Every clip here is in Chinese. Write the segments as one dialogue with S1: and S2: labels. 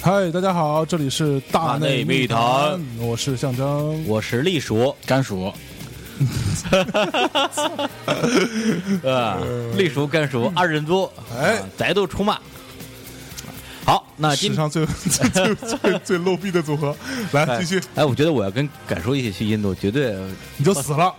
S1: 嗨，大家好，这里是大内密
S2: 大内
S1: 谈，我是象征。
S2: 我是栗鼠，
S3: 甘薯，
S2: 呃，栗鼠甘
S3: 嗯
S2: 薯二人组，
S1: 哎
S2: 啊，宅斗出马。好，那啊今
S1: 史上最 最最最最 low 逼的组合，来
S2: 哎
S1: 继续，
S2: 哎，我觉得我要跟敢叔一起去印度，绝对，
S1: 你就死了，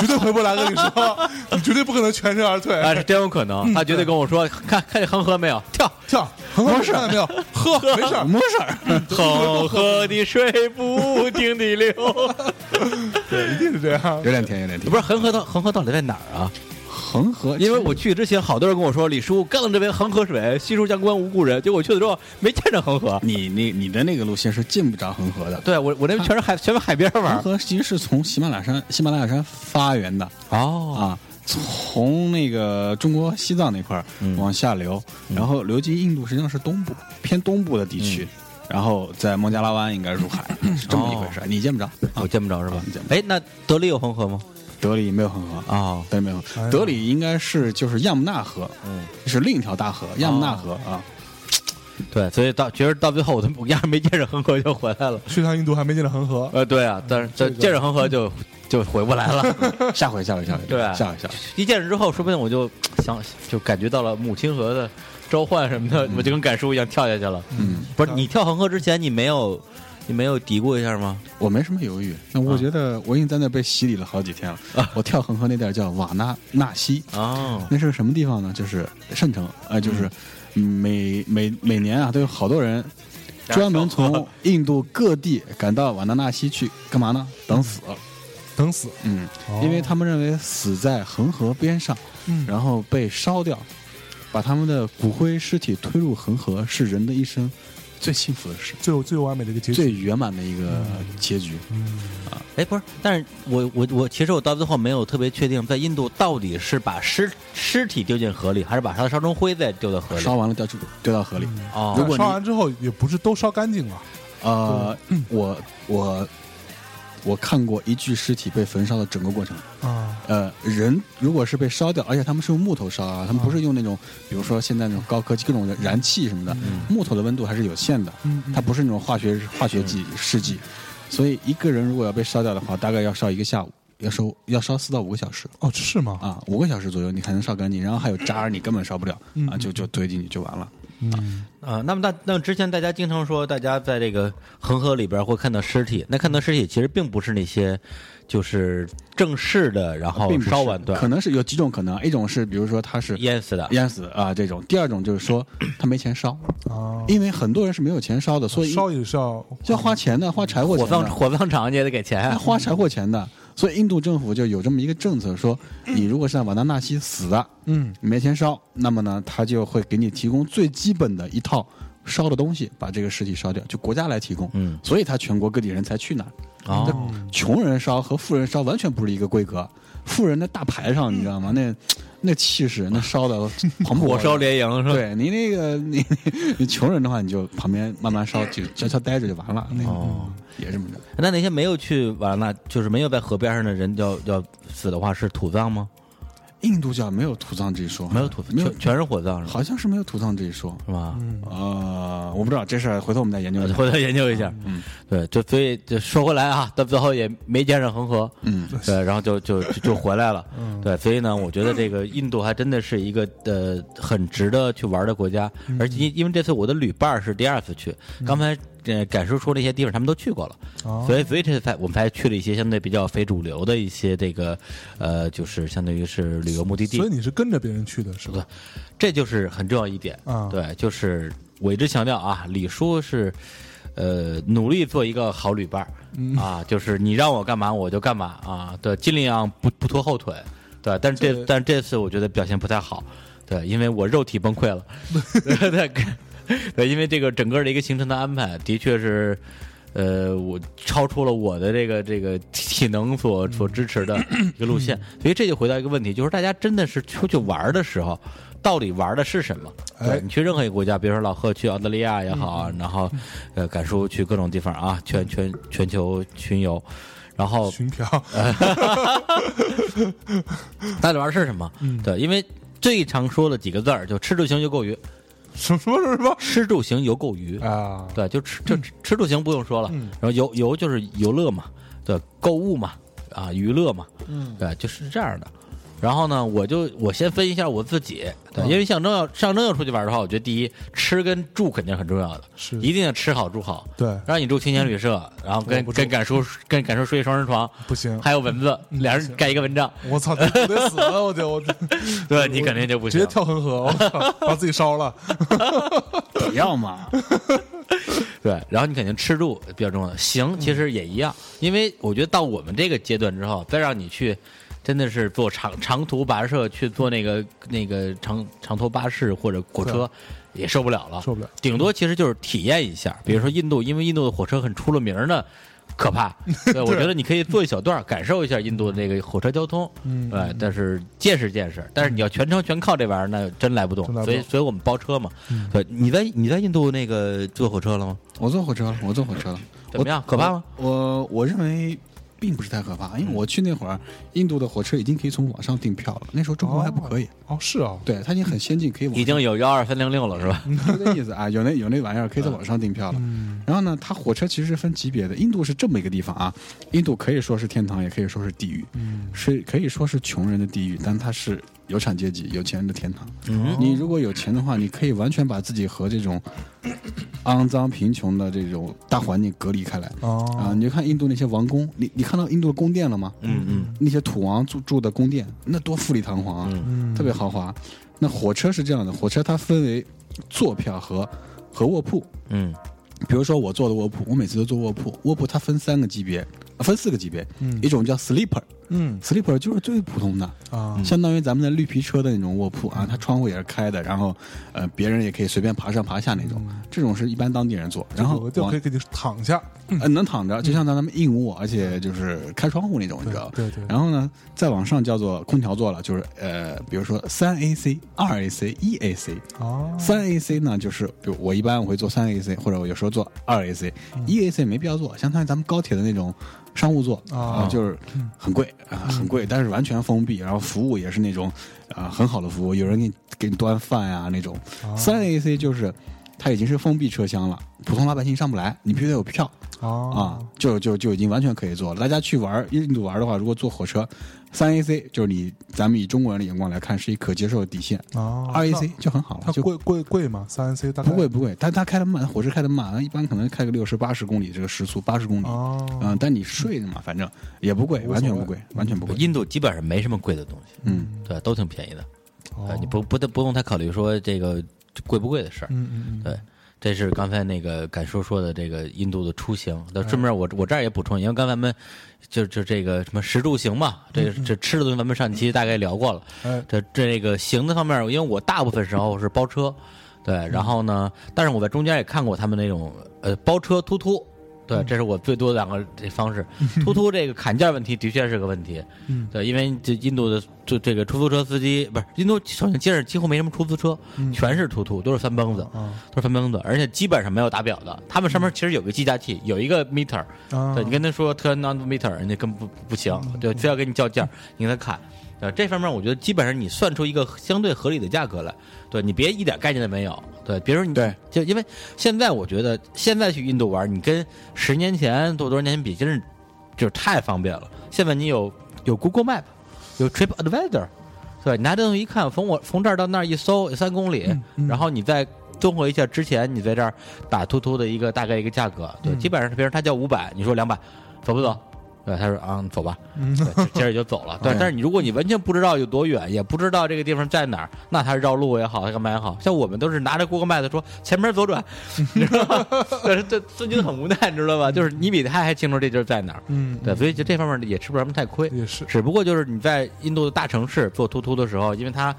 S1: 你绝对回不来了。你说，你绝对不可能全身而退。
S2: 哎，真有可能，他绝
S1: 对
S2: 对跟我说，看看见恒河没有， 跳，
S1: 跳，很好，看到没有？
S2: 喝，
S1: 没事儿
S3: 没事儿，
S2: 恒河的水不停地流，
S1: 对，一定是这样。
S3: 有点甜，有点甜。
S2: 不是恒河到恒河到底在哪儿啊？
S3: 恒河，
S2: 因为我去之前，好多人跟我说，李叔干了这杯恒河水，西出江关无故人，结果我去了之后没见着恒河，
S3: 你你你的那个路线是进不着恒河的。
S2: 对我我那边全是海，全是海边玩
S3: 恒
S2: 儿。
S3: 河其实是从喜马拉雅山喜马拉雅山发源的
S2: 哦
S3: 啊，从那个中国西藏那块儿
S2: 嗯
S3: 往下流，然后流经印度，实际上是东部偏东部的地区，
S2: 嗯
S3: 然后在孟加拉湾应该入海，是这么一回
S2: 哦
S3: 事儿。你见不着，
S2: 我见不着是吧
S3: 你见？不
S2: 哎，那德里有恒河吗？
S3: 德里没有恒河啊，
S2: 哦，
S3: 德里没有
S1: 哎
S3: 恒
S1: 呀
S3: 河，德里应该是就是亚穆纳河，
S2: 嗯，哦
S3: 是另一条大河，亚穆纳河啊。
S2: 对，所以到其实到最后我都我压根没见着恒河就回来了。
S1: 去趟印度还没见到恒河，
S2: 呃，对啊，但是这
S1: 这个
S2: 见着恒河就就回不来了。
S3: 啊下回，下回，下回，
S2: 对啊
S3: 下回，下回。
S2: 一见着之后，说不定我就想就感觉到了母亲河的召唤什么的，我就跟赶叔一样跳下去了。
S3: 嗯，
S2: 不是你跳恒河之前，你没有你没有嘀咕一下吗？
S3: 我没什么犹豫，那
S1: 啊
S3: 我觉得我已经在那被洗礼了好几天了。我跳恒河那地儿叫瓦纳纳西，
S1: 啊
S2: 哦，
S3: 那是个什么地方呢？就是圣城，呃，就是
S1: 嗯
S3: 每每每年啊，都有好多人专 门从印度各地赶到瓦纳纳西去干嘛呢？等死。
S1: 等死。
S3: 嗯
S1: 哦，
S3: 因为他们认为死在恒河边上，
S1: 嗯
S3: 然后被烧掉，把他们的骨灰尸体推入恒河，是人的一生最幸福的事，
S1: 最有最完美的一个结
S3: 最
S1: 局。嗯
S3: 圆满的一个结局。
S2: 哎，不是，但是我我我其实我到最后没有特别确定，在印度到底是把尸尸体丢进河里，还是把它的烧成灰再丢到河里？
S3: 烧完了掉出丢到河里。
S1: 嗯
S2: 哦，
S3: 如果你
S1: 烧完之后也不是都烧干净了，
S3: 呃，我我我看过一具尸体被焚烧的整个过程。
S1: 啊，
S3: 呃，人如果是被烧掉，而且他们是用木头烧啊，他们不是用那种，比如说现在那种高科技各种的燃气什么的，木头的温度还是有限的，
S1: 嗯嗯
S3: 它不是那种化学化学剂试剂，所以一个人如果要被烧掉的话，大概要烧一个下午，要烧要烧四到五个小时。
S1: 哦，是吗？
S3: 啊，五个小时左右你才能烧干净，然后还有渣儿你根本烧不了
S1: 嗯
S3: 啊，就就堆进去就完了。
S1: 嗯，
S2: 啊，那么大，那之前大家经常说，大家在这个恒河里边会看到尸体，那看到尸体其实并不是那些就是正式的，然后
S3: 并不是
S2: 啊烧完对
S3: 可能是有几种可能，一种是比如说他是
S2: 淹死的，
S3: 淹死啊这种，第二种就是 说他没钱烧，
S1: 啊，
S3: 因为很多人是没有钱烧的，所以
S1: 烧也是要
S3: 要花钱的，花柴火
S2: 嗯火
S3: 钱
S2: 葬
S3: 的，
S2: 火葬场你也得给
S3: 要
S2: 钱，啊
S3: 花柴火钱的，所以印度政府就有这么一个政策，说
S2: 嗯
S3: 你如果是在瓦纳纳西死啊的，
S1: 嗯，
S3: 你没钱烧，那么呢他就会给你提供最基本的一套烧的东西，把这个尸体烧掉，就国家来提供，
S2: 嗯，
S3: 所以他全国各地人才去那儿。
S2: 哦，
S3: 穷人烧和富人烧完全不是一个规格。富人的大排上，你知道吗？那那气势，那烧的蓬勃。
S2: 嗯火烧。连营是吧？
S3: 对你那个你你穷人的话，你就旁边慢慢烧，就悄悄待着就完了。那个
S2: 哦，
S3: 也这么着。
S2: 那那些没有去瓦那，就是没有在河边上的人要要死的话，是土葬吗？
S3: 印度教没有土葬这一说，
S2: 没有土，
S3: 没有
S2: 全，全是火葬是吧？
S3: 好像是没有土葬这一说。
S2: 是吧？
S3: 呃，我不知道这事儿，回头我们再研究一下。
S2: 回头研究一下。嗯，对，就所以就说回来啊，到最后也没见上恒河。
S3: 嗯，
S2: 对，然后就就就就回来了。
S1: 嗯
S2: 对，所以呢，我觉得这个印度还真的是一个呃很值得去玩的国家，而且因因为这次我的旅伴儿是第二次去，刚才呃感受说那些地方他们都去过了，
S1: 哦
S2: 所以所以这次才我们才去了一些相对比较非主流的一些这个呃就是相当于是旅游目的地
S1: 所以。你是跟着别人去的是吧？
S2: 这就是很重要一点。
S1: 啊
S2: 对，就是我一直强调啊，李叔是。呃，努力做一个好旅伴儿、啊，就是你让我干嘛我就干嘛啊，对，尽量不不拖后腿，对，但是这
S1: 对
S2: 但这次我觉得表现不太好，对，因为我肉体崩溃了，对对对，因为这个整个的一个行程的安排的确是，呃，我超出了我的这个这个体能所所支持的一个路线，所以这就回到一个问题，就是大家真的是出去玩的时候，到底玩的是什么？
S1: 哎嗯
S2: 对你去任何一个国家，比如说老贺去澳大利亚也好，啊然后呃，赶叔去各种地方啊，全全全球巡游，然后
S1: 巡 嫖，嗯
S2: 到底玩的是什么？对，因为最常说的几个字儿就吃住行游购娱。
S1: 什么什么什么
S2: 吃住行游购娱
S1: 什么啊？
S2: 对，就吃就吃吃住行不用说了，
S1: 嗯
S2: 然后游游就是游乐嘛，对，购物嘛，啊，娱乐嘛，
S1: 嗯
S2: 对，就是这样的。然后呢，我就我先分一下我自己，对，
S1: 嗯
S2: 因为象征要象征要出去玩的话，我觉得第一吃跟住肯定是很重要的，
S1: 是
S2: 一定要吃好住好。
S1: 对，
S2: 让你住青年旅社，然后
S1: 嗯我
S2: 跟
S1: 不住嗯
S2: 跟敢叔跟敢叔睡一双人床，
S1: 不行，
S2: 还有蚊子，俩人盖一个蚊帐，
S1: 我操，这我得死了，我 就我
S2: 对你肯定就不
S1: 直
S2: 行
S1: 接。跳恒嗯河，我操，把自己烧 了。
S3: 不要嘛，
S2: 对，然后你肯定吃住比较重要。
S1: 嗯
S2: 行，其实也一样，因为我觉得到我们这个阶段之后，再让你去，真的是坐长长途跋涉去坐那个那个长长途巴士或者火车，也受不了了，
S1: 受不了。
S2: 顶多其实就是体验一下，
S1: 嗯
S2: 比如说印度，因为印度的火车很出了名儿的。可怕， 对，我觉得你可以坐一小段儿，感受一下印度的这个火车交通，
S1: 嗯
S2: 对，但是见识见识，但是你要全程全靠这玩意儿，那真来不动
S1: 真来。不
S2: 所以，
S1: 动嗯
S2: 所以我们包车嘛，对，你在你在印度那个坐火车了吗？
S3: 我坐火车了，我坐火车了，
S2: 怎么样？可怕吗？
S3: 我我认为并不是太可怕，因为我去那会儿，印度的火车已经可以从网上订票了，那时候中国还不可以。
S1: 哦，是啊，
S3: 对，它已经很先进，可以网
S2: 已经有幺二三零六了是吧？
S1: 嗯
S3: 就这意思啊，有那有那玩意儿可以在网上订票了。然后呢，它火车其实是分级别的，印度是这么一个地方啊，印度可以说是天堂，也可以说是地狱，是可以说是穷人的地狱，但它是有产阶级、有钱人的天堂。
S2: 嗯
S3: 你如果有钱的话，你可以完全把自己和这种肮脏、贫穷的这种大环境隔离开来。啊、
S1: 哦，
S3: 你就看印度那些王宫，你你看到印度的宫殿了吗？
S2: 嗯嗯，
S3: 那些土王住住的宫殿，那多富丽堂皇啊，
S1: 嗯
S3: 特别豪华。那火车是这样的，火车它分为坐票和和卧铺。
S2: 嗯
S3: 比如说我坐的卧铺，我每次都坐卧铺，卧铺它分三个级别，呃分四个级别，
S1: 嗯
S3: 一种叫 sleeper，sleeper
S1: 嗯
S3: 就是最普通的，
S1: 啊，
S3: 相当于咱们的绿皮车的那种卧铺
S1: 嗯
S3: 啊，它窗户也是开的，然后呃别人也可以随便爬上爬下那种，这种是一般当地人坐，然后
S1: 嗯我就
S3: 往
S1: 可以给你躺下，
S3: 呃，能躺着，就像咱们硬卧，而且就是开窗户那种，你知道吧？
S1: 嗯对对对
S3: 然后呢，再往上叫做空调座了，就是呃，比如说三 AC、二 AC、一 AC。
S1: 哦，
S3: 三 AC 呢，就是比如我一般我会做三 AC，或者我有时候做二 AC，一
S1: 嗯
S3: AC 没必要做，相当于咱们高铁的那种商务座
S1: 啊嗯
S3: 呃就是很贵啊、很贵，但是完全封闭，然后服务也是那种啊、呃很好的服务，有人给你给你端饭呀、那种。
S1: 啊
S3: 三 AC 就是它已经是封闭车厢了，普通老百姓上不来，你必须得有票。啊
S1: 啊，，
S3: 就就就已经完全可以做了。大家去玩儿印度玩儿的话，如果坐火车，三 AC 就是你咱们以中国人的眼光来看是一可接受的底线，
S1: 啊
S3: 二 AC 就很好了，
S1: 它
S3: 就
S1: 贵贵贵吗？三 AC 大概
S3: 不贵不贵。但它开的慢，火车开的慢，一般可能开个六十八十公里这个时速八十公里，
S1: 哦
S3: 嗯，但你睡的嘛，反正也不贵，
S1: 无所谓
S3: 完全不贵，完全不贵。
S2: 印度基本上没什么贵的东西，
S3: 嗯，呃
S2: 对，都挺便宜的。
S1: 哦
S2: 对，你不不不用太考虑说这个贵不贵的事儿。
S1: 嗯嗯嗯，
S2: 对，这是刚才那个敢叔说的这个印度的出行。那顺便我我这儿也补充，因为刚才咱们就就这个什么食住行嘛，这个这吃的东西咱们上期大概聊过了。
S1: 哎，
S2: 这这个行的方面，因为我大部分时候是包车，对，然后呢，但是我在中间也看过他们那种呃包车突突，对，这是我最多的两个这方式。突突这个砍价问题的确是个问题，
S1: 嗯
S2: 对，因为这印度的就这个出租车司机不是印度，首先街上几乎没什么出租车，全是突突，都是三蹦子，
S1: 嗯啊
S2: 都是三蹦子，而且基本上没有打表的，他们上面其实有个计价器，有一个 meter，
S1: 啊，
S2: 对你跟他说 turn on the meter，人家根本不不行，对，非要跟你较价，你给他砍。呃，这方面我觉得基本上你算出一个相对合理的价格来，对你别一点概念都没有，对，比如说你
S3: 对，
S2: 就因为现在我觉得现在去印度玩，你跟十年前多多少年前比，真是就是太方便了。现在你有有 Google Map，有 Trip Advisor，对吧？你拿这东西一看，从我从这儿到那儿一搜三公
S1: 嗯
S2: 里，然后你再综合一下之前你在这儿打突突的一个大概一个价格，对，基本上是，比如他叫五百，你说两百，走不走？对，他说啊，走吧，
S1: 嗯
S2: 对，接着就走了。对，但是你如果你完全不知道有多远，也不知道这个地方在哪儿，那他绕路也好，他干嘛也好，像我们都是拿着 Google Map 说前面左转， 你知道吗？ 但是这这就很无奈，你知道吧？就是你比他还清楚这地儿在哪儿，
S1: 嗯，
S2: 对，所以就这方面也吃不了什么太亏。
S1: 也是，
S2: 只不过就是你在印度的大城市做突突的时候，因为它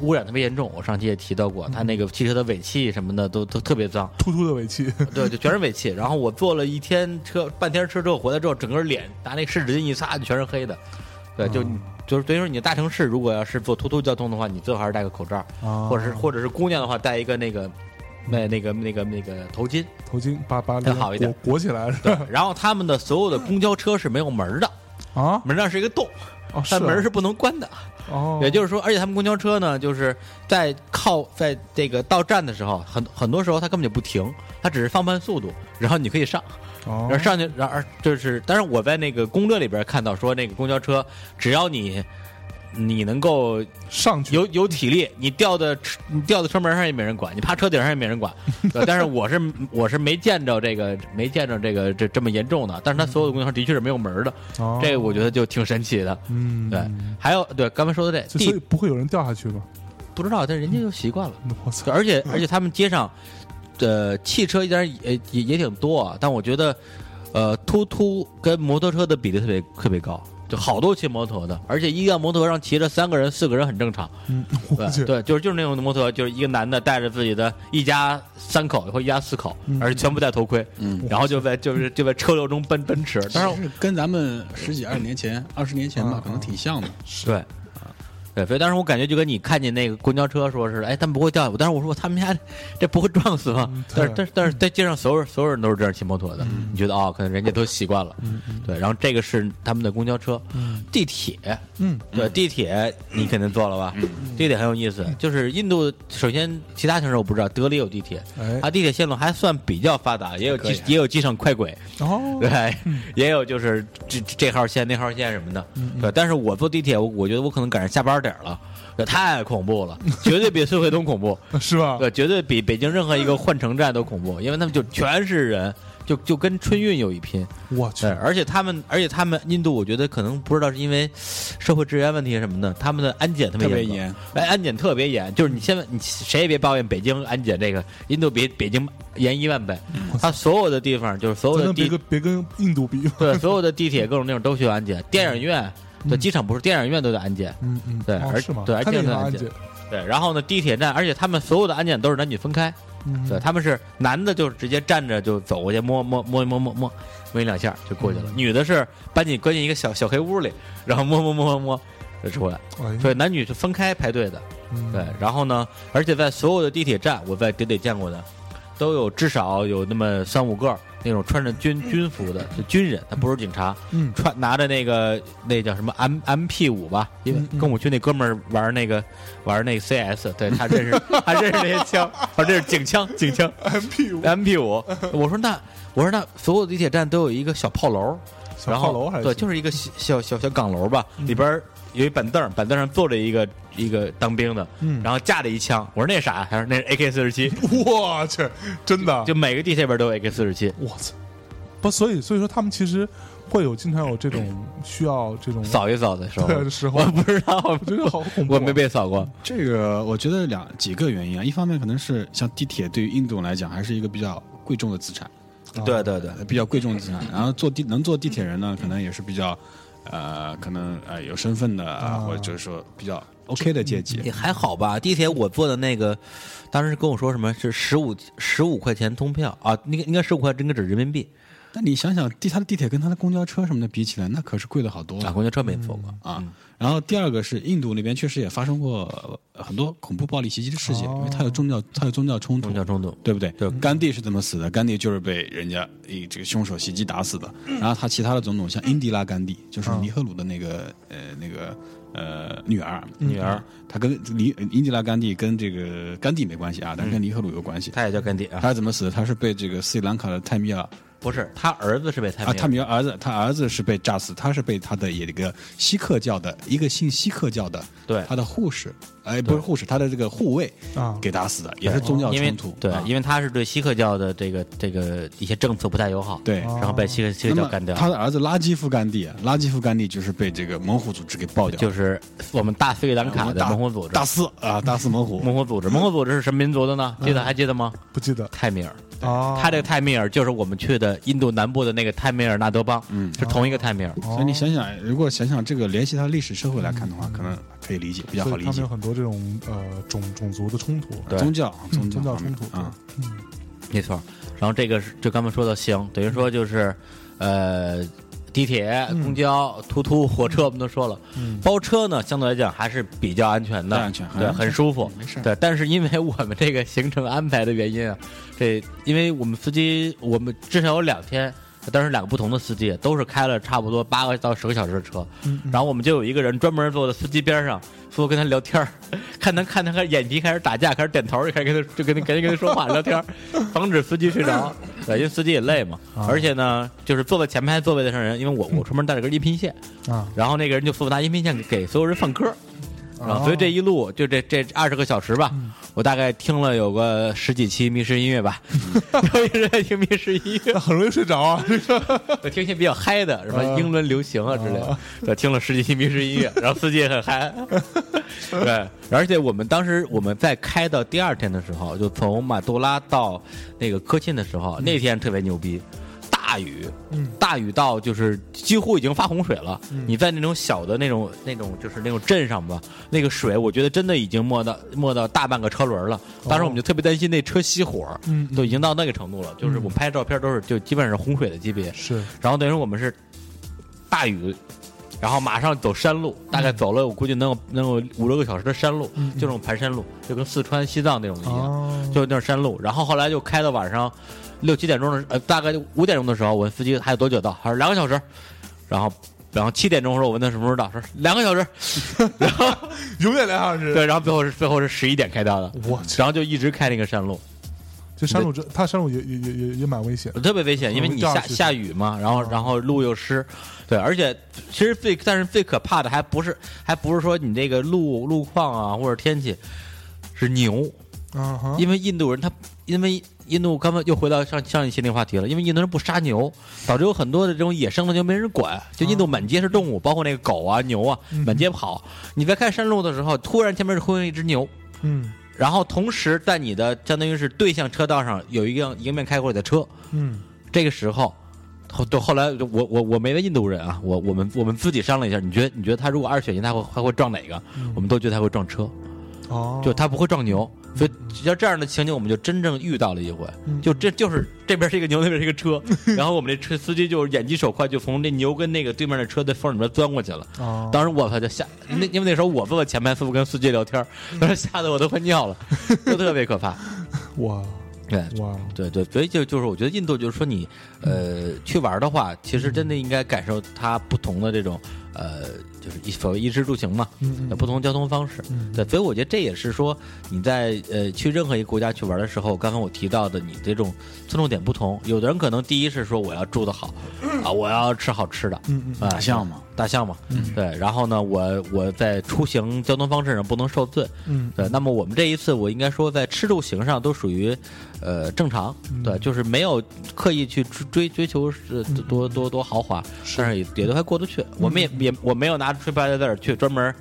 S2: 污染特别严重，我上期也提到过，它那个汽车的尾气什么的都都特别脏，
S1: 突突的尾气，
S2: 对，就全是尾气。然后我坐了一天车，半天车之后回来之后，整个脸拿那湿纸巾一擦，就全是黑的。对，就、
S1: 嗯
S2: 就是等于说你大城市如果要是坐突突交通的话，你最好还是戴个口罩，
S1: 啊
S2: 或者是或者是姑娘的话戴一个那个那那个那个那个头巾。
S1: 头巾把把
S2: 更好一点
S1: 裹裹起来是吧
S2: 然后他们的所有的公交车是没有门儿的，
S1: 啊，
S2: 门上是一个洞，
S1: 哦，
S2: 但门
S1: 是
S2: 是不能关的。
S1: 啊哦，
S2: 也就是说，而且他们公交车呢，就是在靠在这个到站的时候，很很多时候它根本就不停，它只是放慢速度，然后你可以上，
S1: 哦
S2: 然后上去，然而就是，但是我在那个攻略里边看到说，那个公交车只要你你能够
S1: 上去
S2: 有有体力，你掉的车你掉在车门上也没人管，你趴车顶上也没人 管。对但是我是我是没见着这个没见着这个这这么严重的，但是它所有的公交车的确是没有门儿的，
S1: 哦
S2: 这个我觉得就挺神奇的。
S1: 嗯
S2: 对，还有对刚才说的这
S1: 就所以
S2: 地
S1: 不会有人掉下去吗？
S2: 不知道，但是人家就习惯了。
S1: 我操，
S2: 而且而且他们街上的呃汽车当然也也也挺多啊，但我觉得呃，突突跟摩托车的比例特别特别高，就好多骑摩托的，而且一辆摩托上骑着三个人、四个人很正常。
S1: 嗯， 我
S2: 对
S1: 去，
S2: 对，就是就是那种摩托，就是一个男的带着自己的一家三口或一家四口，
S1: 嗯
S2: 而且全不戴头盔，
S3: 嗯
S2: 然后就在就是就在车流中奔奔驰。
S1: 嗯
S2: 当然，
S3: 是跟咱们十几二十年前、二十年前吧，可能挺像的。
S2: 对。对，所以当时我感觉就跟你看见那个公交车说是，哎，他们不会掉下去。但是我说他们家这不会撞死吗？
S1: 嗯
S2: 但
S1: 对嗯
S2: 是但是但是在街上所有人所有人都是这样骑摩托的，你觉得哦，可能人家都习惯了。对，然后这个是他们的公交车，地铁，
S1: 嗯，
S2: 对，地铁你肯定坐了
S3: 嗯
S2: 吧？地铁很有意思，
S1: 嗯
S2: 就是印度首先其他城市我不知道，德里有地铁，
S1: 哎，
S2: 它地铁线路还算比较发达，也有
S3: 可以
S2: 机也有机场快轨，
S1: 哦，
S2: 对，也有就是这这这号线那号线什么的，
S3: 嗯
S2: 对。但是我坐地铁，我我觉得我可能赶上下班点儿了，这太恐怖了，绝对比苏惠东 恐怖，
S1: 是吧？
S2: 对，绝对比北京任何一个换乘站都恐怖，因为他们就全是人。就就跟春运有一拼，
S1: 我去
S2: 对，，而且他们，而且他们印度，我觉得可能不知道是因为社会治安问题什么的，他们的安检特别
S3: 特别
S2: 严格
S3: 严，
S2: 哎，安检特别严，就是你先问你谁也别抱怨北京安检这个，印度比北京严一万倍，
S3: 嗯
S2: 它所有的地方就是所有
S1: 咱
S2: 的
S1: 们别
S2: 地
S1: 跟别跟印度比，
S2: 对所有的地铁各种地方都需要安检，电影院对机场不是电影院都得安检，
S1: 嗯嗯，
S2: 对
S1: 哦
S2: 而
S1: 是吗？
S2: 对而
S1: 他
S2: 且
S1: 那个
S2: 很
S1: 安
S2: 安
S1: 检，
S2: 对，然后呢地铁站，而且他们所有的安检都是男女分开，
S1: 嗯
S2: 对，他们是男的就是直接站着就走过去摸摸摸摸摸摸摸一两下就过去
S1: 嗯
S2: 了，女的是把你关进一个小小黑屋里，然后 摸摸摸摸摸就出来，
S1: 哎
S2: 所以男女是分开排队的。
S1: 嗯
S2: 对，然后呢，而且在所有的地铁站，我在德里见过的，都有至少有那么三五个那种穿着军军服的，就军人，他不是警察，
S1: 嗯
S2: 穿拿着那个那叫什么 M M P 五吧，
S1: 嗯
S2: 因为
S1: 嗯
S2: 跟我去那哥们儿玩那个玩那个 C S，对他认识他认识那些枪，啊，这是警枪警枪
S1: ，MP 五
S2: M P 五，我说那我说那所有的地铁站都有一个小炮楼，
S1: 小
S2: 然
S1: 炮
S2: 后
S1: 楼还嗯是
S2: 对，就是一个小小小小岗楼吧，里边儿有一板凳儿，板凳上坐着一个一个当兵的，
S1: 嗯
S2: 然后架着一枪。我说那是啥？他说那是 AK 四十七，
S1: 我去，真的，啊
S2: 就每个地铁边都有 AK 四十七，
S1: 我操！不，所以所以说他们其实会有经常有这种需要这种
S2: 扫一扫的时 候，
S1: 对的时候
S2: 我不知道，我
S1: 我觉得好恐怖啊，
S2: 我没被扫过。
S3: 这个我觉得两几个原因啊，一方面可能是像地铁对于印度人来讲还是一个比较贵重的资产，呃
S1: 啊
S2: 对对对，
S3: 比较贵重的资产。然后坐地能坐地铁人呢，可能也是比较，呃，可能呃有身份的，啊、或者就是说比较 OK 的阶级
S2: 也。还好吧。地铁我坐的那个，当时跟我说什么是十五十五块钱通票啊，应该应该十五块，应该指人民币。
S3: 但你想想，地他的地铁跟他的公交车什么的比起来，那可是贵了好多
S2: 啊，嗯
S3: 了
S2: 公交车没坐过。
S3: 啊。然后第二个是印度那边确实也发生过呃很多恐怖暴力袭击的事件，因为它有宗教，它有宗教冲突
S2: 哦宗。教冲突，
S3: 对不对？对，甘地是怎么死的？甘地就是被人家以这个凶手袭击打死的。
S2: 嗯
S3: 然后他其他的总统，像英迪拉甘地，就是尼赫鲁的那个、呃那个呃女儿，
S2: 嗯女儿，
S3: 她跟尼英迪拉甘地跟这个甘地没关系啊，但
S2: 嗯
S3: 是跟尼赫鲁有关系。
S2: 他也叫甘地啊，
S3: 他是怎么死的？他是被这个斯里兰卡的泰米尔
S2: 不是他儿子是被泰
S3: 啊，
S2: 米尔
S3: 泰米尔儿子，他儿子是被炸死，他是被他的一个锡克教的一个信锡克教的，
S2: 对
S3: 他的护士，哎，不是护士，他的这个护卫
S1: 啊
S3: 给打死的，也是宗教
S2: 因为
S3: 冲突，
S2: 对
S3: 啊，
S2: 因为他是对锡克教的这个这个一些政策不太友好，，
S3: 对。
S2: 然后被锡克锡
S3: 那
S2: 克教
S3: 么
S2: 干掉，
S3: 他的儿子拉基夫甘地，拉基夫甘地就是被这个猛虎组织给爆掉，
S2: 就是我们大斯里兰
S3: 我
S2: 卡
S3: 们
S2: 的
S3: 大
S2: 猛虎组织
S3: 大，嗯四啊，大四猛虎，
S2: 猛虎组织，猛虎组织是什么民族的呢？记得还记得吗？
S1: 不记得
S2: 泰米尔，
S1: 啊，
S3: 哦
S2: 他这个泰米尔就是我们去的印度南部的那个泰米尔纳德邦，
S3: 嗯
S2: 是同一个泰米尔。
S1: 哦
S3: 所以你想想，如果想想这个联系他历史社会来看的话，可能可以理解，比较
S1: 所
S3: 好
S1: 以
S3: 理
S1: 他们
S3: 解
S1: 有。很多这种呃种种族的冲突，
S2: 对
S3: 宗教，
S1: 嗯
S3: 教
S1: 宗教
S3: 方面
S1: 冲突
S3: 啊，
S2: 没错儿，然后这个是就刚才说的行，等于说就是，呃，地铁、
S3: 嗯
S2: 公交、突突、火车我们都说了，包车呢相对来讲还是比较安全的，
S3: 对安全很
S2: 对，
S3: 安全嗯
S2: 很舒服，
S3: 没事儿
S2: 对，但是因为 我们这个行程安排的原因啊，这因为我们司机，我们至少有两天当时两个不同的司机，都是开了差不多八个到十个小时的车，
S1: 嗯
S2: 然后我们就有一个人专门坐在司机边上，说跟他聊天儿，看他看他开始眼皮开始打架，开始点头，就开始跟他就跟他赶紧跟他说话聊天儿，防止司机睡着，对，因为司机也累嘛，而且呢，就是坐在前排座位的上人，因为我我出门带了根音频线，
S4: 啊，
S2: 然后那个人就负责拿音频线给给所有人放歌，啊，
S1: 哦
S2: 所以这一路就这这二十个小时吧，
S1: 嗯
S2: 我大概听了有个十几期迷失音乐吧， 我一直在听迷失音乐
S1: 嗯那，很容易睡着啊。嗯这个
S2: 我听一些比较嗨的，什么英伦流行啊之类
S1: 哦
S2: 的， 对，听了十几期迷失音乐，然后司机也 很嗨，对，而且我们当时我们在开到第二天的时候，就从马杜拉到那个科钦的时候，
S1: 嗯
S2: 那天特别牛逼。大雨，大雨到就是几乎已经发洪水了。
S1: 嗯
S2: 你在那种小的那种、那种就是那种镇上吧，那个水我觉得真的已经没到没到大半个车轮了。当时我们
S1: 哦
S2: 就特别担心那车熄火，
S4: 嗯
S2: 都已经到那个程度了。就是我们拍照片都是就基本上是洪水的级别。
S4: 是
S2: 然后等于说我们是大雨，然后马上走山路，大概走了我估计能有能有五六个小时的山路，
S4: 嗯嗯
S2: 就那种盘山路，就跟四川、西藏那种
S1: 嗯
S2: 一样，
S4: 哦，
S2: 就那种山路。然后后来就开到晚上六七点钟的，呃，大概五点钟的时候，我问司机还有多久到，他说两个小时，然后。然后七点钟的时候，我问他什么时候到，说两个小时。
S1: 永远两啊小时，
S2: 对，然后最后是最后是十一点开到的，
S4: 我
S2: 然后就一直开那个山路，
S1: 这山路这他山路也也也也也蛮危险的。
S2: 特别危险，因为你
S1: 嗯这
S2: 下
S1: 样嗯是
S2: 下雨嘛，然后然后路又湿，对，而且其实最但是最可怕的还不是还不是说你这个路路况啊或者天气，是牛，
S1: 啊哈，
S2: 因为印度人他因为印度刚才又回到上上一期那个话题了，因为印度人不杀牛，导致有很多的这种野生的就没人管，就印度满街是动物，包括那个狗啊牛啊
S1: 嗯
S2: 满街跑，你在开山路的时候，突然前面就出现一只牛，
S4: 嗯
S2: 然后同时在你的相当于是对向车道上有一辆迎面开过来的车。
S4: 嗯
S2: 这个时候，后对后来就我我我没问印度人啊，我我们我们自己商量一下，你觉得你觉得他如果二选一，他会他会撞哪个？
S1: 嗯
S2: 我们都觉得他会撞车，
S4: 哦，
S2: 就他不会撞牛。所以像这样的情景，我们就真正遇到了一回。
S1: 嗯
S2: 就这就是这边是一个牛，那边是一个车，然后我们这车司机就是眼疾手快，就从那牛跟那个对面的车的缝里面钻过去了。
S1: 嗯
S4: 哦
S2: 当时我操就吓，那因为那时候我坐在前排，师傅跟司机聊天儿，当时吓得我都快尿了， 就特别可怕。
S4: 哇
S2: 对，
S4: 哇，
S2: 对对，所以就就是我觉得印度就是说你呃去玩儿的话，其实真的应该感受它不同的这种呃就是一所谓衣食住行嘛，
S4: 嗯
S2: 有不同的交通方式。
S1: 嗯
S2: 对，所以我觉得这也是说你在呃去任何一个国家去玩儿的时候，刚才我提到的你这种侧重点不同，有的人可能第一是说我要住得好啊，我要吃好吃的，
S4: 嗯嗯
S2: 啊，
S3: 大象嘛，
S2: 大象嘛，
S1: 嗯
S2: 对，然后呢，我我在出行交通方式上不能受罪，
S4: 嗯
S2: 对，那么我们这一次，我应该说在吃住行上都属于，呃，正常，
S1: 嗯
S2: 对，就是没有刻意去追追追求是多多多豪华，但是也也都还过得去。我们也也我没有拿 TripAdvisor 去专门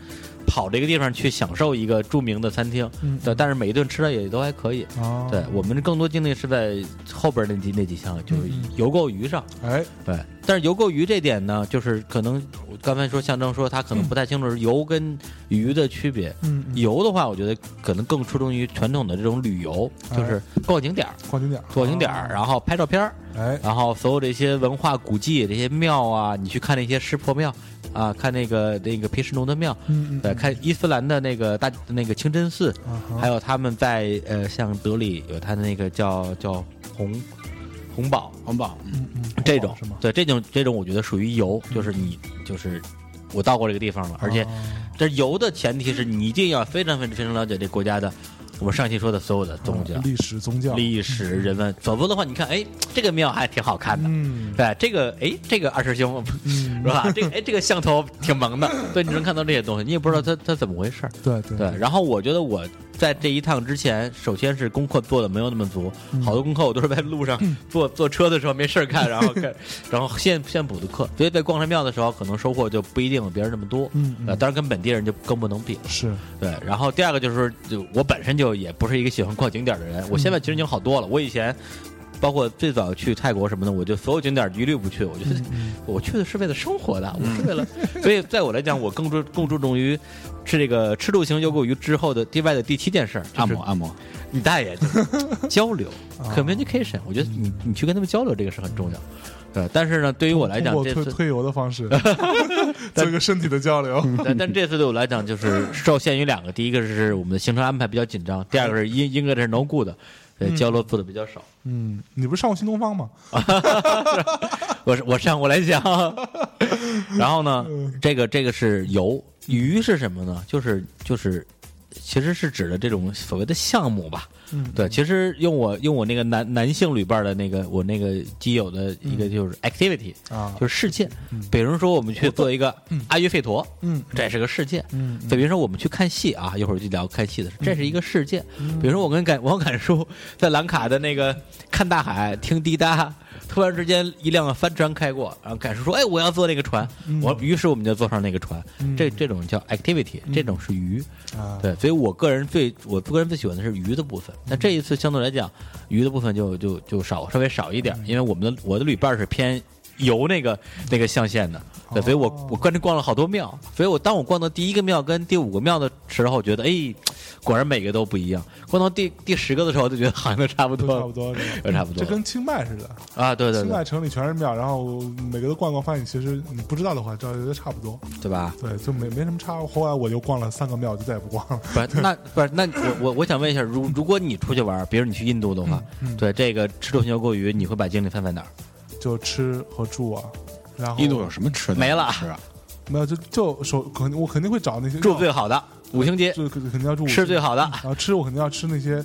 S2: 跑这个地方去享受一个著名的餐厅，
S4: 嗯
S2: 对，但是每一顿吃的也都还可以。
S4: 哦，
S2: 对我们更多精力是在后边那几那几项，就是
S4: 嗯
S2: 游购鱼上。
S1: 哎，
S2: 对，但是游购鱼这点呢，就是可能我刚才说象征说他可能不太清楚是游跟鱼的区别。
S4: 嗯嗯
S2: 游的话，我觉得可能更注重于传统的这种旅游，
S4: 哎
S2: 就是逛景点儿，
S1: 逛景点儿，哦
S2: 逛景点儿，
S4: 哦
S2: 然后拍照片儿，
S1: 哎，
S2: 然后所有这些文化古迹、这些庙啊，你去看那些湿婆庙啊，看那个那个毗湿奴的庙，
S4: 嗯
S2: 对，看伊斯兰的那个大那个清真寺，
S4: 嗯
S2: 还有他们在呃，像德里有他的那个叫叫红红堡，
S3: 环保，嗯
S2: 这种
S4: 是吗
S2: 对这种这种，我觉得属于游，就是你就是我到过这个地方了，而且
S1: 哦
S2: 这游的前提是你一定要非常非常非常了解这国家的，我们上期说的所有的东西啊，
S1: 嗯历史宗教，
S2: 历史人文，否则的话，你看，哎，这个庙还挺好看的。
S4: 嗯
S2: 对，这个哎，这个二师兄
S1: 嗯
S2: 是吧？这个哎，这个像头挺萌的，对，你能看到这些东西，你也不知道它它怎么回事儿。
S4: 对嗯对
S2: 对，然后我觉得我在这一趟之前，首先是功课做的没有那么足，
S1: 嗯
S4: 嗯
S2: 好多功课我都是在路上坐坐车的时候没事儿干，然后看， 然后现现补的课，所以在逛山庙的时候，可能收获就不一定有别人那么多。
S4: 嗯嗯
S2: 呃，当然跟本地人就更不能比。
S4: 是
S2: 对，然后第二个就是，就我本身就也不是一个喜欢逛景点的人，
S4: 嗯
S2: 我现在其实已经好多了。我以前。包括最早去泰国什么的，我就所有景点一律不去。我觉得
S1: 嗯
S2: 我去的是为了生活的，我是 为了，所以在我来讲，我更注更注重于是这个吃住行游购于之后的另外的第七件事，
S3: 按摩按摩，
S2: 你大爷， 交流
S1: 哦嗯啊
S2: communication，我觉得你你去跟他们交流这个是很重要。对，但是呢，对于我来讲
S1: 通，过
S2: 这
S1: 推
S2: 次
S1: 推油的 方式，做一个身体的交流。
S2: 但但这次对我来讲，就是受限于两个，第一个是我们的行程安排比较紧张，第二个是因因为这是 no good，对，交流做的比较少。
S1: 嗯，你不是上过新东方吗？
S2: 我是我上过来讲，然后呢，这个这个是油，鱼是什么呢？就是就是，其实是指的这种所谓的项目吧。
S1: 嗯，
S2: 对，其实用我用我那个男男性旅伴的那个我那个基友的一个就是 activity，、
S1: 啊，
S2: 就是事件。比如说我们去做一个阿育吠陀，
S1: 嗯
S2: 这是个事件。
S1: 嗯
S2: 再比如说我们去看戏啊，一会儿就聊看戏的事，这是一个事件。
S1: 嗯
S2: 比如说我跟感王感叔在兰卡的那个看大海听滴答，突然之间一辆帆船开过，然后感叔说：“哎，我要坐那个船。”我于是我们就坐上那个船。这这种叫 activity，这种是鱼。
S1: 啊，
S2: 对，所以我个人最我个人最喜欢的是鱼的部分。那这一次相对来讲，鱼的部分就就就少稍微少一点，
S1: 嗯
S2: 因为我们的我的旅伴是偏游那个那个象限的，对，所以
S1: 哦
S2: 我我跟着逛了好多庙。所以我当我逛到第一个庙跟第五个庙的时候，觉得哎，果然每个都不一样。逛到第第十个的时候，就觉得好像都差不
S1: 都
S2: 多
S1: 差不
S2: 了，
S1: 多。
S2: 都差不多
S1: 这
S2: 了
S1: 跟清迈似的，
S2: 啊，对对
S1: 清迈
S2: 对，
S1: 城里全是庙，然后每个都逛逛，发现其实你不知道的话，这都差不多。
S2: 对吧？
S1: 对，就没没什么差。后来我就逛了三个庙，就再也不逛了。
S2: 不是那不是那我我我想问一下，如如果你出去玩，比如你去印度的话，
S1: 嗯
S2: 对这个吃豆腐牛锅鱼，你会把精力放在哪儿？
S1: 就吃和住啊，然后
S3: 印度有什么吃的？
S2: 没了
S3: 吃啊！
S1: 没有就就首肯我肯定会找那些
S2: 住最好的五星级，
S1: 就肯定要住
S2: 吃最好的。
S1: 然后吃我肯定要吃那些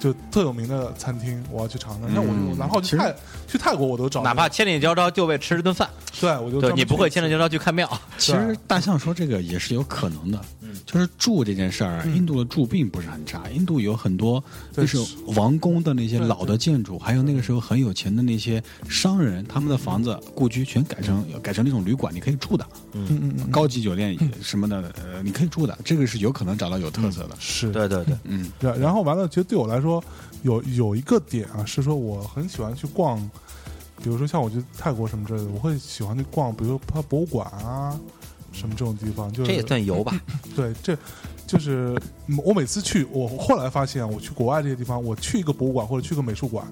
S1: 就特有名的餐厅，我要去尝尝。那我就然后去泰去泰国我都找那
S2: 嗯哪
S1: 个，
S2: 怕千里迢迢就为吃顿饭，
S1: 对我就
S2: 对
S1: 专门
S2: 你不会
S1: 去
S2: 千里迢迢去看庙，
S3: 其实大象说这个也是有可能的，就是住这件事儿，啊印度的住并不是很差，印度有很多
S1: 对
S3: 那种王宫的那些
S1: 对
S3: 老的建筑，还有那个时候很有钱的那些商人，他们的房子故居全改成改成那种旅馆，你可以住的，
S1: 嗯嗯嗯
S3: 高级酒店什么的，呃，你可以住的，这个是有可能找到有特色的。
S1: 是
S2: 对对对，
S3: 嗯，
S1: 然然后完了，其实对我来说，有有一个点啊，是说我很喜欢去逛，比如说像我去泰国什么之类的，我会喜欢去逛，比如说它博物馆啊，什么这种地方，就是
S2: 这也算游吧，
S1: 对这。就是嗯我每次去，我后来发现，我去国外这些地方，我去一个博物馆或者去个美术馆，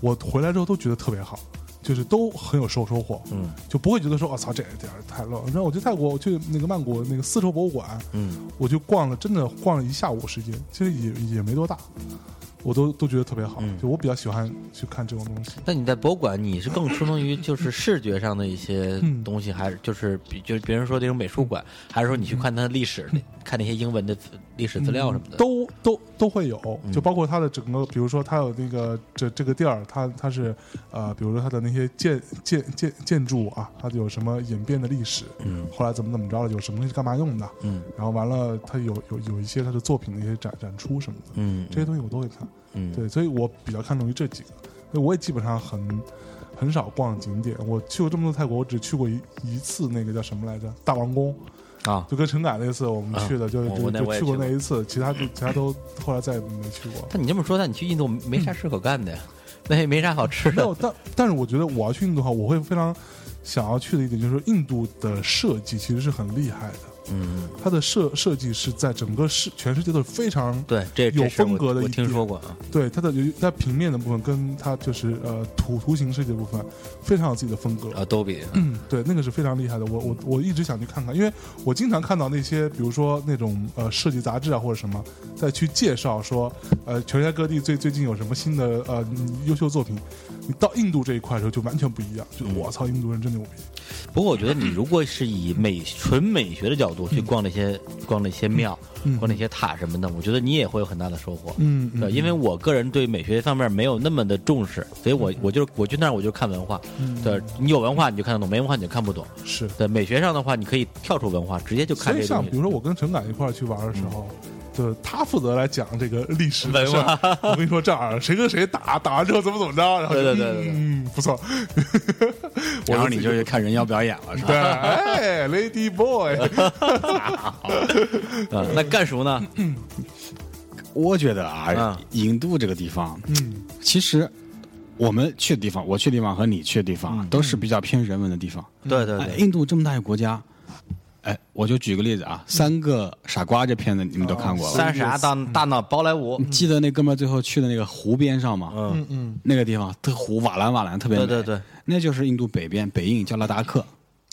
S1: 我回来之后都觉得特别好，就是都很有收收获，
S2: 嗯
S1: 就不会觉得说，我、哦操，这点儿太乱。然后我去泰国，我去那个曼谷那个丝绸博物馆，
S2: 嗯，
S1: 我就逛了，真的逛了一下午时间，其实也也没多大，我都都觉得特别好。
S2: 嗯
S1: 就我比较喜欢去看这种东西。
S2: 那你在博物馆，你是更注重于就是视觉上的一些
S1: 嗯
S2: 东西，还是就是比就是别人说这种美术馆，还是说你去看它的历史，看那些英文的资历史资料什么
S1: 嗯
S2: 的？嗯
S1: 都都都会有，就包括它的整个，比如说它有那个这这个地儿，它它是呃，比如说它的那些建建建建筑啊，它有什么演变的历史，
S2: 嗯
S1: 后来怎么怎么着了，有什么东西干嘛用的，
S2: 嗯
S1: 然后完了它有有有一些它的作品的一些展展出什么的，
S2: 嗯
S1: 这些东西我都会看。
S2: 嗯
S1: 对，所以我比较看重于这几个。那我也基本上很很少逛景点，我去过这么多泰国，我只去过一一次那个叫什么来着？大王宫，
S2: 啊，
S1: 就跟陈凯那次我们
S2: 啊
S1: 去的，就
S2: 我
S1: 就
S2: 我那
S1: 就
S2: 我也
S1: 去过
S2: 去
S1: 那
S2: 过
S1: 一次，其他就其他都后来再也没去 过。
S2: 但你这么说，那你去印度没啥事可干的呀，那也没啥好吃
S1: 嗯没有，
S2: 的，
S1: 但但是我觉得我要去印度的话，我会非常想要去的一点就是说印度的设计其实是很厉害的，
S2: 嗯，
S1: 它的设设计是在整个世全世界都是非常
S2: 对，这这
S1: 有
S2: 事儿我
S1: 风格的
S2: 我
S1: 一
S2: 听
S1: 点
S2: 说过啊，
S1: 对它的由于它平面的部分跟它就是呃图图形设计的部分非常有自己的风格
S2: 啊，都比
S1: 嗯， 对，那个是非常厉害的。我我我一直想去看看，因为我经常看到那些，比如说那种呃设计杂志啊或者什么，在去介绍说，呃，全世界各地最最近有什么新的呃优秀作品。你到印度这一块的时候就完全不一样，
S2: 嗯
S1: 就我操，印度人真牛逼。
S2: 不过我觉得你如果是以美纯美学的角度去逛那些、逛那些庙、
S1: 嗯
S2: 逛那些塔什么的，我觉得你也会有很大的收获。
S1: 嗯
S2: 对，因为我个人对美学方面没有那么的重视，所以我我就是我去那儿我就看文化。
S1: 嗯
S2: 对，你有文化你就看得懂，没文化你就看不懂。
S1: 是。
S2: 对，美学上的话，你可以跳出文化，直接就
S1: 所
S2: 看
S1: 以
S2: 这个
S1: 像比
S2: 东
S1: 如
S2: 西。嗯
S1: 说我跟陈敢一块儿去玩的时候。对他负责来讲这个历史的事
S2: 文
S1: 儿，我跟你说这儿谁跟谁打，打完之后怎么怎么着，然后就
S2: 对对对对对
S1: 嗯，不 错，我
S3: 然后你就去看人妖表演了，是吧？
S1: 对，哎，Lady Boy，
S2: 啊、那干叔呢？
S1: 嗯
S3: 我觉得啊
S2: 嗯，
S3: 印度这个地方，
S1: 嗯
S3: 其实我们去的地方，我去的地方和你去的地方啊
S1: 嗯
S3: 都是比较偏人文的地方。
S2: 对对
S3: 哎
S2: 对，
S3: 印度这么大一个国家，哎，我就举个例子
S1: 嗯
S3: 啊，《三个傻瓜》这片子你们都看过吧？
S2: 哦三傻大大闹宝莱坞
S3: 你，记得那哥们儿最后去的那个湖边上吗？
S2: 嗯，
S1: 嗯嗯
S3: 那个地方，特湖瓦兰瓦兰特别美，
S2: 对对对，
S3: 那就是印度北边北印加拉达克。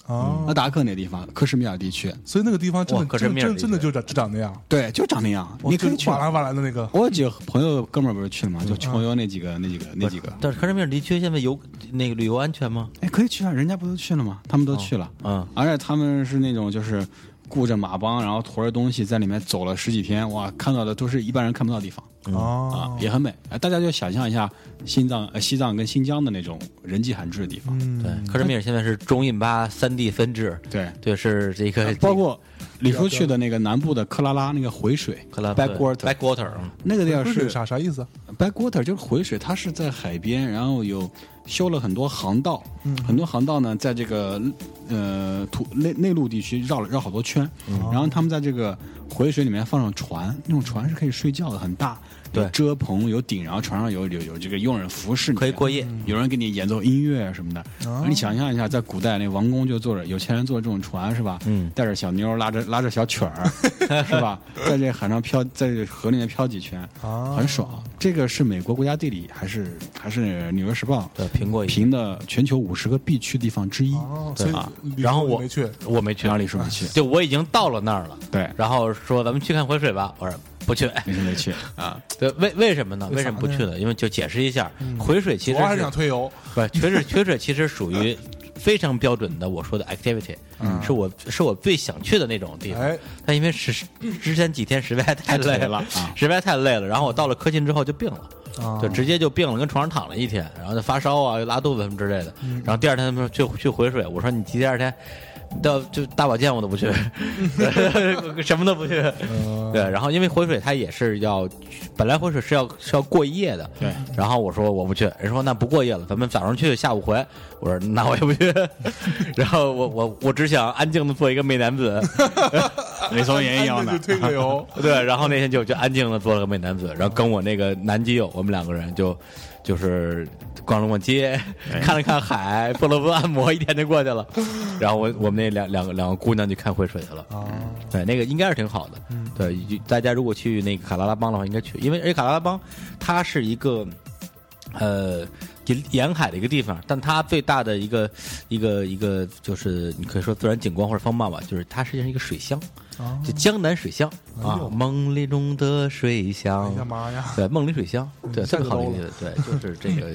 S1: 啊
S3: 那，达克那地方，克什米尔地区，
S1: 所以那个地方真
S2: 哇
S1: 的
S2: 可是
S1: 真的
S2: 面儿
S1: 真
S2: 的
S1: 的真的就长就长那样，
S3: 对，就长那样，
S1: 哇
S3: 你可以
S1: 就
S3: 去。
S1: 瓦嗯蓝瓦蓝的那个，
S3: 我有几个朋友哥们儿不是去了吗？就穷游那几个、那几个、那几个，
S2: 但是克什米尔地区现在游那个旅游安全吗？
S3: 哎，可以去啊，人家不都去了吗？他们都去了，
S2: 嗯，
S3: 而且他们是那种就是雇着马帮，然后驮着东西在里面走了十几天，哇，看到的都是一般人看不到的地方啊
S1: 哦，，
S3: 也很美。哎，大家就想象一下新藏、呃、西藏跟新疆的那种人迹罕至的地方，
S1: 嗯，
S2: 对，克什米尔现在是中印巴三地分治，
S3: 对。
S2: 对，是这
S1: 啊
S2: 哎个
S3: 包括李叔去的那个南部的克拉拉那个回水
S2: 克拉
S3: （backwater），
S2: backwater，嗯
S3: 那个地儿
S1: 不
S3: 是
S1: 啥啥意思？
S3: backwater 就是回水，它是在海边，然后有修了很多航道，很多航道呢，在这个呃土内内陆地区绕了绕好多圈，然后他们在这个回水里面放上船，那种船是可以睡觉的，很大，有
S2: 对
S3: 遮棚有顶，然后船上有有有这个佣人服侍你，
S2: 可以过夜。
S3: 有人给你演奏音乐啊什么的。你想象一下，在古代那王宫就坐着有钱人坐着这种船是吧？
S2: 嗯
S3: 带着小妞，拉着拉着小曲儿 是吧？在这海上漂，在这河里面漂几圈，
S1: 啊
S3: 很爽。这个是美国国家地理还是还是《纽约时报
S2: 对，苹果》一，
S3: 评的全球五十个必去地方之一。
S1: 哦，啊
S2: 对
S1: 所以
S2: 啊
S1: 李叔
S2: 然后
S1: 也
S2: 我
S1: 没去，
S2: 我没去
S3: 然，后李叔没去，
S2: 就我已经到了那儿了，
S3: 对，
S2: 然后说咱们去看回水吧，我说不去，哎
S3: 李叔没去 啊。
S2: 对，为为什么呢？
S1: 为
S2: 为
S1: 啥
S2: 什
S1: 呢
S2: 么不去呢？因为就解释一下，回水其
S1: 主
S2: 实
S1: 要还是
S2: 是
S1: 想推油，
S2: 不缺水，缺水其实属于非常标准的我说的 activity，是我是我最想去的那种地方
S1: 哎。
S2: 但因为是之前几天实在太累
S3: 累了
S2: 了
S3: 啊，
S2: 实在太累了，然后我到了科钦之后就病了。
S1: 啊
S2: 就直接就病了，跟床上躺了一天，然后就发烧啊、又拉肚子什么之类的。然后第二天他们说去去回水，我说你第二天到就大保健我都不去，什么都不去。对，
S1: 呃
S2: 然后因为回水它也是要，本来回水是要是要过夜的。
S3: 对，
S2: 然后我说我不去，人说那不过夜了，咱们早上去，下午回。我说那我也不去。 然后我我我只想安静的做一个美男子。
S3: 李松也一样
S1: 安
S3: 的
S1: 慰就推个 油
S2: 对，然后那天就就安静的做了个美男子，然后跟我那个男基友，我们两个人就就是逛了逛街，看了看海，做了做按摩，一天就过去了。然后我我们那两两个两个姑娘去看汇水去了。
S1: 啊，
S2: 对，那个应该是挺好的。对，大家如果去那个卡拉拉邦的话，应该去，因为而且卡拉拉邦它是一个呃沿沿海的一个地方，但它最大的一个一个一个就是你可以说自然景观或者风貌吧，就是它实际上是一个水乡，
S1: 哦
S2: 就江南水乡
S1: 哎
S2: 啊
S1: 呦，
S2: 梦里中的水
S1: 哎
S2: 乡，
S1: 呀妈呀，
S2: 对，梦里水乡，对，
S1: 下
S2: 最
S1: 就
S2: 好的
S1: 到
S2: 一个，对，就是这个，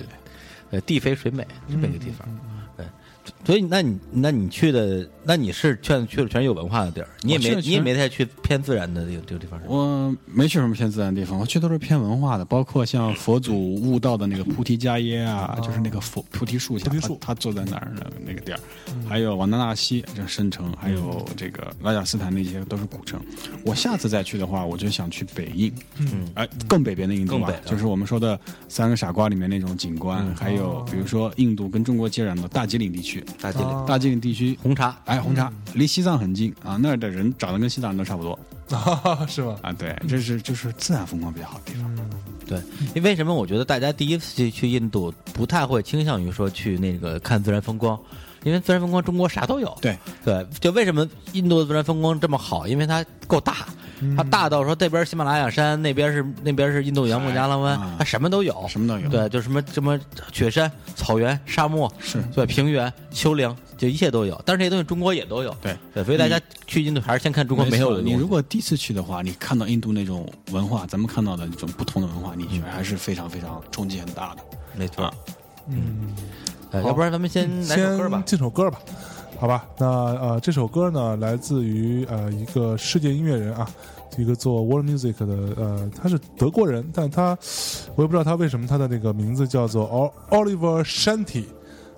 S2: 呃，地肥水美这么一个地方，对。所以，那你那你去的，那你是劝去了全是有文化的地儿，你也
S3: 我去
S2: 没
S3: 了
S2: 你也
S3: 全
S2: 没太去偏自然的这个这个地方是吧，
S3: 我没去什么偏自然的地方，我去都是偏文化的，包括像佛祖悟道的那个菩提伽耶啊，就是那个佛菩提树下，
S1: 菩提树
S3: 他他坐在那儿的那个地儿，还有瓦纳纳西这深城，还有这个拉贾斯坦那些都是古城。我下次再去的话，我就想去北印，嗯，哎，更北边的印度
S2: 更
S3: 啊
S2: 北，的
S3: 就是我们说的三个傻瓜里面那种景观，还有比如说印度跟中国接壤的大吉岭地区，
S2: 大吉岭、
S3: 大吉岭地区。
S2: 红茶，
S3: 哎，红茶离西藏很近啊，那儿的人长得跟西藏人都差不多，
S1: 是吗？嗯
S3: 啊，对，这是就是自然风光比较好的地方。
S2: 对，因为什么？我觉得大家第一次去去印度，不太会倾向于说去那个看自然风光，因为自然风光中国啥都有。
S3: 对
S2: 对，就为什么印度的自然风光这么好？因为它够大，它
S3: 嗯
S2: 大到说这边喜马拉雅山，那边是那边是印度洋、
S3: 海
S2: 孟加拉湾
S3: 啊，
S2: 它什么都有，
S3: 什么都有
S2: 对，就什么什么雪山、草原、沙漠，
S3: 是
S2: 对平原、丘陵，就一切都有。但是这些东西中国也都有。
S3: 对
S2: 对，所以大家去印度还是先看中国没有的
S3: 错
S2: 东
S3: 你
S2: 西。
S3: 如果第一次去的话，你看到印度那种文化，咱们看到的那种不同的文化，你觉得还是非常非常冲击很大的。
S2: 没错
S3: 啊，
S1: 嗯，
S2: 对
S1: 好
S2: 要不然咱们先来首歌吧
S1: 先。进首歌吧，好吧？那呃，这首歌呢，来自于呃一个世界音乐人啊，一个做 world music 的呃，他是德国人，但他我也不知道他为什么他的那个名字叫做 O Oliver Shanti。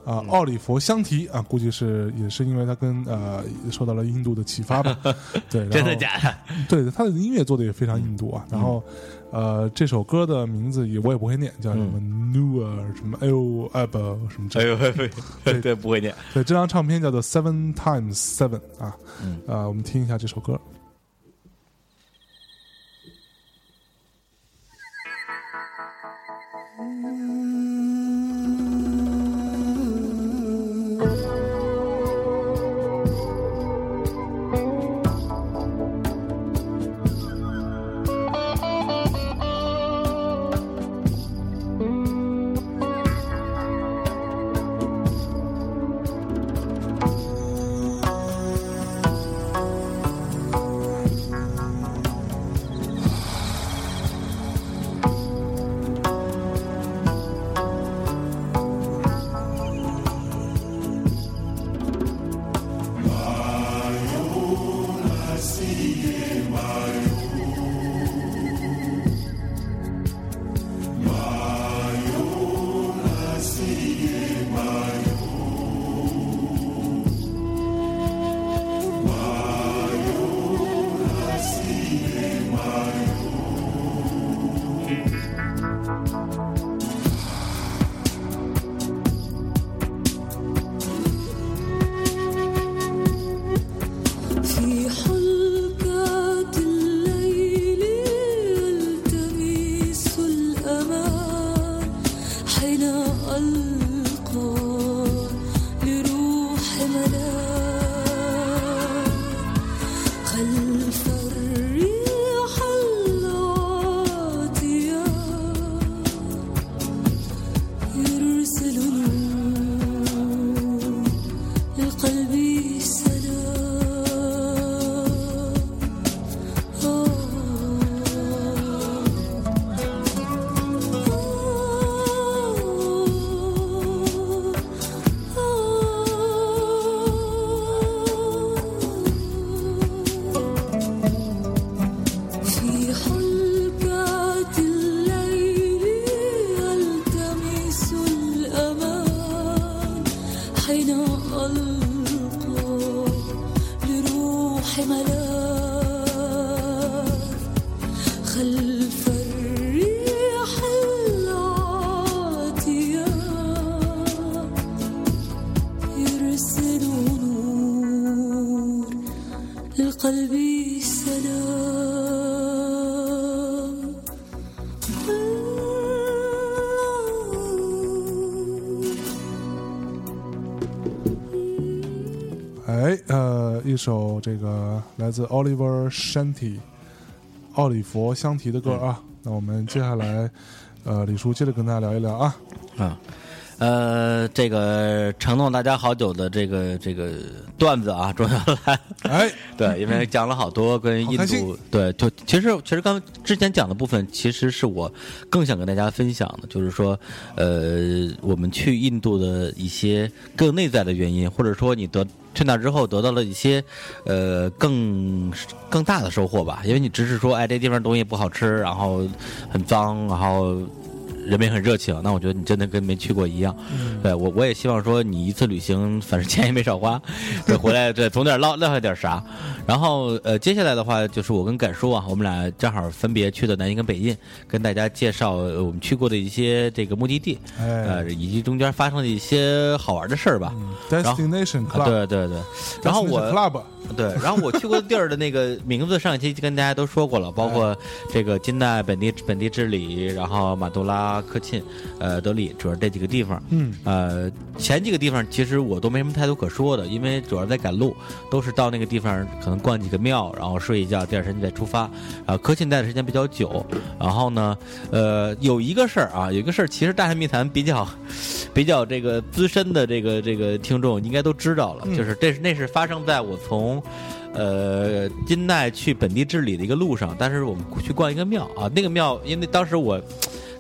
S1: 啊、
S2: 嗯
S1: 奥里佛香缇啊，估计是也是因为他跟呃受到了印度的启发 吧，对，然后
S2: 真的假
S3: 哦
S2: 嗯的？
S1: 对，他的音乐做的也非常印度啊。然后，呃，这首歌的名字也我也不会念，叫什么
S2: 嗯
S1: Newer 什么 L 哎不什么这
S2: 哎。呦 喂喂，对对，不会念。
S1: 对，这张唱片叫做 Seven Times Seven 啊。嗯。呃，我们听一下这首歌。
S4: Thank خلقا لروح ملاك خلف الريح العاتية يرسل نور للقلب سلام آه في حلقة الليل ألتمس الأمان حين ألقى لروح ملاك خلف الريح العاتية يرسل نور للقلب سلام
S1: 哎，呃，一首这个来自 Oliver Shanti 奥里佛香缇的歌
S2: 嗯
S1: 啊。那我们接下来，呃，李叔接着跟大家聊一聊 啊。
S2: 啊，呃，这个承诺大家好久的这个这个段子啊，终于来了。
S1: 哎，
S2: 对，因为讲了好多跟印
S1: 好开
S2: 度
S1: 心，
S2: 对，就其实其实刚之前讲的部分，其实是我更想跟大家分享的，就是说，呃，我们去印度的一些更内在的原因，或者说你得去那之后得到了一些呃更更大的收获吧，因为你只是说，哎，这地方东西不好吃，然后很脏，然后。人民很热情，那我觉得你真的跟没去过一样。
S1: 嗯
S2: 对我，我也希望说你一次旅行，反正钱也没 少花，对，回来对，总得落落下点啥。然后呃，接下来的话就是我跟敢叔啊，我们俩正好分别去的南印跟北印，跟大家介绍呃我们去过的一些这个目的地，
S1: 哎
S2: 呃，以及中间发生的一些好玩的事儿吧。
S1: ，Destination 嗯
S2: 啊
S1: Club，
S2: 对对对，然后
S1: Destination
S2: 我
S1: Club，
S2: 对，然后我去过的地儿的那个名字，上一期跟大家都说过了，包括这个金奈、本地本地治理，然后马杜拉、科沁、呃德里，主要这几个地方。
S1: 嗯，
S2: 呃，前几个地方其实我都没什么太多可说的，因为主要在赶路，都是到那个地方可能逛几个庙，然后睡一觉，第二天再出发。啊，科沁待的时间比较久，然后呢，呃，有一个事儿啊，有一个事儿，其实《大汉密谈》比较 比较这个资深的这个这个听众应该都知道了，
S1: 嗯
S2: 就是这是那是发生在我从。呃，金奈去本地治理的一个路上，但是我们去逛一个庙啊，那个庙，因为当时我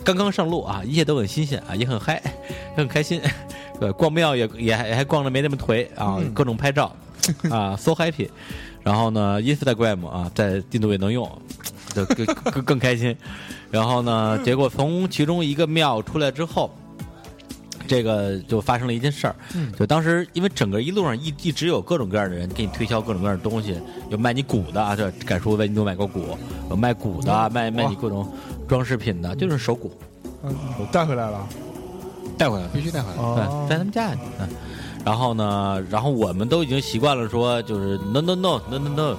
S2: 刚刚上路啊，一切都很新鲜啊，也很嗨，也很开心。呃，逛庙也也还也还逛的没那么颓啊，
S1: 嗯
S2: 各种拍照啊，so happy。然后呢，Instagram 啊，在印度也能用，就更更更开心。然后呢，结果从其中一个庙出来之后，这个就发生了一件事儿，就当时因为整个一路上一一直有各种各样的人给你推销各种各样的东西，有卖你鼓的啊，这敢说为你都买过鼓，有卖鼓的啊，卖卖你各种装饰品的，就是手鼓，
S1: 嗯，我带回来了。
S3: 带回来必须带回来。
S2: 对
S1: 哦，，
S2: 在他们家里。嗯然后呢，然后我们都已经习惯了说，就是 no no no no no no，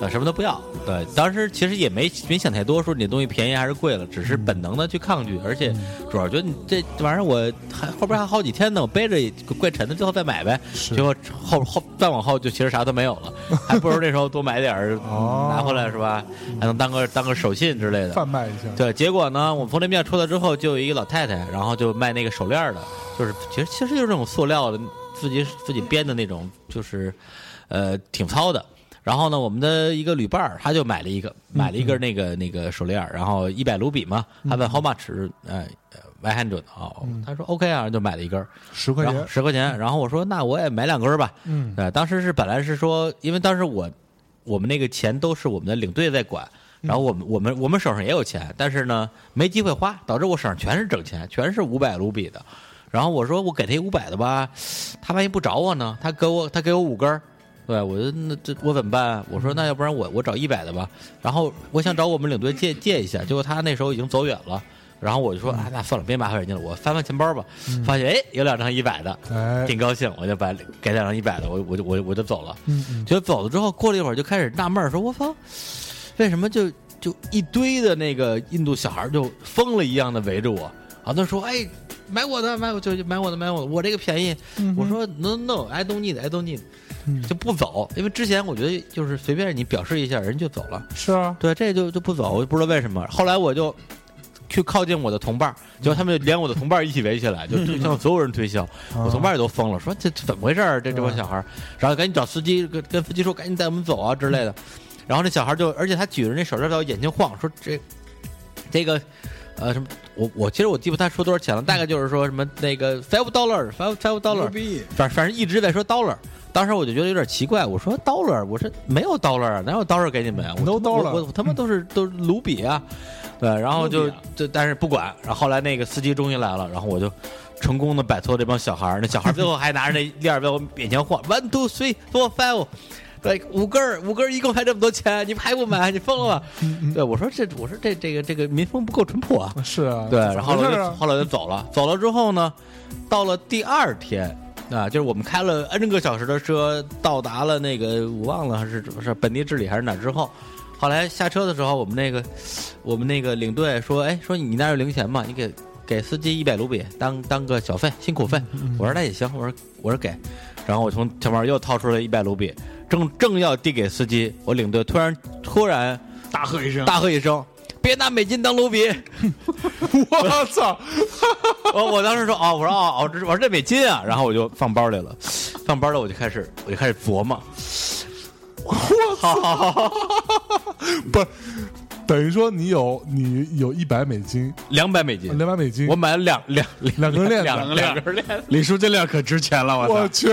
S2: 呃，什么都不要。对，当时其实也没没想太多，说你这东西便宜还是贵了，只是本能的去抗
S1: 嗯
S2: 拒，而且主要觉得你这玩意儿我还后边还好几天呢，我背着也怪沉的，最后再买呗。
S1: 是
S2: 结果后后再往后就其实啥都没有了，还不如那时候多买点儿、
S1: 哦
S2: 拿回来是吧？还能当个当个手信之类的。
S1: 贩卖一下。
S2: 对，结果呢，我们从这面出来之后，就有一个老太太，然后就卖那个手链儿的，就是其实其实就是那种塑料的，自己自己编的那种，就是呃挺糙的。然后呢，我们的一个旅伴儿，他就买了
S1: 嗯
S2: 一个，买了一根那个、那个手链儿，然后一百卢比嘛，他问 how much，哎，one hundred 哦，他说 OK 啊，就买了一根儿，
S1: 嗯十块
S2: 然后
S1: 钱，
S2: 十块钱。然后我说那我也买两根儿吧，
S1: 嗯，
S2: 对，呃当时是本来是说，因为当时我我们那个钱都是我们的领队在管，然后我们我们我们手上也有钱，但是呢没机会花，导致我手上全是整钱，全是五百卢比的。然后我说我给他一五百的吧，他万一不找我呢？他给我他给我五根儿。对，我就那这我怎么办啊、我说那要不然我我找一百的吧，然后我想找我们领队借借一下，结果他那时候已经走远了，然后我就说啊那算了，别麻烦人家了，我翻翻钱包吧，发现哎有两张一百的，
S1: 哎，
S2: 挺高兴，我就把给两张一百的，我我就我就我就走了。
S1: 嗯嗯，
S2: 结果走了之后，过了一会儿就开始纳闷儿，说：“我操，为什么就就一堆的那个印度小孩儿就疯了一样的围着我？”好多人说：“哎，
S5: 买我的，买我就买我的，买我的，我这个便宜。我说哎 no no，I don't need，I don't need，就不走，因为之前我觉得就是随便你表示一下，人就走了。
S1: 是啊，
S5: 对，这就就不走，我就不知道为什么。后来我就去靠近我的同伴儿，结果他们就连我的同伴儿一起围起来，就推向所有人推销。我同伴儿也都疯了，说这这怎么回事儿？这这帮小孩儿，然后赶紧找司机，跟跟司机说赶紧带我们走啊之类的。然后那小孩儿就，而且他举着那手电筒，眼睛晃，说这这个呃什么。我我其实我记不他说多少钱了，大概就是说什么那个 five dollar five five dollar，
S3: 逼，
S5: 反反正一直在说 dollar。当时我就觉得有点奇怪，我说 dollar，我说没有 dollar，啊，哪有 dollar 给你们啊？我
S1: No
S5: 我
S1: dollar
S5: 我我他妈都是都是卢比啊，对，然后就就但是不管，然后后来那个司机终于来了，然后我就成功的摆脱这帮小孩儿，那小孩儿最后还拿着那链儿在我眼前晃，one two three four five。对，五根儿，五根儿，一共才这么多钱，你们还不买？你疯了吧？对，我说这，我说这，这个，这个民风不够淳朴啊。
S1: 是啊，
S2: 对
S1: 怎么
S5: 然后
S1: 回
S5: 我
S1: 事
S5: 就
S1: 啊
S5: 后来我就走了，走了之后呢，到了第二天啊，就是我们开了 N 个小时的车，到达了那个我忘了是是本地治理还是哪儿之后，后来下车的时候，我们那个我们那个领队说，哎，说你那儿有零钱吗？你给给司机一百卢比当当个小费辛苦费。我说那也行，我说我说给，然后我从前面又掏出了一百卢比，正正要递给司机，我领队突然突然
S3: 大喝一声，
S5: 大喝一声。别拿美金当卢比！
S1: 我操，
S5: 我我当时说哦，我说哦哦，这我说这美金啊，然后我就放包里了，放包里我就开始我就开始琢磨，
S1: 不是等于说你有你有一百美金，
S2: 两百美金，
S1: 两百美金，
S2: 我买了两两
S1: 两根链
S2: 两
S1: 子，
S2: 两根链子，
S3: 李叔这料可值钱了，
S1: 我
S3: 我操！
S1: 去，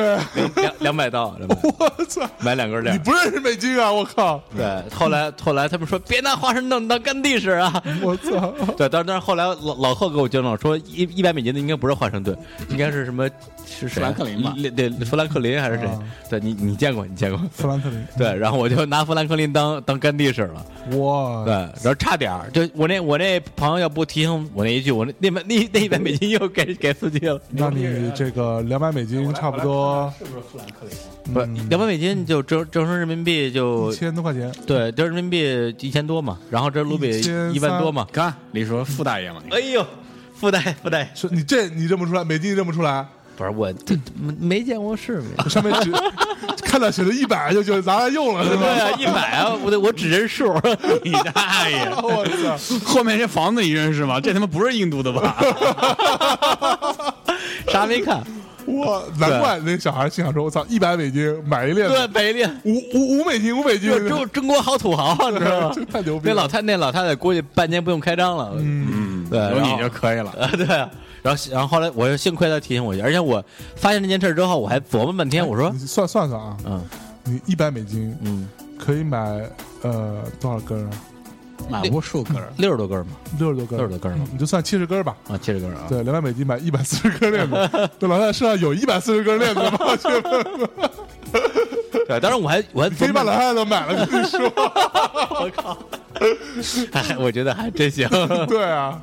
S2: 两两百刀，两百
S1: 我操，
S2: 买两根链
S1: 你
S2: 子。
S1: 不认识美金啊？我靠，
S2: 对，后来后来他们说别拿花生豆当干地使啊。
S1: 我操，
S2: 对，但是但是后来老老贺给我纠正说一一百美金的应该不是花生盾，应该是什么是谁啊？
S3: 富兰克林吧
S2: 对对，富兰克林还是谁
S1: 啊？
S2: 对你你见过你见过？
S1: 富兰克林，
S2: 对，然后我就拿富兰克林当当干地使了，
S1: 哇，
S2: 对，然后差点儿就我那我那朋友要不提醒我那一句，我那那百那那一百美金又给给司机了，
S1: 那你这个两百美金差不多
S3: 是不是富兰克林？
S2: 不两百美金就折折成人民币
S1: 嗯一
S2: 就
S1: 千多块钱，
S2: 对折人民币一千多嘛，然后折卢比
S1: 1300
S2: 一万多嘛，
S3: 看李叔傅大爷嘛，
S2: 哎呦，附带附带，
S1: 是你这你认不出来，美金认不出来，
S2: 不是我这没没见过世面。
S1: 上面 只看到写着一百就就拿来用了是
S2: 对
S1: 吧？
S2: 啊，一百啊，我得我指认数，
S3: 你大爷！
S1: 我操，
S3: 后面这房子一认识吗？这他妈不是印度的 吧？
S2: 啥没看？
S1: 我难怪那小孩心想说，我操，一百美金买一链
S2: 对，
S1: 子，
S2: 北练，
S1: 五五五美金，五美金，
S2: 这中中国好土豪，啊你 知道吗
S1: 这？太牛逼
S2: 那
S1: 了
S2: 老太那老太太估计半年不用开张了，
S3: 嗯，
S2: 对
S3: 有
S2: 然
S3: 你
S2: 后
S3: 就可以了。
S2: 啊，对啊。然后，然后后来，我又幸亏他提醒我一下，而且我发现这件事儿之后，我还琢磨半
S3: 哎
S2: 天，我说
S1: 你，算算算啊，
S2: 嗯
S1: 你一百美金
S2: 嗯，
S1: 可以买呃多少根啊？
S3: 买无数根儿，
S2: 六十多根儿嘛，
S1: 六十多根，
S2: 六十多根儿嘛，
S1: 你就算七十根吧。
S2: 啊，七十根儿啊，
S1: 对，两百美金买一百四十根链子，对，老太太身上有一百四十根链子 吗？我去
S2: 对，当时我还我还
S1: 可以
S2: 琢
S1: 把老
S2: 磨
S3: 啊
S1: 太太都买了，跟你说，
S2: 哎，我觉得还真行，
S1: 对啊，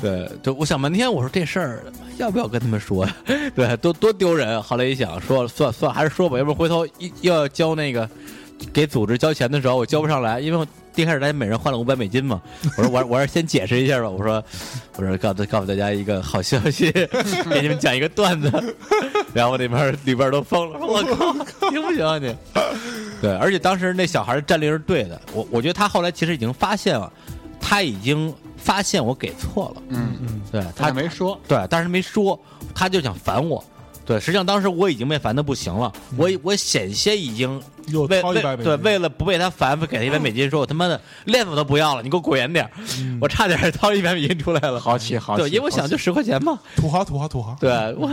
S2: 对，就我想半天，我说这事儿要不要跟他们说呀？ 对，多多丢人。啊后来一想，说算算还是说吧，要不然回头一要交那个给组织交钱的时候，我交不上来，因为我一开始大家每人换了五百美金嘛。我说我我是先解释一下吧，我说我说告诉告诉大家一个好消息， 给你们讲一个段子。 然后那边里边都疯了，我靠， 行不行啊你？对，而且当时那小孩的战略是对的，我我觉得他后来其实已经发现了，他已经发现我给错了。
S3: 嗯，
S2: 对
S3: 他
S2: 他
S3: 没说，
S2: 对，但是没说，他就想烦我。对，实际上当时我已经被烦的不行了，我我险些已经
S1: 嗯又
S2: 为
S1: 掏一
S2: 为
S1: 百美
S2: 对
S1: 金，
S2: 为了不被他烦，给他一百美金，说我他妈的链子都不要了，你给我滚远点儿，
S1: 嗯
S2: 我差点儿掏一百美金出来了。
S3: 豪气豪气。
S2: 对，因为我想就十块钱嘛，
S1: 土豪土豪土豪，
S2: 对我。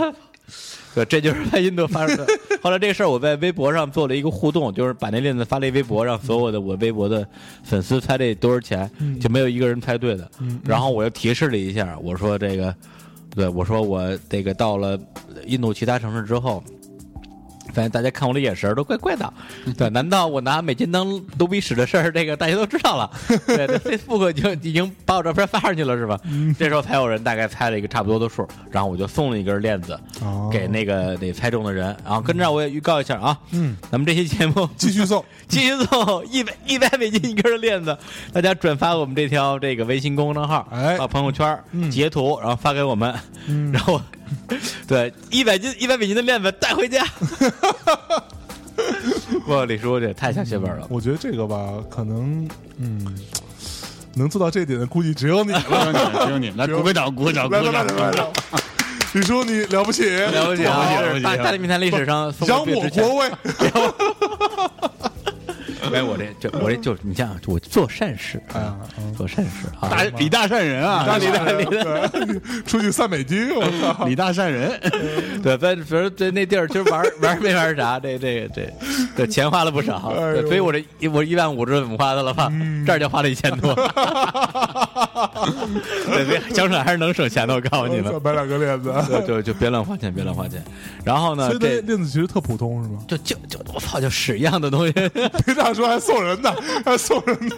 S2: 对，这就是在印度发生的。后来这事儿，我在微博上做了一个互动，就是把那链子发了一微博，让所有的我微博的粉丝猜这多少钱，就没有一个人猜对的。然后我又提示了一下，我说这个，对我说我这个到了印度其他城市之后，反正大家看我的眼神儿都怪怪的。对，难道我拿美金当奴婢使的事儿，这个大家都知道了？对这，Facebook 就已经把我照片发上去了，是吧？这时候才有人大概猜了一个差不多的数，然后我就送了一根链子
S1: 哦
S2: 给那个得猜中的人。然后跟这儿我也预告一下啊，嗯，咱们这期节目
S1: 继续送，
S2: 继续送一百一百美金一根链子，大家转发我们这条这个微信公众号，
S1: 哎
S2: 到朋友圈、截图，然后发给我们，然后对一百斤一百美金的链子带回家。哇，李叔这也太下血本了。
S1: 我觉得这个吧，可能嗯，能做到这一点的，估计只有你 了。
S3: 只有你，只有你，来鼓个掌，鼓个掌，鼓
S1: 来
S3: 个
S1: 来来
S3: 掌。
S1: 来来，李叔你了不起，
S2: 了不起啊！
S3: 了
S2: 这
S3: 不
S2: 是
S3: 起
S2: 大
S3: 了
S2: 大内密探历史上送
S1: 扬
S2: 过最
S1: 我
S2: 值钱
S1: 国威，
S2: 哎，我这就我这就你想，我做善事啊，做善事啊，
S3: 大李大善人啊，
S1: 李大对出去散美金，我操！
S3: 李大善人，
S2: 对，反正反正这那地儿，其实玩儿玩儿没玩儿啥，这这这这钱花了不少，
S1: 哎呦嗯
S2: 对所以我这一我一万五这怎么花的了吧？这儿就花了一千多， 对，别想省还是能省钱的，我告诉你
S1: 我操
S2: 们，
S1: 买两个 链子，
S2: 对，就就别乱花钱，别乱花钱。然后呢
S1: 所以，那
S2: 这
S1: 链子其实特普通是吗？
S2: 就就就我操，就屎一样的 东西，
S1: 别 这样说，还送 人呢，还送人呢，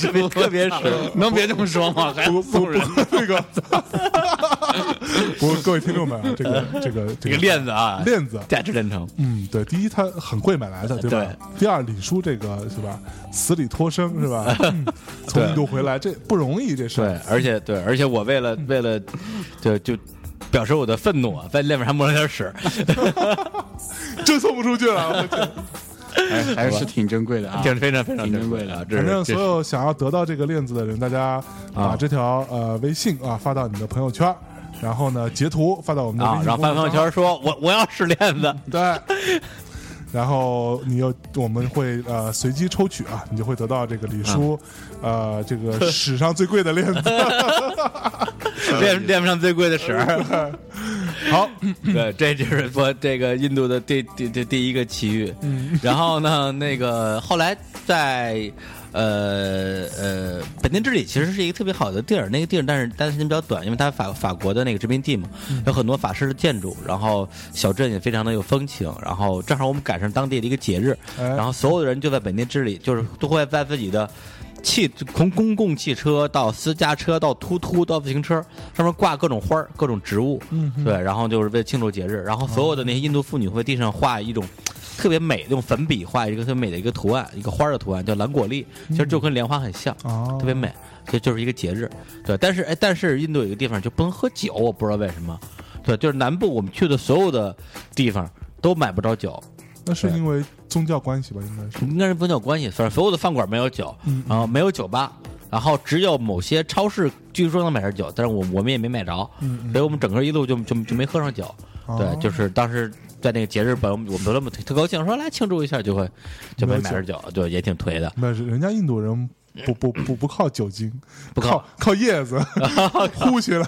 S2: 特别特 别屎。
S3: 能别这么说吗？还
S1: 不不
S3: 送
S1: 不
S3: 人，，
S1: 那个。不过各位听众们啊，这 个这个
S2: 这
S1: 这
S2: 个链子啊，
S1: 链子，
S2: 价值连城，
S1: 嗯，对，第一它很贵买来的，对吧？第二，李叔这个是吧，死里脱生是 吧？嗯从印度回来这不容易，这事
S2: 对
S1: 儿，
S2: 而且对，而且我为
S1: 嗯
S2: 了为了，就就。表示我的愤怒啊，在链子上抹了点屎，
S1: 真送不出去 了。我天
S3: 还还是挺珍贵的啊，
S2: 挺非常非常
S3: 挺珍贵的
S2: 啊，这
S1: 反
S2: 是
S1: 正
S2: 这
S1: 所
S2: 是
S1: 有想要得到这个链子的人，大家把
S2: 啊
S1: 这条呃微信啊发到你的朋友圈，然后呢截图发到我们的微
S2: 啊，
S1: 信
S2: 然后发朋友
S1: 公众号
S2: 圈说：“我我要试链子。
S1: 对。然后你又我们会呃随机抽取啊，你就会得到这个李叔，
S2: 嗯
S1: 呃这个史上最贵的链子。
S2: 链链不上最贵的屎。
S1: 好，
S2: 对，这就是说这个印度的第第第第一个奇遇。
S1: 嗯
S2: 然后呢，那个后来在呃呃本地治理其实是一个特别好的地儿，那个地儿但是但是时间比较短，因为它法法国的那个殖民地嘛，
S1: 嗯
S2: 有很多法式的建筑，然后小镇也非常的有风情，然后正好我们赶上当地的一个节日，
S1: 哎
S2: 然后所有的人就在本地治理，就是都会在自己的。汽从公共汽车到私家车到突突到自行车，上面挂各种花儿、各种植物，
S1: 嗯哼
S2: 对，然后就是为了庆祝节日，然后所有的那些印度妇女会地上画一种特别美，用粉笔画一个特别美的一个图案，一个花儿的图案叫兰果丽，其实就跟莲花很像，
S1: 嗯哦
S2: 特别美，这就是一个节日，对。但是哎，但是印度有一个地方就不能喝酒，我不知道为什么，对，就是南部我们去的所有的地方都买不着酒，
S1: 那是因为宗教关系吧，应该是。
S2: 应该是跟酒有关系，反正所有的饭馆没有酒，然后没有酒吧，然后只有某些超市据说能买着酒，但是我我们也没买着，
S1: 嗯嗯
S2: 所以我们整个一路就就就没喝上酒。
S1: 哦。
S2: 嗯对，就是当时在那个节日本，我们我们都那么特高兴，说来庆祝一下，就会就没买着酒，就也挺颓的
S1: 那人家印度人不不不不靠酒精，
S2: 不靠
S1: 靠靠叶 子呼起来。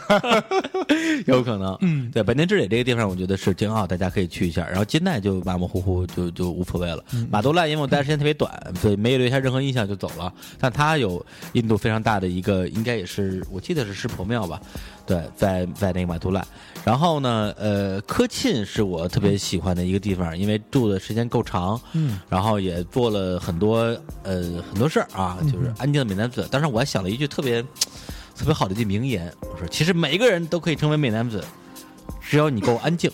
S2: 有可能，嗯，对，本田治理这个地方，我觉得是挺好，大家可以去一下。然后金奈就马马虎虎就就无所谓了。马都赖因为我待的时间特别短，所以没留下任何印象就走了。但它有印度非常大的一个，应该也是我记得是湿婆庙吧，对，在在那个马都赖。然后呢，呃，科沁是我特别喜欢的一个地方，因为住的时间够长，嗯，然后也做了很多呃很多事儿啊，就是安静的美男子。当时我还想了一句特别。 特别好的一句名言，我说其实每一个人都可以成为美男子，只要你够安静。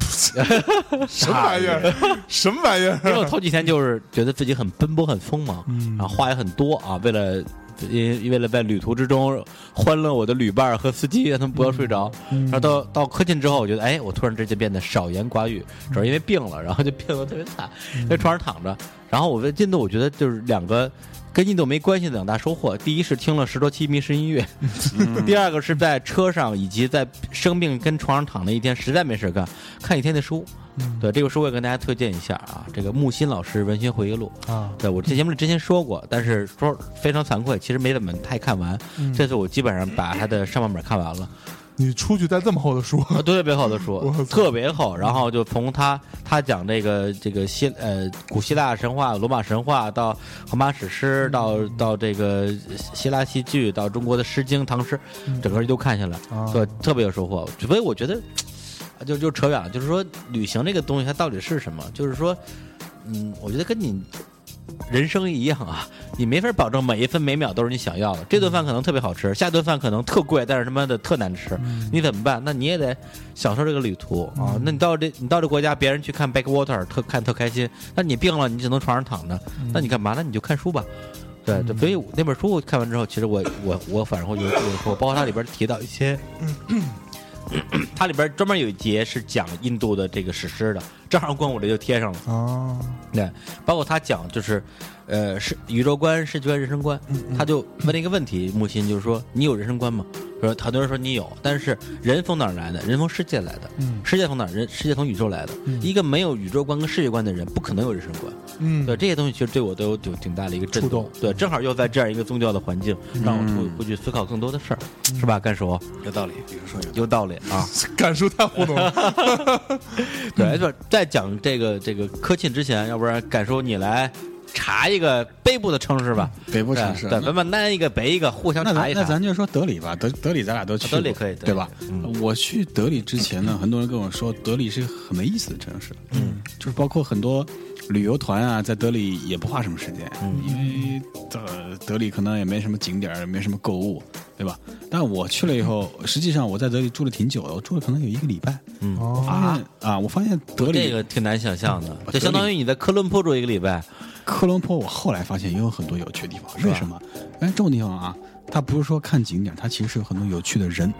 S1: 什么玩意儿？什么玩意
S2: 因为
S1: 儿？
S2: 我头几天就是觉得自己很奔波、很锋芒，然后话也很多啊，为了。因为了在旅途之中欢乐我的旅伴和司机，让他们不要睡着。
S1: 嗯
S2: 然后到到科沁之后，我觉得哎，我突然之间变得少言寡语，主要因为病了，然后就病得特别惨，在床上躺着。然后我在印度，我觉得就是两个跟印度没关系的两大收获：第一是听了十多期迷失音乐，第二个是在车上以及在生病跟床上躺了一天，实在没事干，看一天的书。对，这个书我也跟大家推荐一下啊，这个木心老师《文学回忆录》
S1: 啊，
S2: 对我这节目里之前说过，但是说非常惭愧，其实没怎么太看完。
S1: 嗯
S2: 这次我基本上把他的上半本看完了，
S1: 你出去带这么厚的书，
S2: 啊，特别厚的
S1: 我操，
S2: 书特别厚。然后就从他他讲这个这个希呃古希腊神话、罗马神话到荷马史诗，到
S1: 嗯
S2: 到这个希腊戏剧，到中国的《诗经》《唐诗》，整个都看下来
S1: 嗯啊，
S2: 对，特别有收获。所以我觉得。就就扯远了，就是说旅行这个东西它到底是什么？就是说，嗯，我觉得跟你人生一样啊，你没法保证每一分每秒都是你想要的。这顿饭可能特别好吃，下顿饭可能特贵，但是他妈的特难吃，你怎么办？那你也得享受这个旅途啊。那你到这你到这国家，别人去看 backwater 特看特开心，那你病了你只能床上躺着，
S1: 嗯
S2: 那你干嘛？那你就看书吧。对，对所以我那本书我看完之后，其实我我我反正会有有说，包括它里边提到一些， 它里边专门有一节是讲印度的这个史诗的，正好跟我这就贴上了。
S1: 啊，
S2: 对，包括他讲就是，呃，是宇宙观、世界观、人生观，
S1: 嗯
S2: 他就问了一个问题，木心就是说，你有人生观吗？说很多人说你有，但是人从哪儿来的？人从世界来的，
S1: 嗯
S2: 世界从哪儿？人世界从宇宙来的。一个没有宇宙观跟世界观的人，不可能有人生观。
S1: 嗯，
S2: 对这些东西，其实对我都有有挺大的一个震
S1: 触动嗯
S2: 对，正好又在这样一个宗教的环境，让我会会去思考更多的事儿，是吧？干叔
S3: 有道理，比如说有
S2: 有道理啊。
S1: 感受太糊弄了。
S2: 对，就是在讲这个这个科沁之前，要不然敢说你来查一个北部的城市吧，
S3: 北部城市
S2: 对，
S3: 那
S2: 咱们南一个北一个，互相
S3: 那
S2: 查
S3: 咱
S2: 一
S3: 那
S2: 查。
S3: 咱就说德里吧，德德里咱俩都去过，
S2: 德里可以德里
S3: 对吧
S2: 可以？嗯
S3: 我去德里之前呢，很多人跟我说德里是一个很没意思的城市，嗯，就是包括很多旅游团啊，在德里也不花什么时间，
S2: 嗯
S3: 因为德德里可能也没什么景点儿，也没什么购物，对吧？但我去了以后，实际上我在德里住了挺久的，我住了可能有一个礼拜，
S1: 哦
S3: 发现啊，我发现德里
S2: 这个挺难想象的，
S3: 嗯
S2: 就相当于你在科伦坡住一个礼拜，
S3: 科伦坡，我后来发现也有很多有趣的地方。为什么？因为这种地方啊，它不是说看景点，它其实是有很多有趣的人，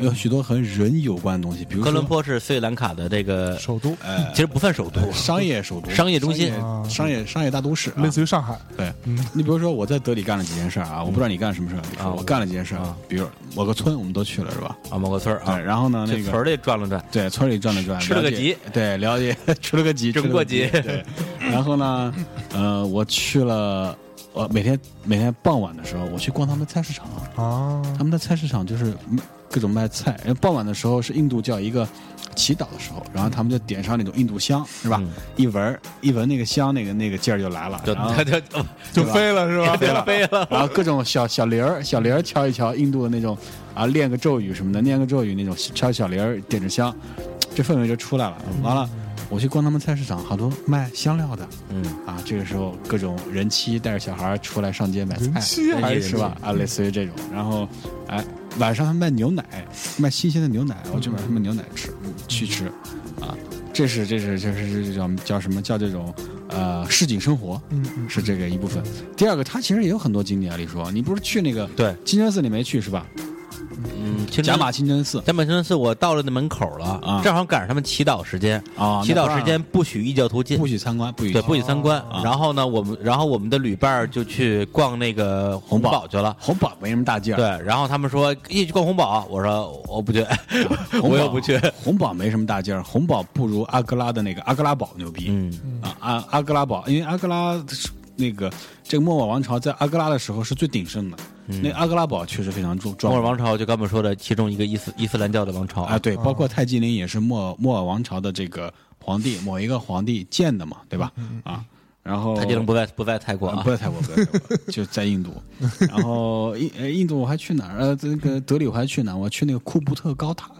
S3: 有许多和人有关的东西，比如
S2: 嗯
S3: 说
S2: 科伦坡是斯里兰卡的这个，呃
S1: 首都
S2: 其实不算首都，啊
S3: 商业首都、
S2: 商业中心
S3: 商业、商业商业大都市、啊，
S1: 类似于上海，
S3: 对，
S2: 嗯
S3: 你比如说我在德里干了几件事儿啊，我不知道你干了什么事儿，比如说我干了几件事儿，比如某个村我们都去了是吧？
S2: 啊，某个村儿啊
S3: 对，，然后呢，那
S2: 去
S3: 个
S2: 村儿里转了转，
S3: 对，村里转了转，
S2: 吃了个
S3: 了解
S2: 集，
S3: 对，了解 吃了个集，
S2: 整
S3: 吃了
S2: 过
S3: 个
S2: 集
S3: 对。然后呢，呃，我去了，我每天每天傍晚的时候，我去逛他们的菜市场，
S1: 啊，
S3: 他们的菜市场就是卖各种卖菜。然后傍晚的时候是印度教一个祈祷的时候，然后他们就点上那种印度香，是吧？一闻儿一闻那个香，那个那个劲儿就来了，
S2: 嗯就
S3: 然后
S2: 他就
S1: 就飞了是吧？
S2: 飞了飞了，
S3: 然后各种小小铃儿，小铃儿敲一敲，印度的那种啊，练个咒语什么的，念个咒语那种，敲小铃儿，点着香，这氛围就出来了。完了，我去逛他们菜市场，好多卖香料的
S2: 嗯，
S3: 啊，这个时候各种人妻带着小孩儿出来上街买
S1: 人
S3: 菜，
S1: 妻还
S3: 哎
S1: 是
S3: 是吧？啊，类似于这种。然后，哎，晚上还卖牛奶，卖新鲜的牛奶，我去买他们牛奶吃，
S1: 嗯
S3: 去吃，啊，这是这是这是这叫叫什么叫这种呃市井生活，
S1: 嗯嗯
S3: 是这个一部分。第二个，它其实也有很多景点啊，李叔，你不是去那个
S2: 对
S3: 清真寺你没去是吧？
S2: 嗯，清真
S3: 甲马清真寺
S2: 贾马清真寺，我到了那门口了
S3: 啊，
S2: 正好赶上他们祈祷时间，
S3: 啊，
S2: 祈
S3: 那
S2: 祷
S3: 不让
S2: 时间不许异教徒进
S3: 不，许参观，不许
S2: 对，不许参观。
S3: 啊
S2: 然后呢，我们然后我们的旅伴儿就去逛那个红
S3: 堡
S2: 堡去了。
S3: 红宝没什么大劲儿，
S2: 对，然后他们说哎一起去逛红堡，我说我 不去，我
S3: 红宝
S2: 又不去。
S3: 红宝没什么大劲儿，红宝不如阿格拉的那个阿格拉堡牛逼。
S2: 嗯，
S3: 啊，阿阿格拉堡，因为阿格拉是那个这个莫卧王朝在阿格拉的时候是最鼎盛的，那阿格拉堡确实非常
S2: 嗯
S3: 壮
S2: 莫
S3: 壮
S2: 尔
S3: 观。
S2: 王朝就刚才说的其中一个伊斯伊斯兰教的王朝嗯
S3: 啊，，对，包括泰姬陵也是莫莫卧王朝的这个皇帝某一个皇帝建的嘛，对吧？
S2: 嗯
S3: 啊，然后
S2: 他竟然不在不在泰国
S3: 啊
S2: 啊
S3: 不，在泰国，不在泰国，就在印度。然后印呃印度我还去哪儿？呃，这个德里我还去哪儿？我去那个库布特高塔，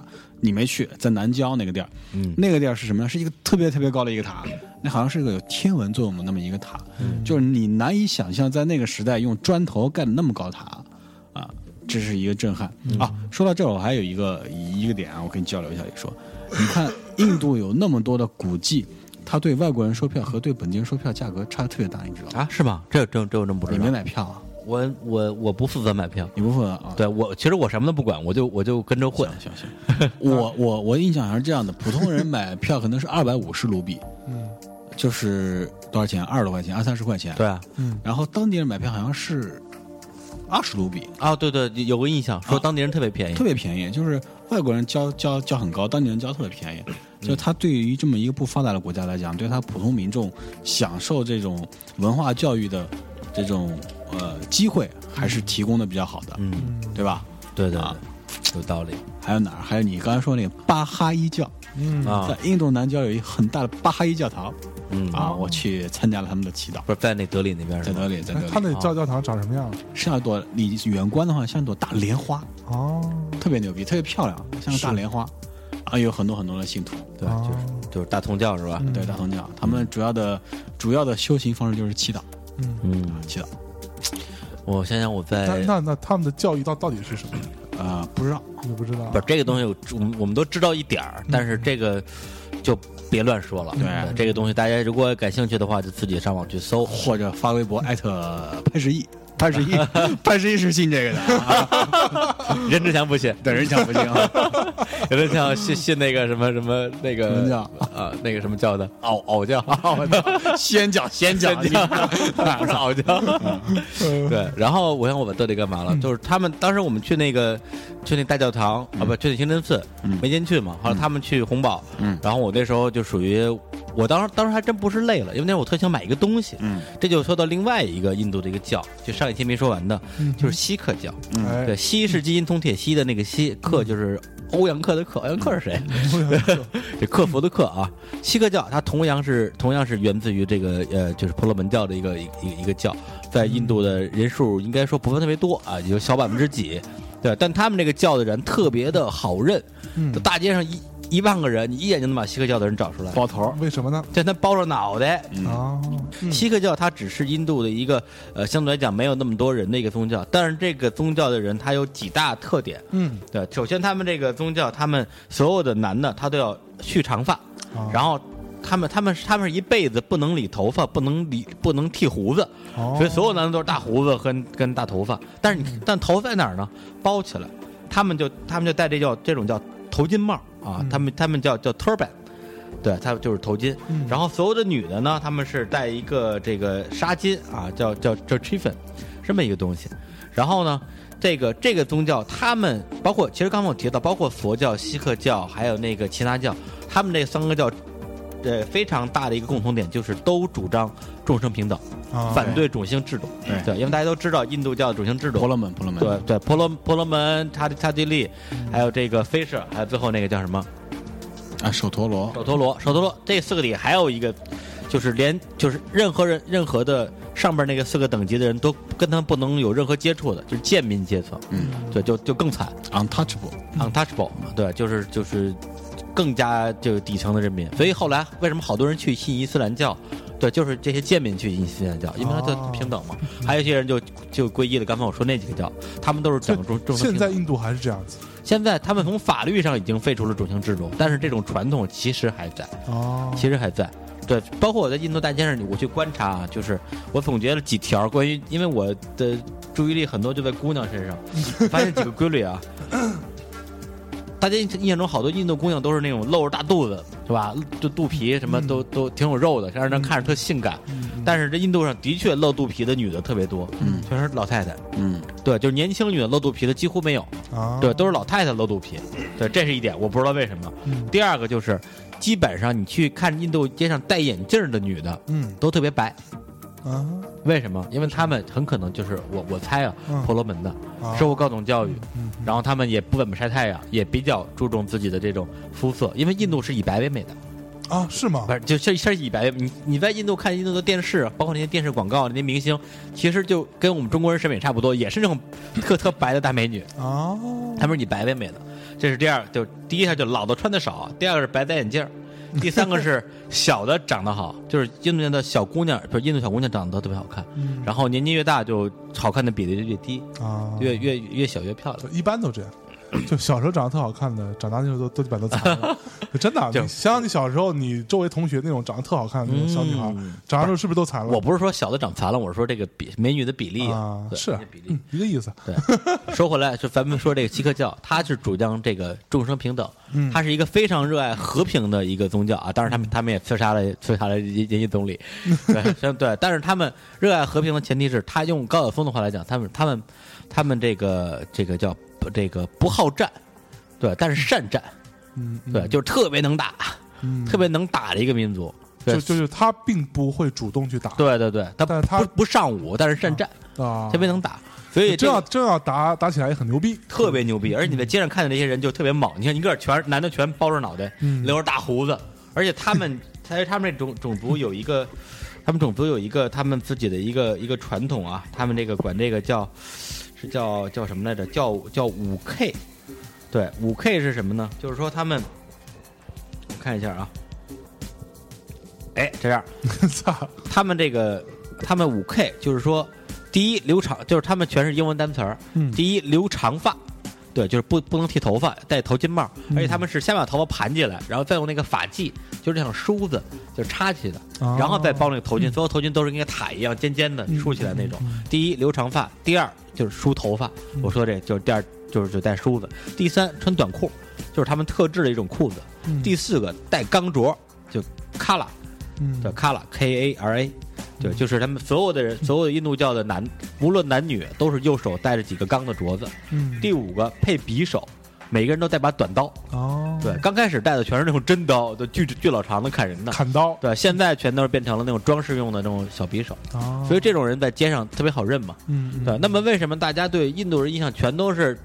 S3: 你没去，在南郊那个地儿。嗯，那个地儿是什么呢？是一个特别特别高的一个塔，那好像是个有天文作用的那么一个塔，就是你难以想象在那个时代用砖头盖的那么高塔啊，这是一个震撼、啊！说到这儿，我还有一个一个点啊，我跟你交流一下，也说，你看印度有那么多的古迹。它对外国人售票和对本地人售票价格差得特别大，你知道吗？
S2: 啊是吗？这这这我真不知
S3: 你
S2: 道
S3: 没。买票啊？
S2: 我我我不负责买票，
S3: 你不负责啊？
S2: 对我其实我什么都不管，我就我就跟着混。
S3: 行行， 我我我印象好像是这样的，普通人买票可能是二百五十卢比，
S1: 嗯
S3: 就是多少钱？二十多块钱，二三十块钱。
S2: 对。啊，
S1: 嗯，
S3: 然后当地人买票好像是二十卢比，
S2: 啊对对，有个印象说当地人特别便宜
S3: 特，别便宜，就是外国人交交交很高，当地人交特别便宜。
S2: 嗯
S3: 就他对于这么一个不发达的国家来讲，对他普通民众享受这种文化教育的这种呃机会，还是提供的比较好的，
S2: 嗯，
S3: 对吧？
S2: 对对
S3: 啊
S2: 对，有道理
S3: 还有哪儿？还有你刚才说那个巴哈伊教，
S2: 啊
S1: 嗯
S3: 在，印度南郊有一很大的巴哈伊教堂
S2: 嗯，
S3: 啊，我去参加了他们的祈祷，
S2: 不是在那德里那边是
S3: 在
S2: 吗？
S3: 德里，在
S1: 哎
S3: 德
S1: 他
S3: 里，
S1: 那教教堂长什么样？
S3: 像一朵你远观的话，像一朵大莲花，
S1: 哦，
S3: 特别牛逼，特别漂亮，像个大莲花。啊，有很多很多的信徒，
S2: 对，就是就是大同教是
S1: 啊嗯
S2: 吧？
S3: 对大同教，他们主要的主要的修行方式就是祈祷
S1: 嗯，
S3: 啊
S2: 嗯，，
S3: 祈祷
S2: 我想想我
S1: 那
S2: 在
S1: 那那他们的教义到到底是什么？
S3: 啊、不知道
S1: 你不知道啊
S2: 不，这个东西我我们我们都知道一点儿，但是这个就别乱说了。
S3: 对
S2: 这个东西大家如果感兴趣的话，就自己上网去搜。
S3: 或者发微博艾特潘石屹，潘石屹， 潘石屹是信这个的啊，
S2: 任志强不信，
S3: 等人讲不行啊，
S2: 任志强信信那个什么什么那个
S3: 什么教
S2: 啊？那个什么教的？偶偶 教，偶
S3: 先讲先 讲，
S2: 教，不是偶教。
S1: 呃
S2: 对，然后我想我们到底干嘛了？就是他们当时我们去那个去那大教堂啊，不去那清真寺，没进去嘛。后来他们去红堡，
S3: 嗯
S2: 然后我那时候就属于我当时当时还真不是累了，因为那时候我特想买一个东西。
S3: 嗯
S2: 这就说到另外一个印度的一个教，就上一期没说完的，就是锡克教。
S1: 哎嗯
S2: 对，锡是基因通铁锡的那个锡，克就是欧阳克的克，欧阳克是谁？ 这克服的克啊，锡克教它同样是同样是源自于这个呃，就是婆罗门教的一个一个一个教，在印度的人数应该说不算特别多啊，也就小百分之几。对，但他们这个教的人特别的好认，
S1: 嗯
S2: 就，大街上一一万个人，你一眼就能把锡克教的人找出来，
S3: 包头，
S1: 为什么呢？
S2: 但他包着脑袋，
S1: 啊，嗯
S2: 锡克教它只是印度的一个呃，相对来讲没有那么多人的一个宗教，但是这个宗教的人他有几大特点。
S1: 嗯，
S2: 对，首先他们这个宗教，他们所有的男的他都要蓄长发，
S1: 啊哦
S2: 然后他们他们他们是一辈子不能理头发，不能理不能剃胡子，
S1: 后
S2: 所以所有男的都是大胡子跟跟大头发。但
S1: 嗯
S2: 是你但头发在哪儿呢？包起来，他们就他们就戴这叫这种叫头巾帽啊，
S1: 嗯
S2: 他们他们叫叫 turban。对，他就是头巾，
S1: 嗯
S2: 然后所有的女的呢，她们是戴一个这个纱巾啊，叫叫叫 chiffon，这么一个东西。然后呢，这个这个宗教，他们包括其实刚才我提到，包括佛教、锡克教，还有那个耆那教，他们这三个教，呃，非常大的一个共同点就是都主张众生平等，
S1: 啊
S2: 反对种姓制度。
S3: 对
S2: 对，因为大家都知道印度教的种姓制
S3: 婆
S2: 度。
S3: 罗门，婆罗门，
S2: 对对，婆罗婆罗门、刹刹帝利，还有这个菲舍，还有最后那个叫什么？
S3: 啊，首陀罗，
S2: 首陀罗，首陀罗这四个里还有一个，就是连就是任何人任何的上边那个四个等级的人都跟他们不能有任何接触的，就是贱民阶层，
S3: 嗯
S2: 对，就就更惨
S3: ，untouchable，
S2: ，untouchable，对，就是就是更加就是底层的人民。所以后来为什么好多人去信伊斯兰教？对，就是这些贱民去信伊斯兰教，因为他就
S1: 哦
S2: 平等嘛。还有一些人就就皈依了刚才我说那几个教，他们都是讲中中
S1: 现在印度还是这样子
S2: 现在他们从法律上已经废除了种姓制度，但是这种传统其实还在。
S1: 哦，
S2: 其实还在。对，包括我在印度大街上，我去观察啊，就是我总结了几条关于，因为我的注意力很多就在姑娘身上，发现几个规律啊。大家印印象中好多印度姑娘都是那种露着大肚子，是吧？就肚皮什么都、都挺有肉的，让人看着特性感。但是这印度上的确露肚皮的女的特别多，
S3: 嗯
S2: 全是老太太。
S3: 嗯，
S2: 对，就是年轻女的露肚皮的几乎没有。
S1: 啊，
S2: 对，都是老太太露肚皮，对，这是一点，我不知道为什么。
S1: 嗯
S2: 第二个就是，基本上你去看印度街上戴眼镜儿的女的
S1: 嗯
S2: 都特别白，
S1: 啊，
S2: 为什么？因为她们很可能就是我我猜啊
S1: 嗯，
S2: 婆罗门的，
S1: 啊
S2: 受过高等教育，
S1: 嗯
S2: 然后她们也不怎么晒太阳，也比较注重自己的这种肤色，因为印度是以白为美的，
S1: 啊，是吗
S2: 不？是就是是以白为美。你你在印度看印度的电视，啊包括那些电视广告，那些明星，其实就跟我们中国人审美差不多，也是那种特特白的大美女。
S1: 啊，
S2: 他们说你白为美的，这是第二，就第一下就老的穿的少，第二个是白戴眼镜儿，第三个是小的长得好，就是印度的小姑娘，不是印度小姑娘长得都特别好看，
S1: 嗯
S2: 然后年纪越大就好看的比例就越低，
S1: 啊，
S2: 越越越小越漂亮。
S1: 一般都这样。就小时候长得特好看的，长大之后都都把都残了。 真的啊，
S2: 就
S1: 你想想你小时候，你周围同学那种长得特好看的那种小女孩，长大之后是不是都残了？
S2: 嗯我不是说小的长残了，我是说这个比美女的比例
S1: 哦啊
S2: 对
S1: 是啊
S2: 美女比例
S1: 嗯。一个意思。
S2: 对，说回来，就咱们说这个锡克教，它是主张这个众生平等，
S1: 嗯
S2: 它是一个非常热爱和平的一个宗教啊。当然，他们他们也刺杀了 刺杀了人人家总 理，对像对，但是他们热爱和平的前提是，他用高晓松的话来讲，他们他们他们这个这个叫这个不好战，对，但是善战，
S1: 嗯，嗯
S2: 对，就是特别能打，
S1: 嗯
S2: 特别能打的一个民族。对
S1: 就就是他并不会主动去打，
S2: 对对对，他
S1: 但是他
S2: 不不上武，但是善战，
S1: 啊，
S2: 特别能打，所以这
S1: 真
S2: 个
S1: 要真要打打起来也很牛逼。
S2: 特别牛逼，而且你在街上看的那些人就特别猛，你看一个全是男的全包着脑袋，
S1: 嗯
S2: 留着大胡子，而且他们，他他们这种种族有一个，他们种族有一个他们自己的一个一个传统啊，他们这个管这个叫是叫叫什么来着？叫叫五 K，对，五 K 是什么呢？就是说他们看一下啊。哎，这样，
S1: 操，
S2: 他们这个，他们五 K 就是说，第一留长，就是他们全是英文单词儿。
S1: 嗯
S2: 第一留长发，对，就是不不能剃头发，戴头巾帽，
S1: 嗯
S2: 而且他们是先把头发盘起来，然后再用那个发髻，就是像梳子，就是插起的，
S1: 哦嗯
S2: 然后再包那个头巾，所有头巾都是跟个塔一样尖尖的梳起来那种。第一留长发，第二就是梳头发，
S1: 嗯
S2: 我说这就是第二就是就戴梳子，第三穿短裤，就是他们特制的一种裤子，
S1: 嗯
S2: 第四个戴钢镯，就卡拉。
S1: 嗯
S2: 叫 Kala K A R A，对，就是他们所有的人，所有的印度教的男，无论男女，都是右手带着几个钢的镯子。
S1: 嗯
S2: 第五个配匕首，每个人都带把短刀。
S1: 哦，
S2: 对，，刚开始带的全是那种真刀，就锯锯老长的砍人的。
S1: 砍刀
S2: 对，现在全都是变成了那种装饰用的那种小匕首，
S1: 啊，
S2: 所以这种人在街上特别好认嘛。
S1: 嗯嗯
S2: 对，那么为什么大家对印度人印象全都是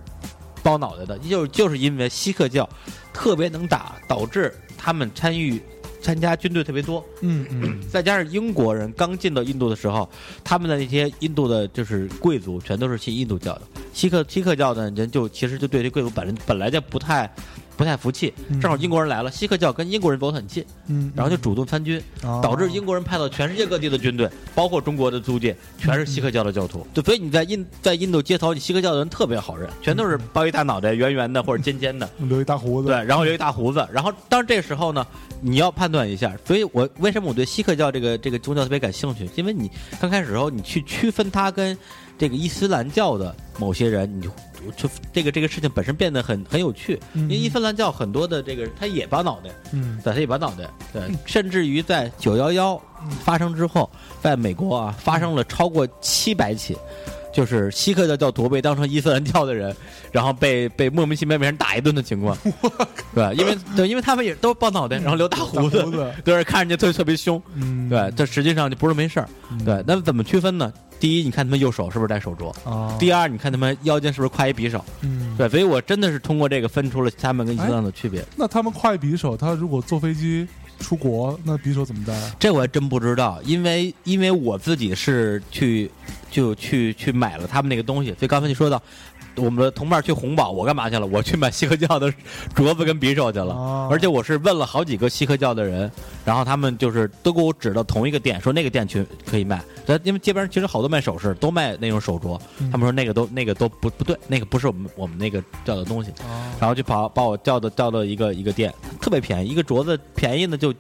S2: 包脑袋的？就是就是因为锡克教特别能打，导致他们参与参加军队特别多。
S1: 嗯 嗯
S2: 再加上英国人刚进到印度的时候，他们的那些印度的就是贵族全都是信印度教的，锡克锡克教的人就其实就对这贵族本人本来就不太不太服气，
S1: 嗯
S2: 正好英国人来了，锡克教跟英国人走得很近，
S1: 嗯，
S2: 然后就主动参军，
S1: 哦
S2: 导致英国人派到全世界各地的军队，包括中国的租界，全是锡克教的教徒。对，所以你在印在印度街头，你锡克教的人特别好认，全都是包一大脑袋，圆圆的或者尖尖的。
S1: 留一大胡子，
S2: 对，然后留一大胡子，然后当然这时候呢，你要判断一下，所以我为什么我对锡克教这个这个宗教特别感兴趣？因为你刚开始时候你去区分它跟这个伊斯兰教的某些人，你就就这个这个事情本身变得很很有趣，因为伊斯兰教很多的这个他也拔脑袋，
S1: 嗯
S2: 对，他也拔脑袋，对，甚至于在九幺幺发生之后，在美国啊发生了超过七百起，就是锡克教教徒被当成伊斯兰教的人，然后被被莫名其妙被人打一顿的情况，对，因为对，因为他们也都抱脑袋，然后留大胡
S1: 嗯大胡子
S2: 子，对，看着就特别特别凶，
S1: 嗯，
S2: 对，这实际上就不是没事儿，对，那么怎么区分呢？第一，你看他们右手是不是戴手镯；
S1: 啊，
S2: 第二，你看他们腰间是不是挎一匕首。
S1: 嗯，
S2: 对，所以我真的是通过这个分出了他们跟伊斯兰的区别。
S1: 那他们快匕首，他如果坐飞机出国，那匕首怎么戴啊？
S2: 这我还真不知道，因为因为我自己是去就去去买了他们那个东西，所以刚才你说到我们的同伴去红堡，我干嘛去了？我去买锡克教的镯子跟匕首去了，
S1: 哦
S2: 而且我是问了好几个锡克教的人，然后他们就是都给我指到同一个店，说那个店去可以卖。但因为街边其实好多卖首饰，都卖那种手镯，
S1: 嗯
S2: 他们说那个都那个都不不对，那个不是我们我们那个叫的东西。然后就跑把我叫到叫到一个一个店，特别便宜，一个镯子便宜的就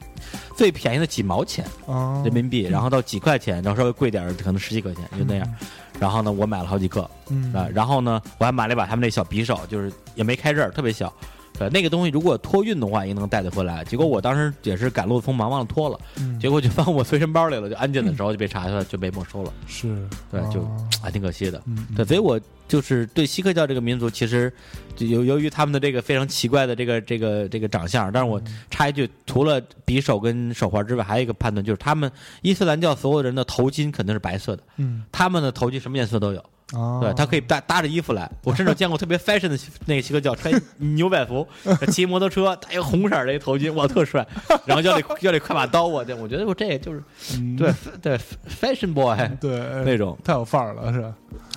S2: 最便宜的几毛钱，
S1: 啊，
S2: 人民币，然后到几块钱，然后稍微贵点儿可能十几块钱就那样。然后呢，我买了好几个
S1: 嗯
S2: 啊，然后呢，我还买了一把他们那小匕首，就是也没开刃儿，特别小。对，那个东西如果托运的话，也能带得回来。结果我当时也是赶路匆忙忘了拖了，
S1: 嗯
S2: 结果就放我随身包里了，就安检的时候就被查出来，就被没收了。
S1: 是，
S2: 对，就
S1: 啊
S2: 还挺可惜的。
S1: 嗯嗯
S2: 对，所以我就是对锡克教这个民族，其实就由由于他们的这个非常奇怪的这个这个这个长相，但是我插一句，除了匕首跟手环之外，还有一个判断就是，他们伊斯兰教所有人的头巾肯定是白色的，
S1: 嗯
S2: 他们的头巾什么颜色都有。
S1: 啊，
S2: 对，他可以搭搭着衣服来。我甚至见过特别 fashion 的那个锡克教，穿牛仔服，骑摩托车，戴一个红色儿的一头巾，哇，特帅。然后腰里腰里挎把刀，我这我觉得我这就是
S1: 嗯
S2: 对哎对 fashion boy
S1: 对
S2: 那种
S1: 太有范儿了，是吧？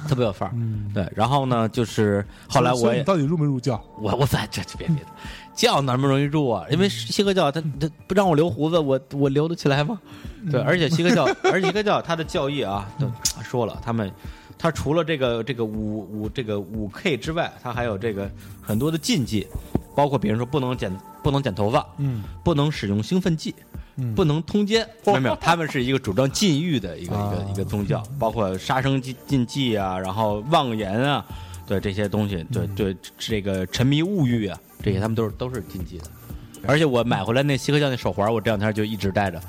S2: 特别有范儿。
S1: 嗯，
S2: 对，然后呢，就是后来
S1: 所
S2: 我
S1: 以你
S2: 也
S1: 到底入没入教？
S2: 我我在这这别别的，教哪么容易入啊？因为锡克教他他不让我留胡子，我我留得起来吗？对，而且锡克教，而且锡克教他的教义啊，都说了，他们他除了这个这个五五这个五 K 之外，他还有这个很多的禁忌，包括比如说不能剪不能剪头发，
S1: 嗯
S2: 不能使用兴奋剂，
S1: 嗯
S2: 不能通奸。没有没有，他们是一个主张禁欲的一个、
S1: 啊
S2: 一个一个宗教，包括杀生禁禁忌啊，然后妄言啊，对这些东西，对对这个沉迷物欲啊，这些他们都是都是禁忌的。而且我买回来那锡克教那手环，我这两天就一直戴着，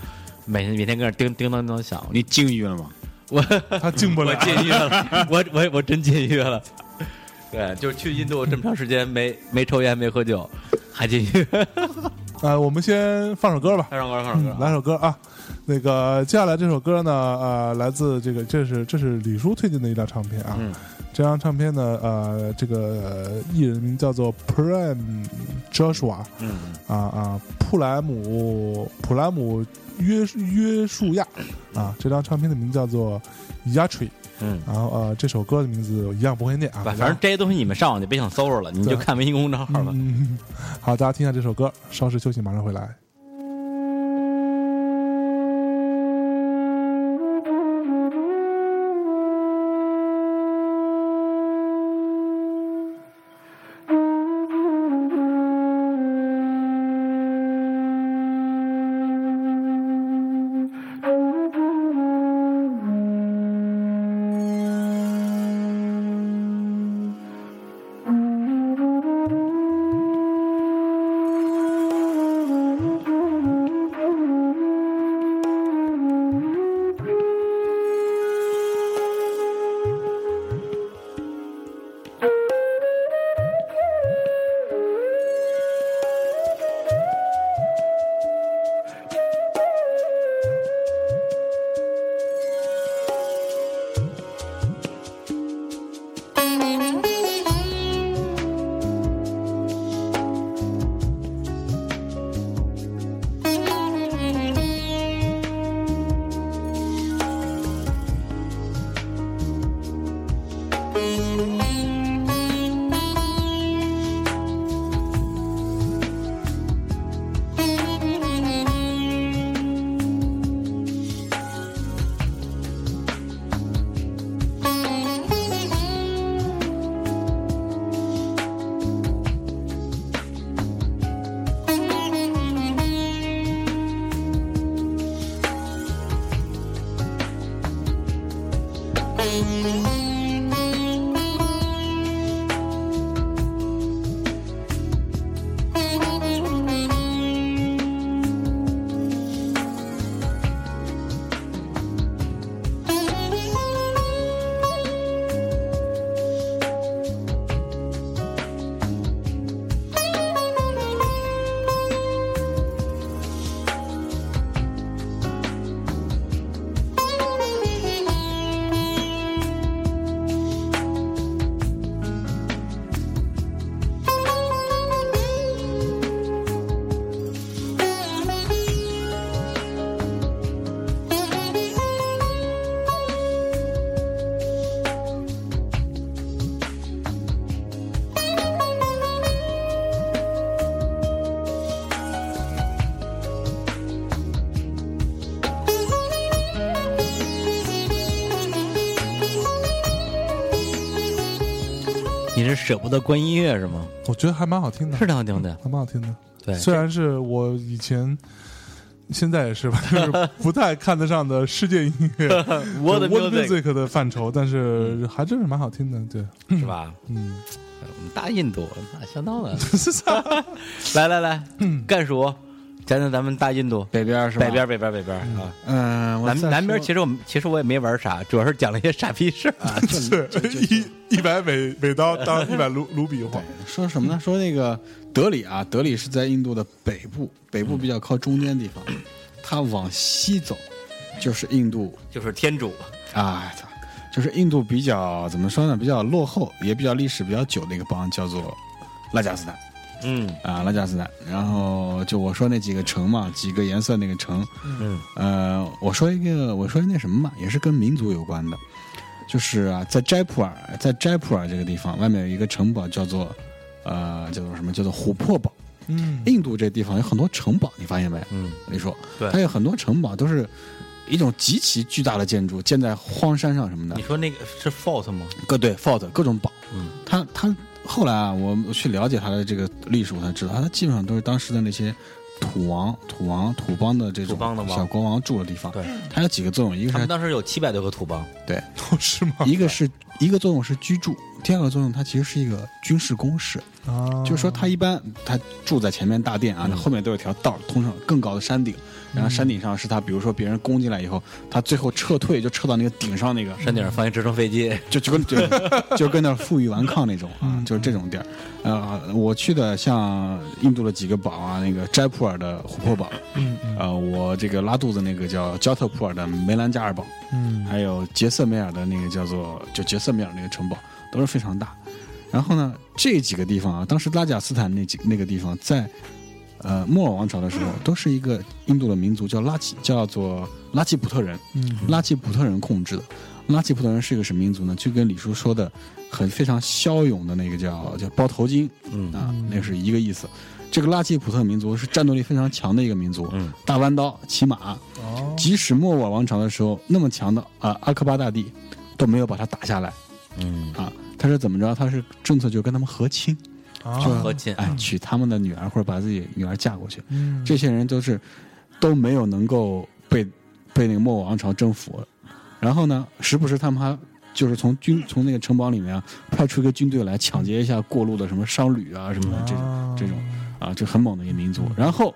S2: 每天每天跟那儿叮叮当当响。
S3: 你禁欲了吗？
S2: 我
S1: 他进不
S2: 我
S1: 来，
S2: 禁欲 了，我我我真禁欲了。对，就是去印度这么长时间没没抽烟没喝酒，还禁欲。
S1: 呃，我们先放首歌吧，
S2: 唱歌，唱
S1: 嗯，来首歌啊。那个接下来这首歌呢，呃，来自这个，这是这是李叔推荐的一张唱片啊。
S2: 嗯
S1: 这张唱片呢，呃，这个呃艺人名叫做 Prime Joshua，
S2: 嗯，
S1: 啊啊，普莱姆普莱姆约约束亚啊，这张唱片的名字叫做 Yatri，
S2: 嗯，
S1: 然后呃，这首歌的名字我一样不会念啊，
S2: 吧，反正这些东西你们上网就别想搜着了，你就
S1: 对嗯
S2: 看微信公众号吧。
S1: 嗯，好，大家听一下这首歌，稍事休息，马上回来。
S2: 舍不得关音乐是吗？
S1: 我觉得还蛮好听的，
S2: 是挺好听的，
S1: 还蛮好听的。
S2: 对，
S1: 虽然是我以前。现在也是吧，就是不太看得上的世界音 乐
S2: 我的
S1: World
S2: music
S1: Music 的范畴，但是还真是蛮好听的。对，
S2: 是吧？
S1: 嗯，
S2: 我们大印度那相当的， 来来来，干数，讲讲咱们大印度
S3: 北边是吧？
S2: 北边，北边北边啊。
S3: 嗯，我
S2: 南
S3: 再
S2: 南边
S3: 说
S2: 其实我们其实我也没玩啥，主要是讲了一些傻逼事儿。
S3: 啊，这
S1: 是一一百美美刀当一百卢卢比花，
S3: 说什么呢？说那个德里啊，德里是在印度的北部，北部比较靠中间地方，它往西走就是印度
S2: 就是天主，
S3: 啊，操就是印度比较怎么说呢？比较落后，也比较历史比较久的一个邦，叫做拉贾斯坦
S2: 嗯
S3: 啊，拉贾斯坦。然后就我说那几个城嘛，几个颜色那个城，
S2: 嗯
S3: 呃，我说一个，我说那什么嘛，也是跟民族有关的，就是啊，在斋普尔，在斋普尔这个地方，外面有一个城堡叫做，呃，叫做什么？叫做琥珀堡。
S1: 嗯，
S3: 印度这地方有很多城堡，你发现没？
S2: 嗯，
S3: 你说，
S2: 对
S3: 它有很多城堡都是一种极其巨大的建筑，建在荒山上什么的
S2: 你。说那个是 fort 吗？
S3: 各对 fort 各种堡，
S2: 嗯，
S3: 它它后来啊，我我去了解它的这个历史，我才知道，啊它基本上都是当时的那些土王、土王、土邦的这
S2: 土
S3: 种
S2: 邦的王
S3: 小国王住的地方。
S2: 对，
S3: 它有几个作用，一个
S2: 他
S3: 是
S2: 们当时有七百多个土邦，
S3: 对，
S1: 哦是吗？
S3: 一个是一个作用是居住，第二个作用它其实是一个军事工事，
S1: 啊，
S3: 就是说它一般它住在前面大殿
S2: 嗯
S3: 啊，那后面都有条道通上更高的山顶，然后山顶上是它，比如说别人攻进来以后，它最后撤退就撤到那个顶上那个
S2: 山顶上放一直升飞机，
S3: 就就跟就就跟那儿负隅顽抗那种
S1: 嗯
S3: 啊，就是这种地儿。呃，我去的像印度的几个堡啊，那个斋普尔的琥珀堡，
S1: 嗯嗯
S3: 呃，我这个拉肚子那个叫焦特普尔的梅兰加尔堡，
S1: 嗯
S3: 还有杰瑟梅尔的那个叫做就杰瑟梅尔那个城堡，都是非常大。然后呢，这几个地方啊，当时拉贾斯坦那几那个地方在。呃，莫尔王朝的时候，都是一个印度的民族叫拉吉，叫做拉吉普特人。
S1: 嗯
S3: 拉吉普特人控制的。拉吉普特人是一个什么民族呢？就跟李叔说的，很非常骁勇的那个叫叫包头巾
S2: 嗯
S3: 啊，那是一个意思。这个拉吉普特民族是战斗力非常强的一个民族，
S2: 嗯
S3: 大弯刀、骑马，
S1: 哦，
S3: 即使莫卧王朝的时候那么强的啊、阿克巴大帝都没有把他打下来
S2: 嗯，
S3: 啊。他是怎么着？他是政策就跟他们和亲，
S1: 啊
S3: 就
S2: 嗯和亲
S3: 哎，娶他们的女儿或者把自己女儿嫁过去。
S1: 嗯
S3: 这些人都是都没有能够被被那个莫卧王朝征服。然后呢，时不时他们还就是从军从那个城堡里面啊派出一个军队来抢劫一下过路的什么商旅啊什么的这种
S1: 啊
S3: 这种啊，就很猛的一个民族。然后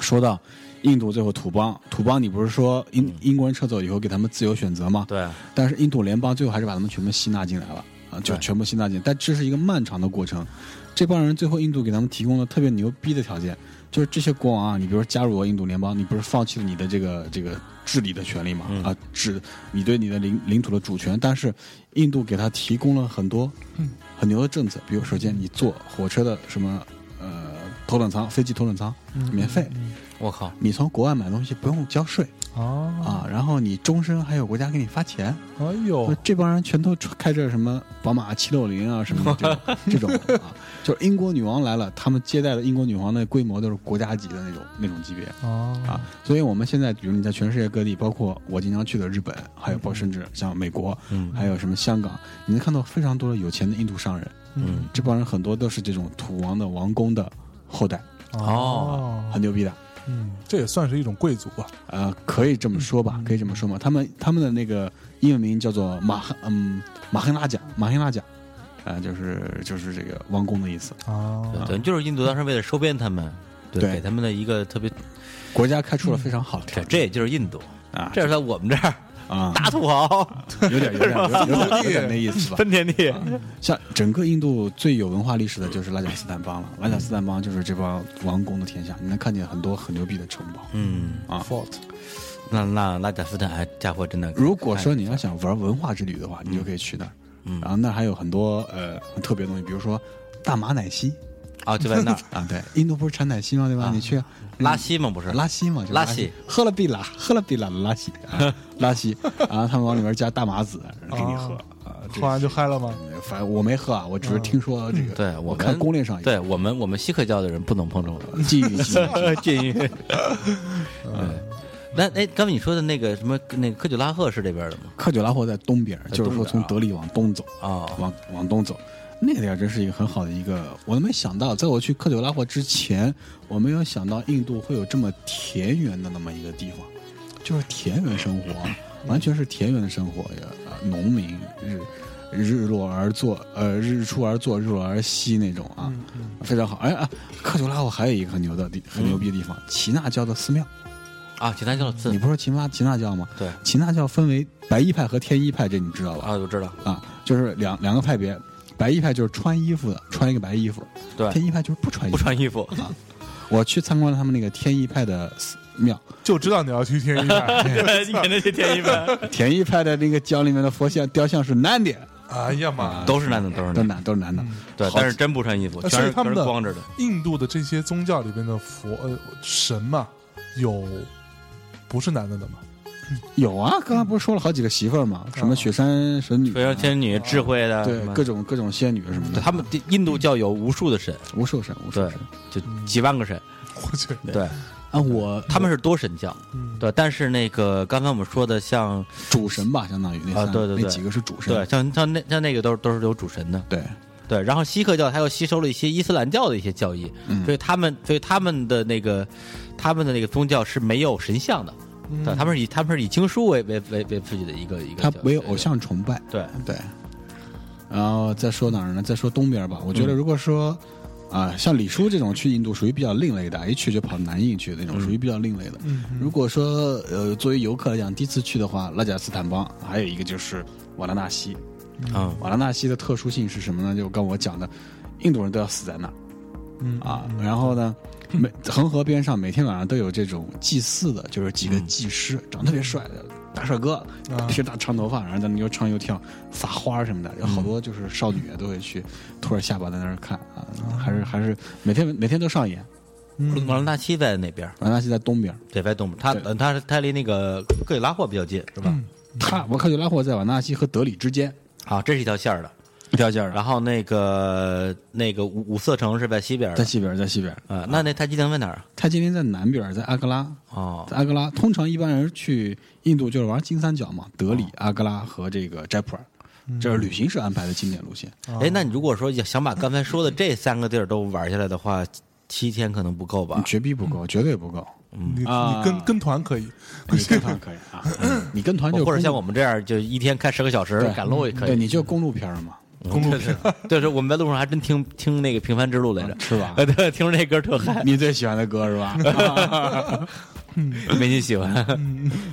S3: 说到印度最后土邦，土邦你不是说英英国人撤走以后给他们自由选择吗？
S2: 对，
S3: 但是印度联邦最后还是把他们全部吸纳进来了啊，就
S2: 对
S3: 全部吸纳进。但这是一个漫长的过程，这帮人最后印度给他们提供了特别牛逼的条件，就是这些国王啊，你比如说加入了印度联邦，你不是放弃了你的这个这个治理的权利嘛？
S2: 嗯
S3: 啊，治你对你的领领土的主权，但是印度给他提供了很多
S1: 嗯
S3: 很牛的政策，比如首先你坐火车的什么呃头等舱、飞机头等舱免费，
S2: 我靠，
S3: 你从国外买东西不用交税
S1: 啊
S3: 啊，然后你终身还有国家给你发钱。
S1: 哎呦
S3: 那，这帮人全都穿开着什么宝马七六零啊什么的这种这种啊，就是英国女王来了，他们接待的英国女王的规模都是国家级的那种那种级别啊
S1: 啊，
S3: 所以我们现在比如你在全世界各地，包括我经常去的日本，还有包括甚至像美国，
S2: 嗯
S3: 还有什么香港，你能看到非常多的有钱的印度商人，
S2: 嗯，
S3: 这帮人很多都是这种土王的王公的后代，
S2: 哦
S3: 很牛逼的。
S1: 啊嗯，这也算是一种贵族吧，
S3: 呃，可以这么说
S2: 嗯
S3: 吧，可以这么说嘛。他们他们的那个英文名叫做马哈，嗯，马赫纳贾，马赫纳贾，呃，就是就是这个王宫的意思。
S1: 啊，
S2: 对，就是印度当时为了收编他们，对，
S3: 对
S2: 给他们的一个特别，
S3: 国家开出了非常好的条
S2: 这
S3: 件
S2: 这也就是印度，
S3: 啊，
S2: 这是在我们这儿
S3: 啊，
S2: 大土豪
S3: 有点有点有点有点有点那意思 吧。啊
S2: 分田地，
S3: 像整个印度最有文化历史的就是拉贾斯坦邦了，拉贾斯坦邦就是这帮王公的天下，你能看见很多很牛逼的城堡。
S2: 嗯，
S3: 啊
S1: fort
S2: 那那拉贾斯坦，哎家伙真的，
S3: 如果说你要想玩文化之旅的话，你就可以去那儿，
S2: 嗯
S3: 然后那儿还有很多呃很特别的东西，比如说大马奶昔。
S2: 啊，就在那 儿啊
S3: 啊，对，印度不是产奶昔吗？对吧？你去
S2: 拉稀嘛，不是
S3: 拉稀嘛，就是
S2: 拉
S3: 稀
S2: 稀，
S3: 喝了必拉，喝了必拉的拉稀， 啊拉稀，然后他们往里面加大麻
S2: 哦
S3: 籽给你喝啊。这
S1: 喝完就嗨了吗？
S3: 反正我没喝啊，我只是听说这个，
S2: 嗯对我
S3: 我
S2: 们
S3: 看攻略上有
S2: 对我们我们锡克教的人不能碰这种 的
S3: 禁欲 禁欲。
S2: 禁 欲。对，那哎，刚才你说的那个什么，那个科举拉赫是这边的吗？
S3: 啊克久拉霍在东边，就是说从德里往东走
S2: 哦
S3: 往往东走。那个地儿真是一个很好的一个，我都没想到，在我去科特拉霍之前，我没有想到印度会有这么田园的那么一个地方，就是田园生活， 完全是田园的生活呀，呃农民日日落而作，呃日出而作，日落而息那种啊，非常好。哎啊，科特拉霍还有一个很牛的地，很牛逼的地方，耆那教的寺庙。
S2: 啊，简单叫
S3: 你
S2: 字
S3: 不是说耆那耆那教吗？
S2: 对，
S3: 耆那教分为白衣派和天一派，这你知道吧？
S2: 啊，我知道，
S3: 啊，就是两两个派别，白衣派就是穿衣服的，穿一个白衣服；
S2: 对
S3: 天一派就是不穿衣
S2: 不
S3: 服。
S2: 穿衣 服，
S3: 我去参观了他们那个天一派的寺 庙，
S1: 就知道你要去天一派。
S2: 你肯定去天一派，
S3: 天一派的那个教里面的佛像雕像是男的，
S1: 哎呀妈！
S2: 都是男的，都嗯是
S3: 都是
S2: 男的，
S3: 男都是男的，
S2: 对，但是真不穿衣服，
S1: 呃所
S2: 全是
S1: 以他
S2: 全
S1: 们
S2: 是
S1: 的
S2: 光着的，
S1: 印度的这些宗教里边的佛呃神嘛，有不是男的的嘛？
S3: 有啊，刚刚不是说了好几个媳妇儿吗？什么雪山神女啊、
S2: 非常哦仙女智慧的，什
S3: 对
S2: 么
S3: 各种各种仙女什么的，
S2: 他们的印度教有无数的神，
S3: 无数神无数
S2: 对
S3: 神。，
S2: 就
S3: 嗯
S2: 几万个神，
S1: 我去，
S2: 对，
S3: 啊，我
S2: 他们是多神教，
S1: 嗯，
S2: 对，但是那个刚才我们说的像，
S3: 主神吧，相当于那三
S2: 啊对对对
S3: 那几个是主神，
S2: 对，像像那像那个都是都是有主神的，
S3: 对
S2: 对，然后锡克教它又吸收了一些伊斯兰教的一些教义，
S3: 嗯
S2: 所以他们所以他们的那个他们的那个宗教是没有神像的，
S1: 嗯
S2: 对，他们是以他们是以经书为为为为自己的一个一个
S3: 嗯他
S2: 教，
S3: 唯有偶像崇拜。
S2: 对，
S3: 对，然后再说哪儿呢？再说东边吧。我觉得如果说啊、像李叔这种去印度属于比较另类的，一去就跑南印去那种，属于比较另类
S1: 嗯
S3: 的。如果说呃，作为游客来讲，第一次去的话，拉贾斯坦邦，还有一个就是瓦拉纳西。
S2: 嗯，
S3: 瓦拉纳西的特殊性是什么呢？就刚我讲的，印度人都要死在那儿。
S1: 嗯
S3: 啊，
S2: 呃
S3: 然后呢，每恒河边上每天晚上都有这种祭祀的，就是几个技师，长得特别帅的大帅哥，一身大长头发，然后在那又唱又跳，撒花什么的，有好多就是少女都会去托着下巴在那儿看啊，还是还是每天每天都上演。
S1: 嗯
S3: 嗯
S2: 瓦伦纳西在那边，
S3: 瓦拉纳西在东边，
S2: 对，在东部，他
S3: 对嗯
S2: 他他离那个克里拉霍比较近，是吧？
S3: 他我看就拉霍在瓦纳西和德里之间
S2: 啊，这是一条线儿的。
S3: 一条线儿啊，
S2: 然后那个那个五五色城是在西边儿的，
S3: 在西边，在西边。
S2: 啊，那那泰姬陵在哪儿啊？
S3: 他今天在南边，在阿格拉，
S2: 哦，
S3: 在阿格拉，通常一般人去印度就是玩金三角嘛，德里、阿格拉和这个斋普尔，这是旅行社安排的经典路线。
S2: 哎，那你如果说要想把刚才说的这三个地儿都玩下来的话，七天可能不够吧？
S3: 绝逼不够，绝对不够。
S2: 嗯
S1: 你
S3: 啊
S1: 你跟跟团可以，
S3: 你 跟团可以 啊，你跟团就
S2: 或者像
S3: 公
S2: 我们这样，就一天开十个小时
S3: 对
S2: 赶路也可
S3: 对，
S2: 以。嗯
S3: 你就公路片儿嘛，
S1: 公路片
S2: 对，是我们在路上还真听听那个《平凡之路》来着，
S3: 是吧
S2: 呃，对，听着那歌特嗨，
S3: 你最喜欢的歌是啊吧？嗯
S2: 没你喜欢，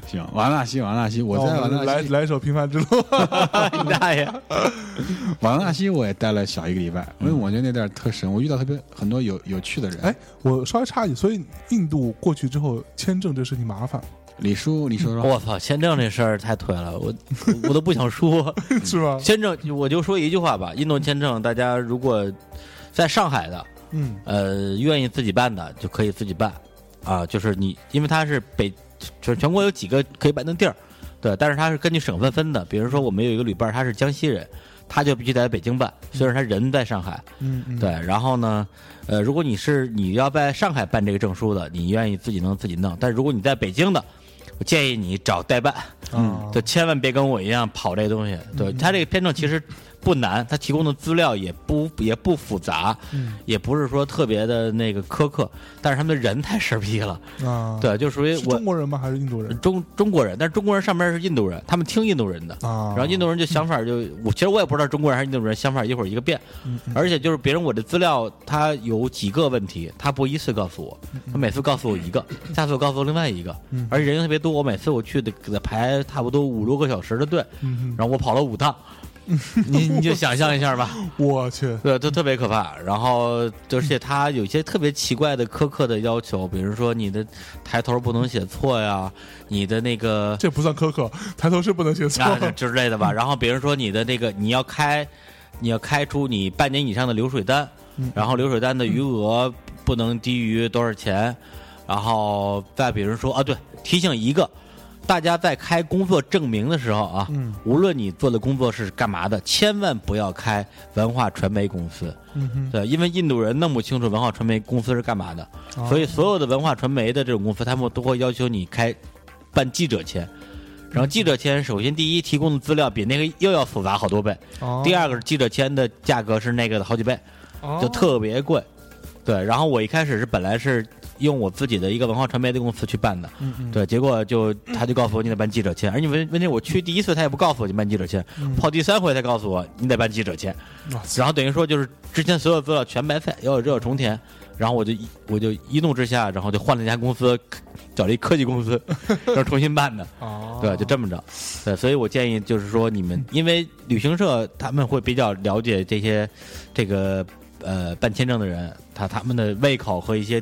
S3: 行，瓦拉纳西，瓦拉纳西，我在
S1: 那我
S3: 瓦拉
S1: 们来
S3: 纳西，
S1: 来一首《平凡 之路》
S2: 你大 爷！
S3: 瓦拉纳西我也待了小一个礼拜，因为我觉得那地儿特神，我遇到特别很多有有趣的人。
S1: 哎， 我稍微插一句，所以印度过去之后，签证这事情麻烦
S3: 李叔，你说说，
S2: 我操，签证这事儿太颓了，我我都不想说。
S1: 是吧？
S2: 签证，我就说一句话吧，印度签证，大家如果在上海的，
S1: 嗯
S2: 呃，愿意自己办的就可以自己办，啊，就是你，因为它是北，全全国有几个可以办的地儿，对，但是它是根据省份分的。比如说，我们有一个旅伴，他是江西人，他就必须在北京办，虽然他人在上海，
S1: 嗯嗯，
S2: 对。然后呢，呃，如果你是你要在上海办这个证书的，你愿意自己弄自己弄，但如果你在北京的，我建议你找代办，
S1: 啊，
S2: 就千万别跟我一样跑这东西。对，
S1: 嗯
S2: 它这个签证其实不难，它提供的资料也不也不复杂，
S1: 嗯
S2: 也不是说特别的那个苛刻，但是他们的人太神逼了。
S1: 啊，，
S2: 对，就属于
S1: 是
S2: 我嗯
S1: 中国人吗？还是印度人
S2: 中中国人，但是中国人上面是印度人，他们听印度人的。
S1: 啊？嗯
S2: 然后印度人就想法就，我其实我也不知道中国人还是印度人想法一会儿一个变，而且就是别人我的资料他有几个问题，他不一次告诉我，
S1: 嗯
S2: 他每次告诉我一个，下次我告诉我另外一个，而且人又特别多，我每次我去得得排差不多五六个小时的队，
S1: 嗯，
S2: 然后我跑了五趟，你你就想象一下吧，
S1: 我去，
S2: 对，都特别可怕。然后，而且他有一些特别奇怪的、苛刻的要求，比如说你的抬头不能写错呀，你的那个
S1: 这不算苛刻，抬头是不能写 错。
S2: 啊之类的吧。然后，比如说你的那个你要开，你要开出你半年以上的流水单，然后流水单的余额不能低于多少钱。然后再比如说啊，对，提醒一个。大家在开工作证明的时候啊，
S1: 嗯
S2: 无论你做的工作是干嘛的，千万不要开文化传媒公司。
S1: 嗯哼，
S2: 对，因为印度人弄不清楚文化传媒公司是干嘛的，
S1: 哦
S2: 所以所有的文化传媒的这种公司，他们都会要求你开办记者签，然后记者签，首先第一提供的资料比那个又要复杂好多倍，
S1: 哦
S2: 第二个是记者签的价格是那个的好几倍，
S1: 啊
S2: 就特别贵。对，然后我一开始是本来是用我自己的一个文化传媒的公司去办的，
S1: 嗯嗯，
S2: 对，结果就他就告诉我你得办记者签，而且问问题我去第一次他也不告诉我你办记者签，跑第三回才告诉我你得办记者签，
S1: 嗯哇塞
S2: 然后等于说就是之前所有资料全白费，要有热有重填，然后我就一我就一怒之下，然后就换了一家公司， 找了一科技公司， 然后重新办的，
S1: 哦，
S2: 对，就这么着，对，所以我建议就是说你们因为旅行社他们会比较了解这些这个呃办签证的人，他他们的胃口和一些。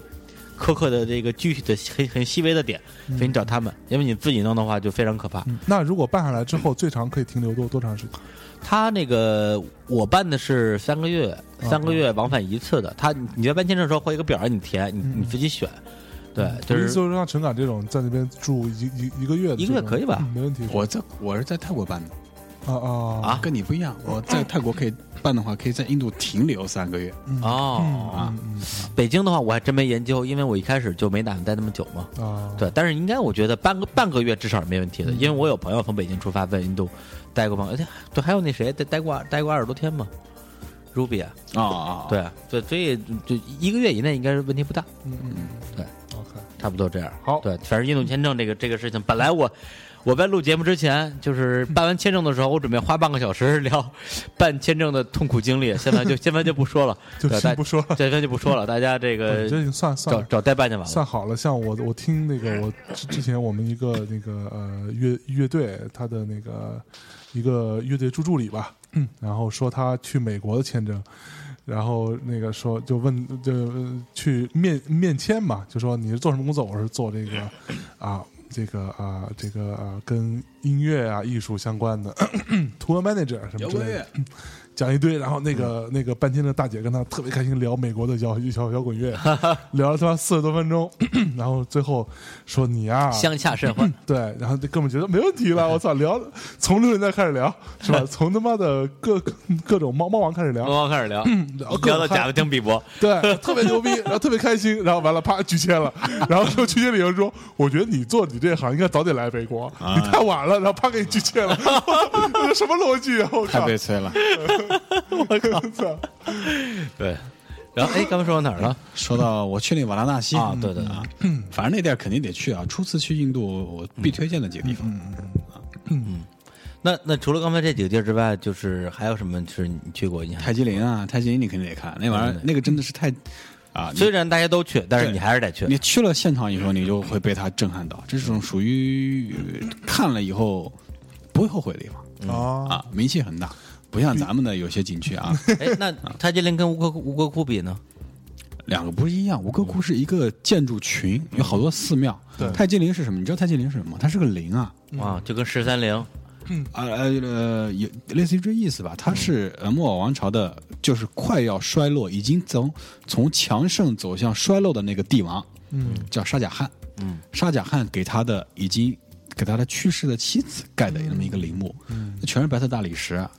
S2: 苛刻的这个具体的很很细微的点，
S1: 嗯
S2: 所以你找他们，因为你自己弄的话就非常可怕。
S1: 嗯那如果办下来之后，最长可以停留多多长时间？
S2: 他那个我办的是三个月，
S1: 哦
S2: 三个月往返一次的。他你在办签证的时候会有一个表让你填，你
S1: 嗯
S2: 你自己选。对，就
S1: 我意思
S2: 是
S1: 就是像陈港这种在那边住一一一个月的这种，
S2: 一个月可以吧
S1: 嗯没问题。
S3: 我在我是在泰国办的，
S1: 啊啊
S2: 啊
S3: 跟你不一样。我在泰国可以办的话，可以在印度停留三个月。
S1: 嗯
S2: 哦，
S1: 嗯嗯
S2: 北京的话我还真没研究，因为我一开始就没打算待那么久嘛。
S1: 嗯啊，
S2: 对，但是应该我觉得半个半个月至少是没问题的，
S1: 嗯
S2: 因为我有朋友从北京出发在印度待过半个，哎对，还有那谁待待过二待过二十多天嘛，Ruby 啊，
S3: 啊
S1: 哦
S3: 啊，
S2: 对对，所以就一个月以内应该是问题不大。
S1: 嗯嗯
S2: 对
S1: ，OK，
S2: 差不多这样。
S1: 好
S2: 对，反正印度签证这个这个事情，本来我我在录节目之前，就是办完签证的时候，我准备花半个小时聊办签证的痛苦经历，现在就现在就不说了，
S1: 就
S2: 对呃
S1: 先
S2: 大
S1: 不说了，
S2: 现在就不说了，大家
S1: 对
S2: 这个
S1: 这已经算算
S2: 找
S1: 了
S2: 找代办就完了。
S1: 算好了。像我我听那个我之之前我们一个那个呃乐乐队他的那个一个乐队助助理吧，嗯，然后说他去美国的签证。然后那个说就问就呃去面面签嘛，就说你是做什么工作？我是做这个啊这个啊这个啊跟音乐啊艺术相关的 tour manager 什么之类的。讲一堆，然后那个、
S3: 嗯
S1: 那个半天的大姐跟他特别开心聊美国的摇摇摇 滚乐，聊了他妈四十多分钟， 然后最后说你啊，
S2: 相洽甚欢，
S1: 对，然后这哥们觉得没问题 了，我操，聊从六十年代开始聊是吧？从他妈的各各种猫猫王开始聊，
S2: 刚刚
S3: 哦
S2: 开始聊，
S1: 聊各种
S2: 聊到
S1: 嗯嗨
S2: 贾斯汀比伯，
S1: 对，特别牛逼， 然后特别开心，然后完了啪拒签 了，然后说拒签理由说，我觉得你做你这行应该早点来美国，
S3: 啊
S1: 你太晚了，然后啪给你拒签了， 这是什么逻辑啊？我
S3: 太
S1: 靠，
S3: 悲催了。
S1: 操！
S2: 对。然后哎，刚才说到哪儿了？
S3: 说到我去那瓦拉纳
S1: 嗯
S3: 西
S2: 啊对对对
S3: 啊，反正那地儿肯定得去啊。初次去印度，我必推荐的几个地方，
S2: 那那除了刚才这几个地儿之外，就是还有什么是你去过印象？
S3: 泰姬陵啊，泰姬陵你肯定得看，那玩意儿那个真的是太啊，你
S2: 虽然大家都去，但是你还是得去。
S3: 你去了现场以后，你就会被它震撼到，这种属于呃看了以后不会后悔的地方
S1: 啊
S3: 啊，名气很大，不像咱们的有些景区啊，
S2: 哎，那 泰姬陵跟吴哥窟吴哥窟比呢？
S3: 两个不一样。吴哥窟是一个建筑群，有好多寺庙。
S1: 对
S3: 泰姬陵是什么？你知道泰姬陵是什么吗？它是个陵啊，
S2: 啊，就跟十三陵
S3: 啊呃呃，有类似于这意思吧？它是呃莫尔王朝的，就是快要衰落，已经从从强盛走向衰落的那个帝王，
S1: 嗯，
S3: 叫沙贾汗。
S2: 嗯，
S3: 沙贾汗给他的已经给他的去世的妻子盖的那么一个陵墓，嗯，全是白色大理石啊。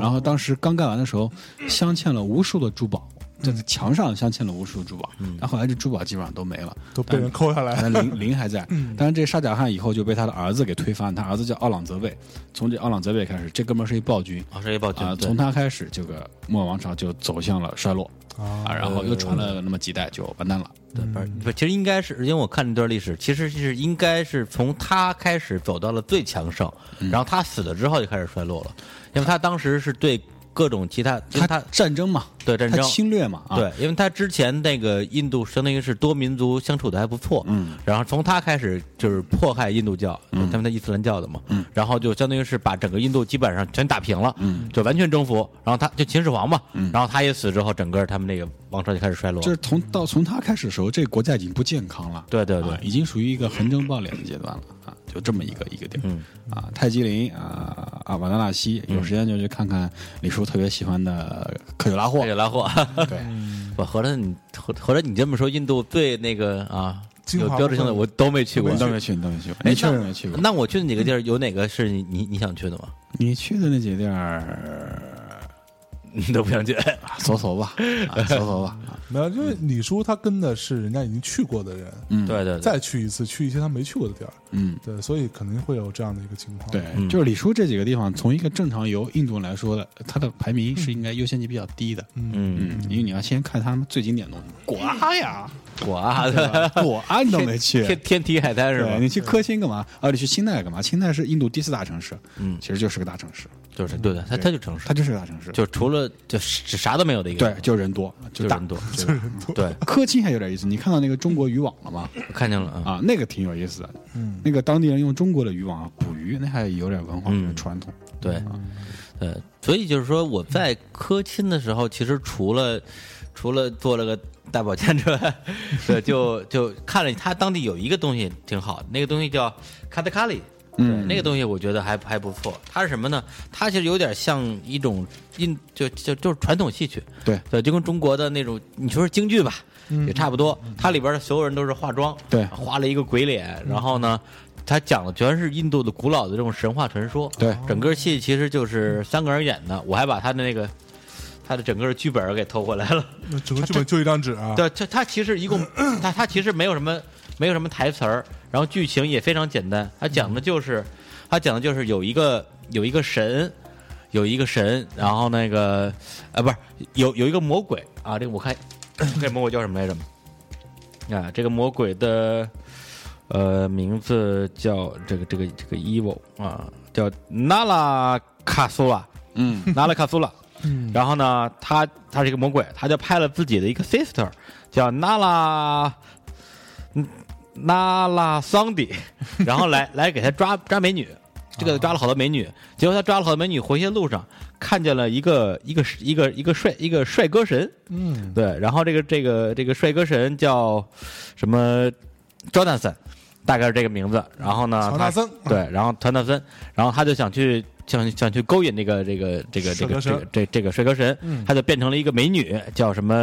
S3: 然后当时刚盖完的时候，镶嵌了无数的珠宝，在墙上镶嵌了无数的珠宝，但后来这珠宝基本上都没了，
S1: 都被人抠下来，
S3: 但林林还在。但是这沙贾汗以后就被他的儿子给推翻，他儿子叫奥朗泽卫。从这奥朗泽卫开始，这哥们儿是一暴君
S2: 啊，是一暴君
S3: 啊，
S2: 对
S3: 从他开始，这个莫尔王朝就走向了衰落啊，然后又传了那么几代就完蛋了。
S2: 对，不是，不是，其实应该是，因为我看那段历史，其实是应该是从他开始走到了最强盛，
S3: 嗯
S2: 然后他死了之后就开始衰落了，因为他当时是对各种其他，因为他
S3: 战争嘛，
S2: 对战争
S3: 他侵略嘛，啊，
S2: 对，因为他之前那个印度相当于是多民族相处的还不错，嗯，然后从他开始就是迫害印度教，
S3: 嗯
S2: 他们的伊斯兰教的嘛，嗯，然后就相当于是把整个印度基本上全打平了，嗯，就完全征服，然后他就秦始皇嘛，然后他一死之后，整个他们那个王朝就开始衰落了，
S3: 嗯就是从到从他开始的时候，这个国家已经不健康了，
S2: 对对对
S3: 啊已经属于一个横征暴敛的阶段了啊，就这么一个一个地儿，
S2: 嗯
S3: 啊，泰姬陵啊啊瓦拉纳西，有时间就去看看李叔特别喜欢的科久拉霍
S2: 这，个拉货。
S3: 对，
S2: 我合着你合合着你这么说，印度最那个啊
S1: 精华
S2: 有
S1: 部分
S2: 标志性的我都没去过
S3: 你。都没去，你都没去过，
S2: 哎
S3: 你确实
S2: 那
S3: 没去过。
S2: 那我去的哪个地儿有哪个是你你你想去的吗？
S3: 你去的那几个地儿，
S2: 你都不想去。
S3: 搜搜吧，啊搜搜吧。啊
S1: 没有，
S2: 嗯
S1: 因为李叔他跟的是人家已经去过的人，
S3: 嗯，
S2: 对对对，
S1: 再去一次，去一些他没去过的地儿，
S3: 嗯，
S1: 对，所以肯定会有这样的一个情况。
S3: 对，
S2: 嗯
S3: 就是李叔这几个地方，从一个正常由印度来说的，它的排名是应该优先级比较低的。
S2: 嗯，
S3: 嗯，因为你要先看他们最经典 的东西，果阿呀，
S2: 我啊，对
S3: 果阿你都没 去，
S2: 天天体海滩是
S3: 对
S2: 吧？
S3: 你去科钦干嘛？啊，你去钦奈干嘛？钦奈是印度第四大城市，
S2: 嗯
S3: 其实就是个大城市，
S2: 就是对的，它它就城市
S3: 它，就是个大城市，
S2: 就除了就啥都没有的一个
S3: 对
S2: 地，方，
S3: 就人多，
S2: 就
S3: 大
S2: 人。多， 就人多。对，
S3: 科钦还有点意思，你看到那个中国渔网了吗？
S2: 我看见了啊，
S3: 啊，那个挺有意思的，
S1: 嗯，
S3: 那个当地人用中国的渔网啊捕鱼，那还有点文化、
S2: 嗯
S3: 有点传统。
S2: 对，对，所以就是说我在科钦的时候，其实除了除了做了个大保健之外， 对，就就看了他当地有一个东西挺好，那个东西叫卡达卡里。对，
S3: 嗯
S2: 那个东西我觉得还还不错。它是什么呢？它其实有点像一种印，就就就是传统戏曲，
S3: 对嗯
S2: 对，就跟中国的那种，你说是京剧吧，也
S1: 嗯
S2: 差不多。它里边的所有人都是化妆，
S3: 对嗯
S2: 画了一个鬼脸，然后呢，它讲的全是印度的古老的这种神话传说，
S3: 对
S2: 整个戏其实就是三个人演的，我还把他的那个他的整个剧本给偷回来了。
S1: 那整个剧本就一张纸啊，
S2: 对，他他其实一共他他其实没有什么没有什么台词儿，然后剧情也非常简单，他讲的就是、他讲的就是有一个有一个神。有一个神，然后那个，啊，不是有有一个魔鬼啊，这个我看 这魔鬼叫什么来着？啊，这个魔鬼的呃名字叫这个这个这个 evil 啊，叫 Nala Kasula，
S3: 嗯，
S2: 拿了卡苏拉，
S1: 嗯
S2: 然后呢，他他是一个魔鬼，他就派了自己的一个 sister，叫娜拉，嗯娜拉 桑迪，然后来来给他抓抓美女，这个抓了好多美
S1: 啊
S2: 女，结果他抓了好多美女，回去的路上看见了一个一个一个一个帅一个帅哥神，
S1: 嗯，
S2: 对，然后这个这个这个帅哥神叫什么 Jonathan，大概是这个名字，然后呢，
S1: 乔
S2: 啊他
S1: 纳森，
S2: 对，然后团纳森，然后他就想去想想去勾引这个这个这个
S1: 帅
S2: 这个
S1: 哥
S2: 这
S1: 神
S2: 个这这个帅哥神，
S1: 嗯
S2: 他就变成了一个美女，叫什么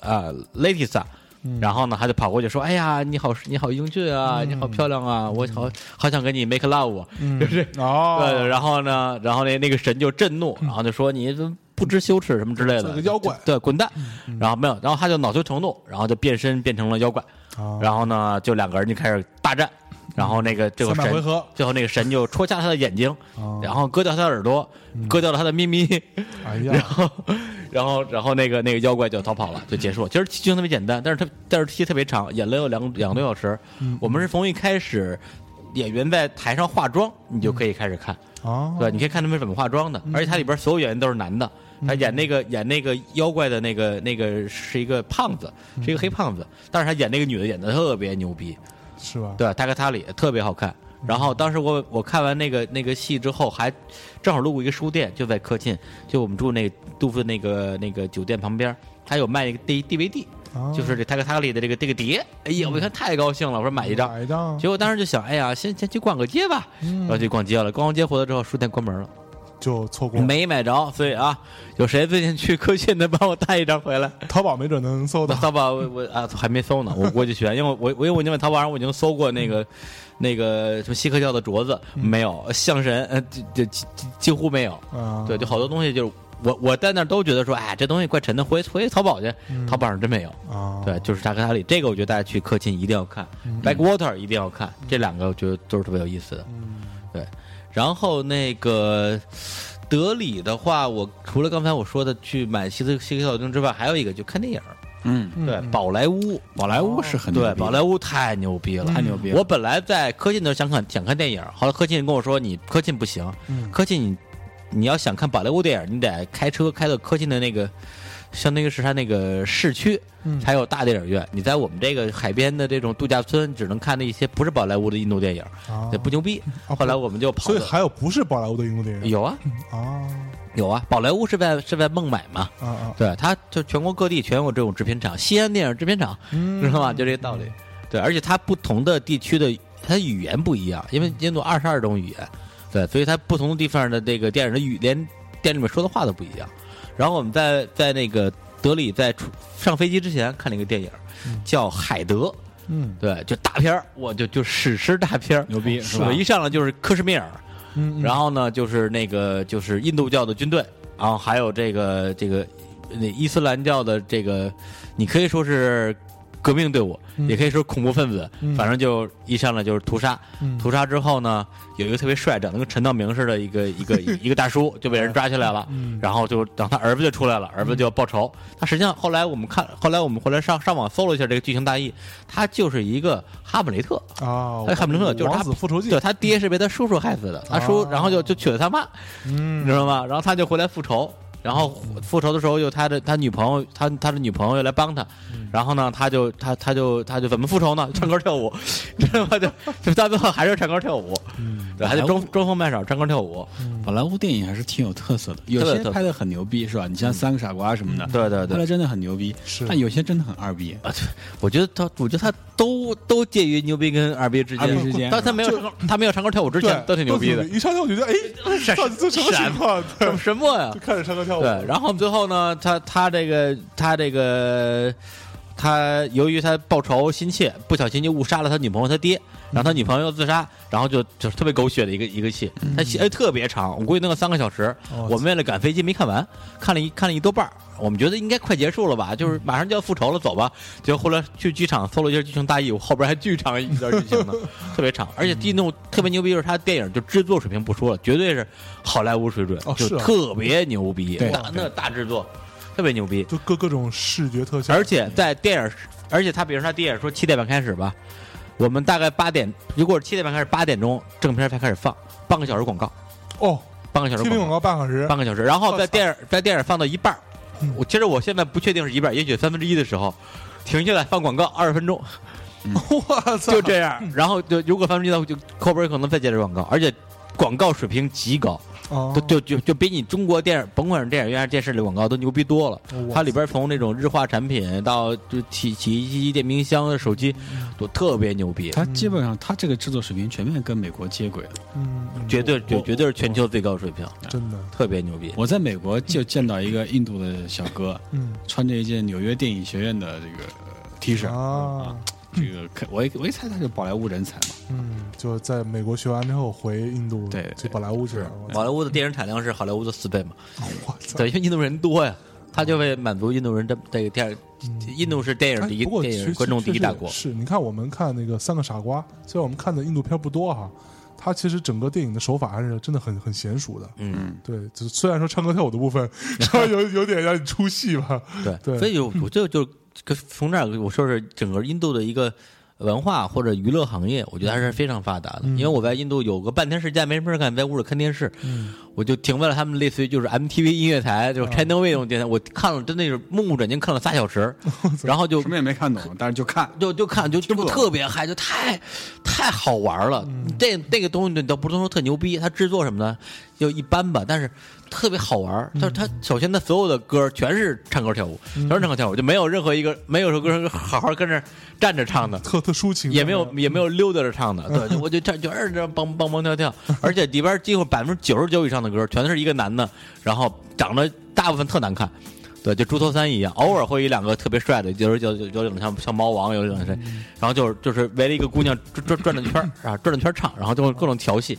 S2: 啊 l a t i s a
S1: 嗯
S2: 然后呢，他就跑过去说：“哎呀，你好，你好英俊啊，你好漂亮啊，我好好想跟你 make love 啊。
S1: 嗯
S2: 就是对，
S1: 哦，
S2: 然后呢，然后那那个神就震怒，然后就说：“你怎么不知羞耻什么之类
S1: 做
S2: 的，
S1: 个妖怪嗯
S2: 对，滚蛋。”然后没有，然后他就恼羞成怒，然后就变身变成了妖怪，
S1: 啊
S2: 然后呢，就两个人就开始大战，然后那个最后
S1: 三百回
S2: 神
S1: 合，
S2: 最后那个神就戳瞎他的眼睛，
S1: 哦
S2: 然后割掉他的耳朵，割掉了他的咪咪，
S1: 哎
S2: 然
S1: 呀，
S2: 后， 然后，然后那个那个妖怪就逃跑了，就结束了。其实剧情特别简单，但是特但是戏特别长，演了有两两个多小时。我们是从一开始演员在台上化妆，你就可以开始看，
S1: 啊，
S2: 对，你可以看他们怎么化妆的。而且它里边所有演员都是男的，他演那个演那个妖怪的那个那个是一个胖子，是一个黑胖子，但是他演那个女的演的特别牛逼，
S1: 是吧？
S2: 对，大概他里特别好看。然后当时我我看完那个那个戏之后，还正好路过一个书店，就在科沁，就我们住那个杜甫的那个那个酒店旁边，他有卖一个 D DVD，
S1: 啊
S2: 就是这塔克塔克里的这个这个碟。哎呀，我一看太高兴了，我说买一张。
S1: 买一张
S2: 结果当时就想，呃哎呀，先先去逛个街吧，
S1: 嗯
S2: 然后去逛街了。逛完街回来之后，书店关门了，
S1: 就错过，
S2: 没买着。所以啊，有谁最近去科沁的，帮我带一张回来？
S1: 淘宝没准能 搜
S2: 那
S1: 到。
S2: 淘宝我我啊还没搜呢，我估计去，因为我我因为我已经在淘宝上我已经搜过那个那个什么锡克教的镯子，没有象神，呃，这这几几几乎没有，
S1: 啊，
S2: 对，就好多东西就是我我在那儿都觉得说，哎，这东西怪沉的，回回淘宝去，
S1: 嗯
S2: 淘宝上真没有。
S1: 啊，
S2: 对，就是扎克塔里，这个我觉得大家去科钦一定要看、b
S1: 嗯
S2: a c k w a t e r 一定要看，这两个我觉得都是特别有意思的。
S1: 嗯
S2: 对，然后那个德里的话，我除了刚才我说的去买西斯西斯小丁之外，还有一个就看电影儿。
S3: 嗯，
S2: 对，宝莱坞，哦
S3: 宝莱坞是很牛逼
S2: 对，
S3: 的
S2: 宝莱坞太牛逼了，
S3: 太牛逼了
S2: 我本来在科沁的时候想看想看电影，后来科沁跟我说你科沁不行，
S1: 嗯
S2: 科沁你你要想看宝莱坞电影，你得开车开到科沁的那个。相当于是它那个市区
S1: 嗯
S2: 才有大电影院，你在我们这个海边的这种度假村，只能看那一些不是宝莱坞的印度电影，
S3: 哦
S1: 啊
S2: 也不牛 逼。
S1: 啊
S2: 后来我们就跑
S1: 所以
S2: 到，
S1: 还有不是宝莱坞的英国电影
S2: 有啊
S1: 啊
S2: 有啊，宝莱坞是在是在孟买嘛，
S1: 啊啊，
S2: 对，它就全国各地全有这种制片厂，西安电影制片厂，
S3: 嗯
S2: 知道吗？
S1: 嗯
S2: 就这个道理。对，而且它不同的地区的它语言不一样，因为印度二十二种语言，对，所以它不同的地方的这个电影的语连电影里面说的话都不一样。然后我们在在那个德里在出上飞机之前看了一个电影，叫《海德》，
S1: 嗯
S2: 对，就大片儿，我就就史诗大片儿，
S3: 牛逼是吧
S2: 我一上来就是克什米尔，
S1: 嗯，
S2: 然后呢，就是那个就是印度教的军队，然后还有这个这个那伊斯兰教的这个，你可以说是革命队伍，
S1: 嗯
S2: 也可以说恐怖分子，
S1: 嗯
S2: 反正就一上来就是屠杀。
S1: 嗯
S2: 屠杀之后呢，有一个特别帅，长得跟陈道明似的，一个 一个一个大叔就被人抓起来了，
S1: 嗯
S2: 然后就让他儿子就出来了，儿子就要报仇。他实际上后来我们看，后来我们回来上上网搜了一下这个剧情大意，他就是一个哈姆雷特，
S1: 啊，
S2: 哎汉密尔顿就是他
S1: 王子复仇记
S2: 对，他爹是被他叔叔害死的，他叔
S1: 哦
S2: 然后就就娶了他妈，你知
S1: 嗯
S2: 道吗？然后他就回来复仇，然后复仇的时候又他的他女朋友，他他的女朋友又来帮他，然后呢，他就他他就他就怎么复仇呢？ 唱歌跳舞，你知道吗？就就到最后还是唱歌跳舞，
S1: 嗯
S2: 对，哎还得装装疯卖傻唱歌跳舞，
S3: 好莱坞电影还是挺有特色的，有
S2: 特别有
S3: 些
S2: 特
S3: 拍的很牛逼，是吧？你像《三个傻瓜》什么的，
S2: 对对
S3: 拍
S2: 对。
S3: 的真的很牛逼，
S1: 是
S3: 但有些真的很二逼。
S2: 啊，对我觉得他，我觉得他都都介于牛逼跟二逼之
S3: 二
S2: 间，
S3: 逼之间
S2: 但他没有唱歌，他没有唱歌跳舞之前
S1: 嗯对
S2: 都挺牛逼的，
S1: 一上来我觉得哎，到底这什么情况？对，
S2: 什么呀
S1: 就？开始唱歌跳舞。
S2: 对，然后最后呢，他他这个他这个他由于他报仇心切，不小心就误杀了他女朋友他爹，然后他女朋友自杀，然后就就是特别狗血的一个一个戏，
S1: 嗯
S2: 他戏哎特别长，我估计弄了三个小时，
S1: 哦
S2: 我们为了赶飞机没看完，看了一看了一多半儿我们觉得应该快结束了吧，就是马上就要复仇了，走吧。结果后来去剧场搜了一下剧情大意，我后边还巨长一段剧 情呢，特别长。而且第一弄特别牛逼就是他电影就制作水平不说了，绝对是好莱坞水准，
S1: 哦
S2: 就是
S1: 啊
S2: 特别牛逼，
S3: 对
S2: 大那大制作，特别牛逼。
S1: 就各各种视觉特效，
S2: 而且在电影，而且他比如说他电影说七点半开始吧，我们大概八点，如果是七点半开始，八点钟正片才开始放，半个小时广告，
S1: 哦，
S2: 半个小时
S1: 贴
S2: 广
S1: 片广。告
S2: 告
S1: 半小 时，
S2: 半个小时，然后
S1: 我
S2: 在
S1: 操
S2: 电影在电影放到一半儿
S1: 嗯，
S2: 我其实我现在不确定是一半儿，也许三分之一的时候停下来放广告二十 分钟，
S1: 我操，
S2: 就这样， 然后就如果三分之一的话，就后边可能再接着广告，而且广告水平极高，
S1: 哦
S2: 就就就就比你中国电影甭管是电影院还是电视里广告都牛逼多了。它里边从那种日化产品到就洗洗衣机、电冰箱、手机，
S1: 嗯
S2: 都特别牛逼，
S3: 他基本上他这个制作水平全面跟美国接轨了。
S1: 嗯，嗯
S2: 绝对绝
S1: 我
S2: 绝对是全球最高水平，
S1: 真的，
S2: 特别牛逼。
S3: 我在美国就见到一个印度的小哥，
S1: 嗯
S3: 穿着一件纽约电影学院的这个呃 T 恤
S1: 啊，
S3: 这个可我一我一猜他是宝莱坞人才嘛，
S1: 嗯，就在美国学完之后回印度
S3: 对
S1: 去宝莱坞去了，我操
S2: 好莱坞的电影产量是好莱坞的四倍嘛？
S1: 我操，
S2: 对，因为印度人多呀，他就会满足印度人这这个电影，印度是电影
S1: 哎
S2: 第一，
S1: 不过
S2: 电
S1: 其
S2: 影
S1: 实
S2: 观众第一
S1: 确实
S2: 大国。
S1: 是你看我们看那个《三个傻瓜》，虽然我们看的印度片不多哈，它其实整个电影的手法还是真的很很娴熟的。
S2: 嗯，
S1: 对，就虽然说唱歌跳舞的部分稍微有 有点让你出戏吧，
S2: 对，
S1: 嗯对
S2: 所以我我就就跟从这儿我说是整个印度的一个文化或者娱乐行业，我觉得还是非常发达的。
S1: 嗯
S2: 因为我在印度有个半天时间没什么事干，在屋里看电视，我就停在了他们类似于就是 MTV 音乐台，
S1: 啊
S2: 就是 Channel V 那种电台，我看了真的是目不转睛看了仨小 时，然后就
S3: 什么也没看懂，但是就看。
S2: 就就看就就特别嗨，就太太好玩了。这那个东西你倒不能说特牛逼，它制作什么的就一般吧，但是特别好玩。它它首先它所有的歌全是唱歌跳舞，全是唱歌跳舞，就没有任何一个没有首歌是好好跟着站着唱的。
S1: 特特抒情，
S2: 也没有也没有溜达着唱的， 对，就我就站全是这样蹦蹦蹦跳跳，而且里边几乎百分之九十九以上的歌全是一个男的，然后长得大部分特难看，对，就猪头三一样，偶尔会有一两个特别帅的，有有有有种像像猫王，有一种谁，
S1: 嗯
S2: 然后就是就是围了一个姑娘转转转着圈儿啊，转着圈儿唱，然后就各种调戏。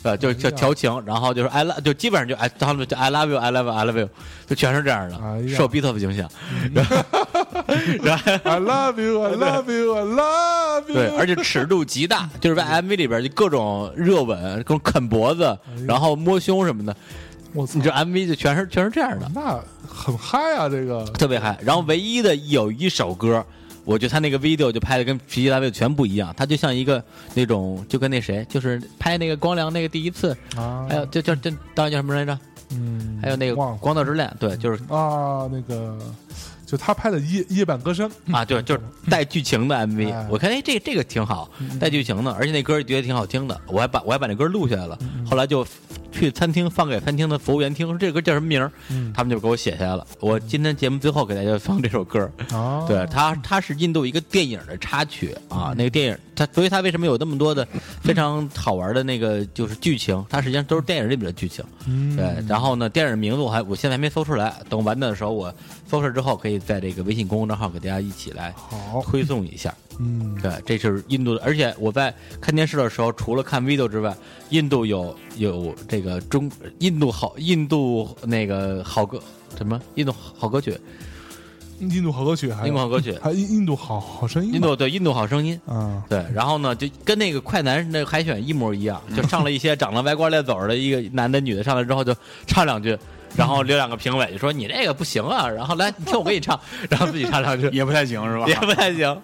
S2: 对，就是
S1: 哎
S2: 就调情，然后就是 I love，就基本上就哎，他们就 I love you，I love you，I love you，就全是这样
S1: 哎
S2: 的，
S1: 呀嗯
S2: 受 Beatles 影响，然后
S1: I love you, I love you, I love you。
S2: 对， 而且尺度极大，就是
S1: 嗯
S2: 在 MV 里边就各种热吻、各种啃脖子，
S1: 哎
S2: 然后摸胸什么的，
S1: 我操
S2: 你，这 MV 就全是全是这样的，
S1: 那很嗨啊！这个
S2: 特别嗨。然后唯一的有一首歌，我觉得他那个 video 就拍的跟皮皮大卫全不一样，他就像一个那种就跟那谁，就是拍那个光良那个第一次，
S1: 啊，
S2: 还有就叫这导演叫什么来着？
S1: 嗯，
S2: 还有那个
S1: 忘
S2: 《
S1: 了
S2: 光道之恋》，对，就是
S1: 啊，那个就他拍的夜夜半歌声，
S2: 啊，对，就是 带剧情的 MV，、
S1: 哎
S2: 我看哎，这个这个挺好，带剧情的，而且那歌儿觉得挺好听的，我还把我还把那歌儿录下来了，后来就去餐厅放给餐厅的服务员听，说这歌叫什么名儿，
S1: 嗯
S2: 他们就给我写下来了。我今天节目最后给大家放这首歌儿，
S1: 啊，
S2: 对，它它是印度一个电影的插曲啊，那个电影它，所以它为什么有那么多的非常好玩的那个就是剧情，它实际上都是电影里边的剧情。
S1: 嗯，
S2: 对，然后呢，电影名字我还我现在还没搜出来，等完的时候我搜出来之后，可以在这个微信公众号给大家一起来
S1: 好，
S2: 推送一下。
S1: 嗯，
S2: 对，这就是印度的，而且我在看电视的时候，除了看 video 之外，印度有有这这个中印度好印度那个好歌什么印度好歌曲，
S1: 印度好歌曲还
S2: 印
S1: 有
S2: 度好歌曲，
S1: 还有印印度好好声音吧，
S2: 印度对印度好声音。
S1: 啊，
S2: 对，然后呢，就跟那个快男那个海选一模一样， 就上了一些长得歪瓜裂枣的一个男的女的上来之后就唱两句，然后留两个评委就说你这个不行啊，然后来你听我给你唱， 然后自己唱两句
S3: 也不太行是 吧
S2: 也不太行，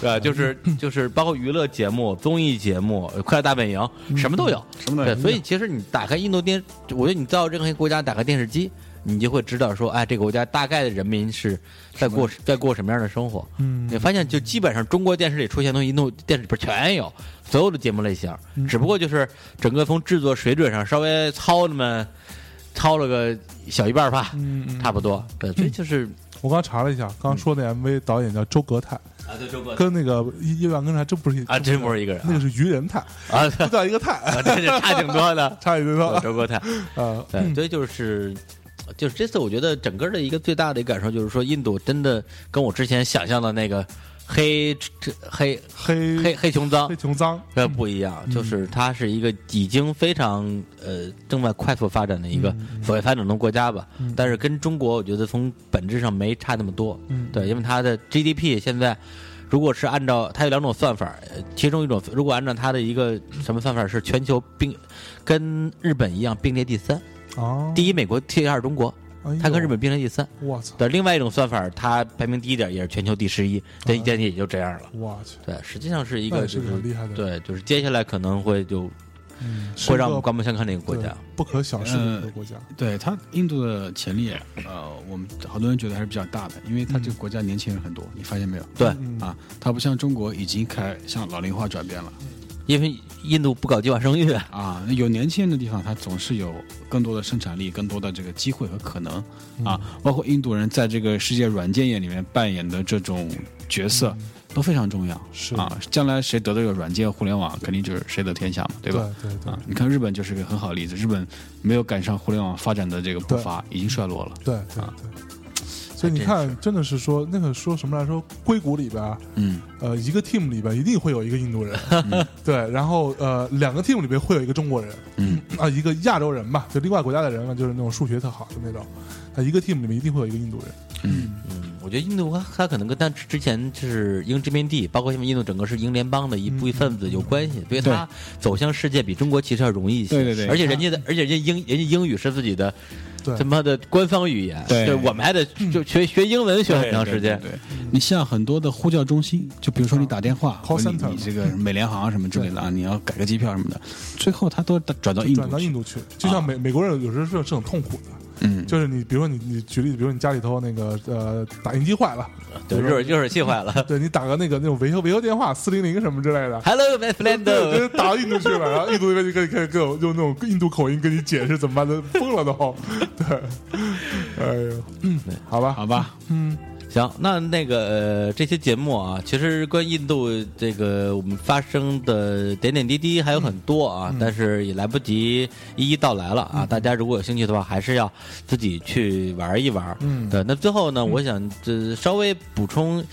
S2: 对，就是就是包括娱乐节目、综艺节目、呃快乐大本营
S1: 嗯
S2: 什么都有，
S3: 什么都有
S2: 对，所以其实你打开印度电，我觉得你到任何一个国家打开电视机，你就会知道说，哎，这个国家大概的人民是在过在过什么样的生活。
S1: 嗯
S2: 你发现就基本上中国电视里出现的东西，印度电视里边全有，所有的节目类型，
S1: 嗯
S2: 只不过就是整个从制作水准上稍微糙那么糙了个小一半儿吧，
S1: 嗯，嗯
S2: 差不多。嗯对，所以就是
S1: 我刚查了一下，刚刚说那 MV 导演叫周格泰，
S2: 啊，对中国
S1: 跟那个叶叶万根还真不是一
S2: 啊，真不是一个人
S1: 那个是愚人泰，
S2: 啊，啊
S1: 不叫一个泰，。
S2: 啊，这这差挺多的
S1: 差一个
S2: 对
S1: 说
S2: 周国泰，
S1: 啊，
S2: 对，所以就是。就是这次，我觉得整个的一个最大的一个感受就是说，印度真的跟我之前想象的那个黑这黑
S1: 黑
S2: 黑黑穷脏
S1: 黑穷脏，
S2: 呃不一样，就是它是一个已经非常呃正在快速发展的一个所谓发展中国家吧，嗯但是跟中国我觉得从本质上没差那么多，
S1: 嗯
S2: 对，因为它的 GDP 现在如果是按照它有两种算法，呃其中一种如果按照它的一个什么算法是全球并跟日本一样并列第三，
S1: 哦，
S2: 第一美国，第二中国，
S1: 哎呦
S2: 它跟日本并列第三。
S1: 我操，
S2: 对，另外一种算法，它排名第一点也是全球第十一，但一点也就这样了。
S1: 我去，
S2: 对，实际上是
S1: 啊
S2: 一
S1: 那
S2: 个
S1: 也是
S2: 就
S1: 个
S2: 是
S1: 很厉害的，
S2: 对，就是接下来可能会就
S1: 嗯，是
S2: 会让
S1: 个
S2: 我嗯们刮目相看的一个国
S1: 对
S2: 家。
S1: 不可小视的一个国家，
S3: 对它印度的潜力，呃，我们好多人觉得还是比较大的，因为它这个国家年轻人很多，你发现没有？
S2: 对，
S1: 嗯
S3: 啊，它不像中国已经开向老龄化转变了
S2: 因为印度不搞计划生育，
S3: 啊，那有年轻人的地方，它总是有更多的生产力、更多的这个机会和可能
S1: 嗯
S3: 啊，包括印度人在这个世界软件业里面扮演的这种
S1: 嗯
S3: 角色。都非常重要，
S1: 是
S3: 啊，将来谁得这个软件互联网，肯定就是谁的天下嘛，对吧？
S1: 对对对
S3: 啊，你看日本就是个很好的例子，日本没有赶上互联网发展的这个步伐，已经衰落了。
S1: 对对
S3: 啊
S1: 对，所以你看，真的是说那个说什么来说，硅谷里边啊。
S3: 嗯，
S1: 呃，一个 team 里边一定会有一个印度人， 对，然后呃，两个 team 里边会有一个中国人，
S3: 嗯
S1: 啊，一个亚洲人吧，就另外国家的人嘛，就是那种数学特好的那种，啊，一个 team 里面一定会有一个印度人，
S2: 嗯，我觉得印度它它可能跟它之前就是英殖民地，包括现在印度整个是英联邦的一部分子有关系，所以它走向世界比中国其实要容易一些。
S3: 对对对
S2: 而且人家的，而且人家英人家英语是自己的
S1: 对
S2: 他妈的官方语言，
S3: 对
S2: 我们还得就学学英文学很长时间。
S3: 对，对对你像很多的呼叫中心，就比如说你打电话，
S1: Call
S3: 或者你
S1: center
S3: 你这个美联航什么之类的啊，你要改个机票什么的，最后他都转
S1: 就
S3: 到啊印
S1: 转
S3: 度
S1: 到
S3: 去。啊
S1: 印度去，就像美、美国人有时候是是很痛苦的，
S3: 嗯，
S1: 就是你比如说你你举例子，比如说你家里头那个呃打印机坏了，
S2: 对，热热水器坏了。
S1: 对你打个那个那种维修维修电话四零零什么之类 的。
S2: Hello, my
S1: 对，就
S2: friend。
S1: 是打到印度去了，然后印度那边就开始开始各种用那种印度口音跟你解释怎么办的，疯了都。 对，哎呦，嗯，好吧，嗯
S3: 好吧，
S2: 行，那那个、呃、这些节目啊，其实关于印度这个我们发生的点点滴滴还有很多啊，但是也来不及一一道来了啊。大家如果有兴趣的话，还是要自己去玩一玩。
S1: 嗯
S2: 对。那最后呢，我想这稍微补充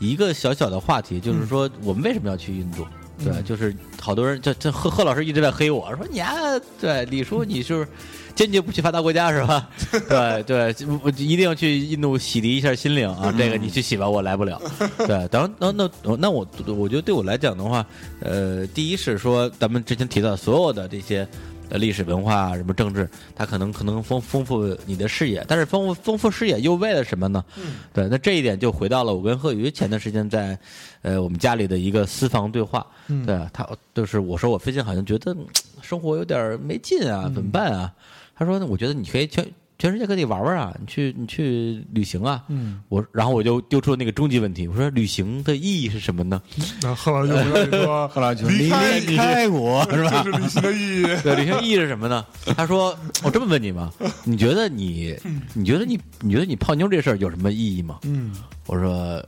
S2: 一个小小的话题，
S1: 嗯
S2: 就是说我们为什么要去印度？对，就是好多人，这这贺贺老师一直在黑我说你啊，对李叔你是不是坚决不去发达国家 是吧？对对，我我一定要去印度洗涤一下心灵啊！这个你去洗吧，我来不了。对，当然，那那那我我觉得对我来讲的话，呃，第一是说咱们之前提到所有的这些。呃历史文化什么政治，它可能可能丰丰富你的视野，但是丰富丰富视野又为了什么呢？
S1: 嗯
S2: 对，那这一点就回到了我跟贺宇前段时间在，呃，我们家里的一个私房对话。
S1: 嗯
S2: 对他就是我说我最近好像觉得嗯生活有点没劲
S1: 嗯
S2: 啊，怎么办啊？他说我觉得你可以全全世界各地玩玩啊，你去你去旅行啊。
S1: 嗯，
S2: 我然后我就丢出那个终极问题，我说旅行的意义是什么呢？
S1: 那贺老师就不让你说，
S3: 后来就
S1: 离开
S3: 离开我是吧？
S1: 这是旅行的意义。
S2: 对，旅行意义是什么呢？他说：“ 我这么问你吧，你觉得你，你觉得你，你觉得你泡妞这事儿有什么意义吗？”
S1: 嗯，
S2: 我说：“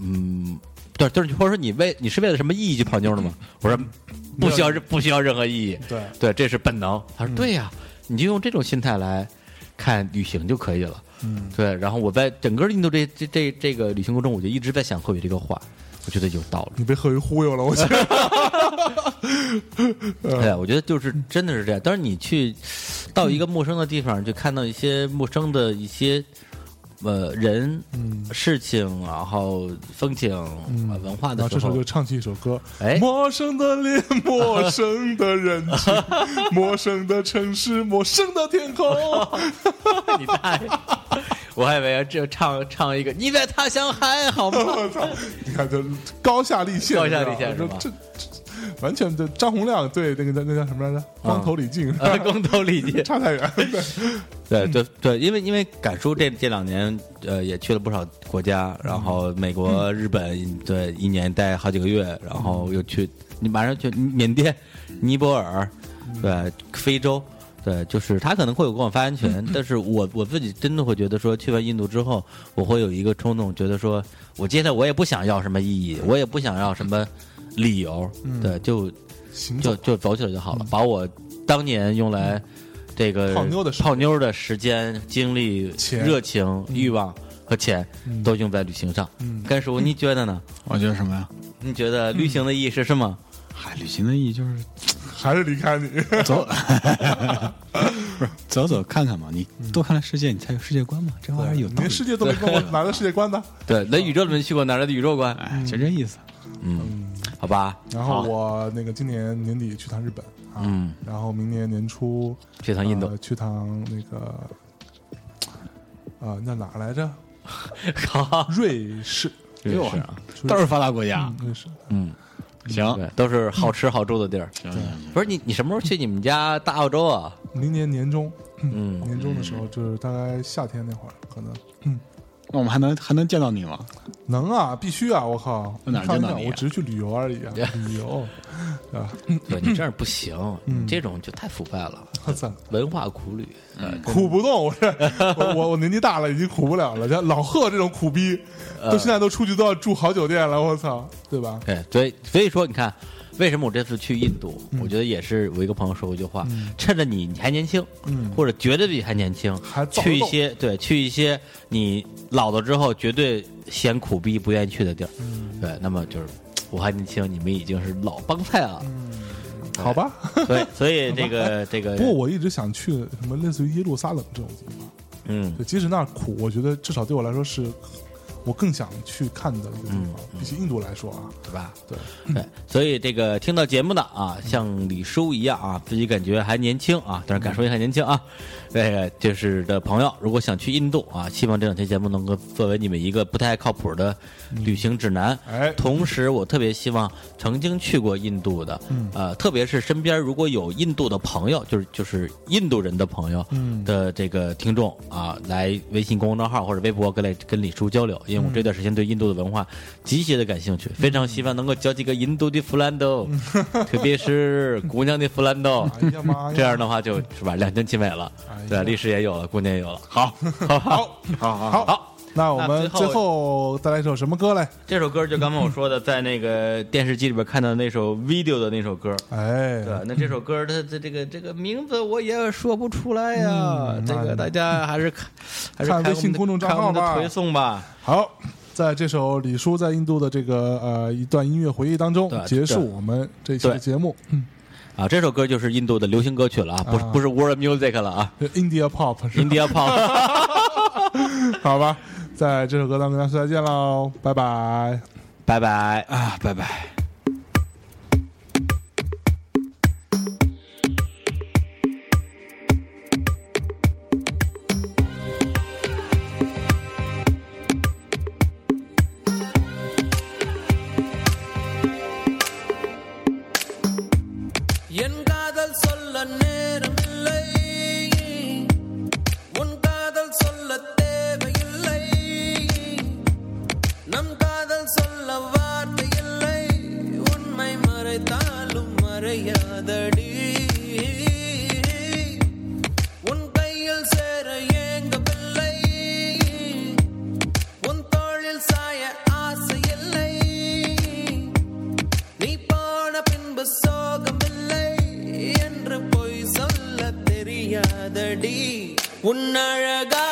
S2: 嗯，对，就是你或者说你为你是为了什么意义去泡妞的吗？”我说：“不需要任不需要任何意义，
S1: 对嗯
S2: 对，这是本能。”他说：“对呀、你就用这种心态来看旅行就可以了。”
S1: 嗯，
S2: 对。然后我在整个印度这这这这个旅行过程中，我就一直在想贺宇这个话，我觉得有道理。
S1: 你被贺云忽悠了，我觉得。嗯
S2: 对，我觉得就是真的是这样。但是你去到一个陌生的地方，就看到一些陌生的一些呃人、
S1: 嗯
S2: 事情，然后风情、
S1: 嗯
S2: 呃文化
S1: 然后
S2: 的时
S1: 这时
S2: 候
S1: 候，就唱起一首歌，
S2: 哎
S1: 陌生的脸，陌生的人群，陌生的城市，陌生的天空。
S2: 你大爷！我还以为这唱唱一个“你在他乡嗨”好吗？
S1: 我操！你看，这高下立现，
S2: 高下立现
S1: 是吧
S2: 是吧
S1: 这这这完全对张洪亮对那个那那叫什么来着？光头李 靖，
S2: 呃，光头李靖，
S1: 差太 远。对，
S2: 对对对，因为因为赶叔这这两年呃也去了不少国家，然后美国、日本，对，一年待好几个月，然后又去，你马上去缅甸、尼泊尔，对，非洲，对，就是他可能会有跟我发言权，但是我我自己真的会觉得说，去完印度之后，我会有一个冲动，觉得说我接下来我也不想要什么意义，我也不想要什么理由，对，就
S1: 行
S2: 就
S1: 走，
S2: 就走起来就好了，把我当年用来这个
S1: 嗯泡妞的时间
S2: 泡妞的时间、精力、
S1: 钱
S2: 热情、欲望和钱
S1: 嗯
S2: 都用在旅行上。
S1: 嗯
S2: 甘叔，你觉得呢？
S3: 我觉得什么呀？
S2: 你觉得旅行的意义是什么？
S3: 嗨，旅行的意义就是
S1: 还是离开你。
S3: 走，不是走走看看嘛，你多看看世界，你才有世界观嘛，这玩意儿有道 理
S1: 连。世界都没跟我哪来世界观 呢？
S2: 对，来宇宙里面去过哪儿来的宇宙观？
S3: 哎，就这意思。
S2: 嗯，好吧。
S1: 然后我那个今年年底去趟日本啊，
S2: 嗯
S1: 然后明年年初
S2: 去趟印度
S1: 呃，去趟那个啊，那哪儿来着？呃
S2: 好，
S1: 瑞士，
S2: 是
S3: 呦
S2: 啊，
S3: 都是发达国家
S1: 嗯，瑞士。
S2: 嗯，
S3: 行
S2: 对，都是好吃好住的地儿。
S3: 行行行
S2: 不是你，你什么时候去你们家大澳洲啊？
S1: 明年年中，
S2: 嗯，
S1: 年中的时候就是大概夏天那会儿，可能
S3: 那我们还能还能见到你吗？
S1: 能啊，必须啊！我靠，
S3: 那哪儿
S1: 开玩
S3: 见到
S1: 笑
S3: 你啊
S1: 我只是去旅游而已啊，旅游啊，
S2: 对你这样不行，
S1: 嗯
S2: 你这种就太腐败了，
S1: 我操，
S2: 文化苦旅。呃
S1: 苦不动，我这我我我年纪大了，已经苦不了了。像老贺这种苦逼，
S2: 呃
S1: 都现在都出去都要住好酒店了，我操，对吧？
S2: 对，哎所以所以说，你看，为什么我这次去印度？我觉得也是我一个朋友说过一句话：趁着你还年轻，
S1: 嗯
S2: 或者觉得自己还年轻，
S1: 还造
S2: 去一
S1: 梦
S2: 些对，去一些你老了之后绝对嫌苦逼不愿意去的地儿。对，那么就是我还年轻，你们已经是老帮菜了。
S1: 好吧。
S2: 所以，所以这个这个，
S1: 不过我一直想去什么类似于耶路撒冷这种地方，
S2: 嗯
S1: 对，即使那儿苦，我觉得至少对我来说是我更想去看的一个地
S2: 嗯
S1: 方，比起印度来说啊，
S2: 对吧？
S1: 对，
S2: 对，所以这个听到节目的啊，像李叔一样啊，自己感觉还年轻啊，但是感受也很年轻啊。这个就是的朋友，如果想去印度啊，希望这两期节目能够作为你们一个不太靠谱的旅行指南。
S1: 哎
S2: 同时我特别希望曾经去过印度的，
S1: 嗯
S2: 呃，特别是身边如果有印度的朋友，就是就是印度人的朋友，
S1: 嗯
S2: 的这个听众啊，来微信公众号或者微博跟来跟李叔交流，因为我这段时间对印度的文化极其的感兴趣，
S1: 嗯
S2: 非常希望能够交几个印度的弗兰豆， 特别是姑娘的弗兰豆。
S1: 哎呀妈呀，
S2: 这样的话就是吧，两全其美了
S1: 哎呀，
S2: 对，历史也有了，姑娘也有了。好，好，好，
S3: 好好
S1: 好，那我们
S2: 那
S1: 最
S2: 最
S1: 后带来一首什么歌嘞？
S2: 这首歌就刚刚我说的，在那个电视机里边看到那首 video 的那首歌。
S1: 哎，
S2: 对，那这首歌它它这个这个名字我也说不出来呀、
S1: 嗯
S2: 这个
S1: 那
S2: 大家还是看还是
S1: 看
S2: 我们
S1: 微信
S2: 的
S1: 公众账
S2: 看我
S1: 号
S2: 们的
S1: 吧
S2: 推送吧。
S1: 好，在这首李叔在印度的这个呃一段音乐回忆当中
S2: 对，
S1: 结束
S2: 对
S1: 我们这期的
S2: 对
S1: 节目。嗯
S2: 啊，这首歌就是印度的流行歌曲了啊，不是
S1: 啊
S2: 不是 world music 了啊
S1: India Pop 是吧
S2: ，India Pop。
S1: 好吧，在这首歌当中跟大家说再见喽，拜拜。
S2: 拜拜。
S3: 啊，拜拜。
S6: என் காதல் சொல்ல நேரமில்லை உன் காதல் சொல்ல தேவையில்லை நம் காதல் சொல்ல வார்த்தையில்லை உண்மை மறைத்தாலும் மறையாதடி உன் கையில் சேர ஏங்கவில்லை உன் தோளில் சாய ஆசையில்லை நீ போன பின்பு சோகமில்லை என்று பொய் சொல்ல தெரியாதடி உன்னழகா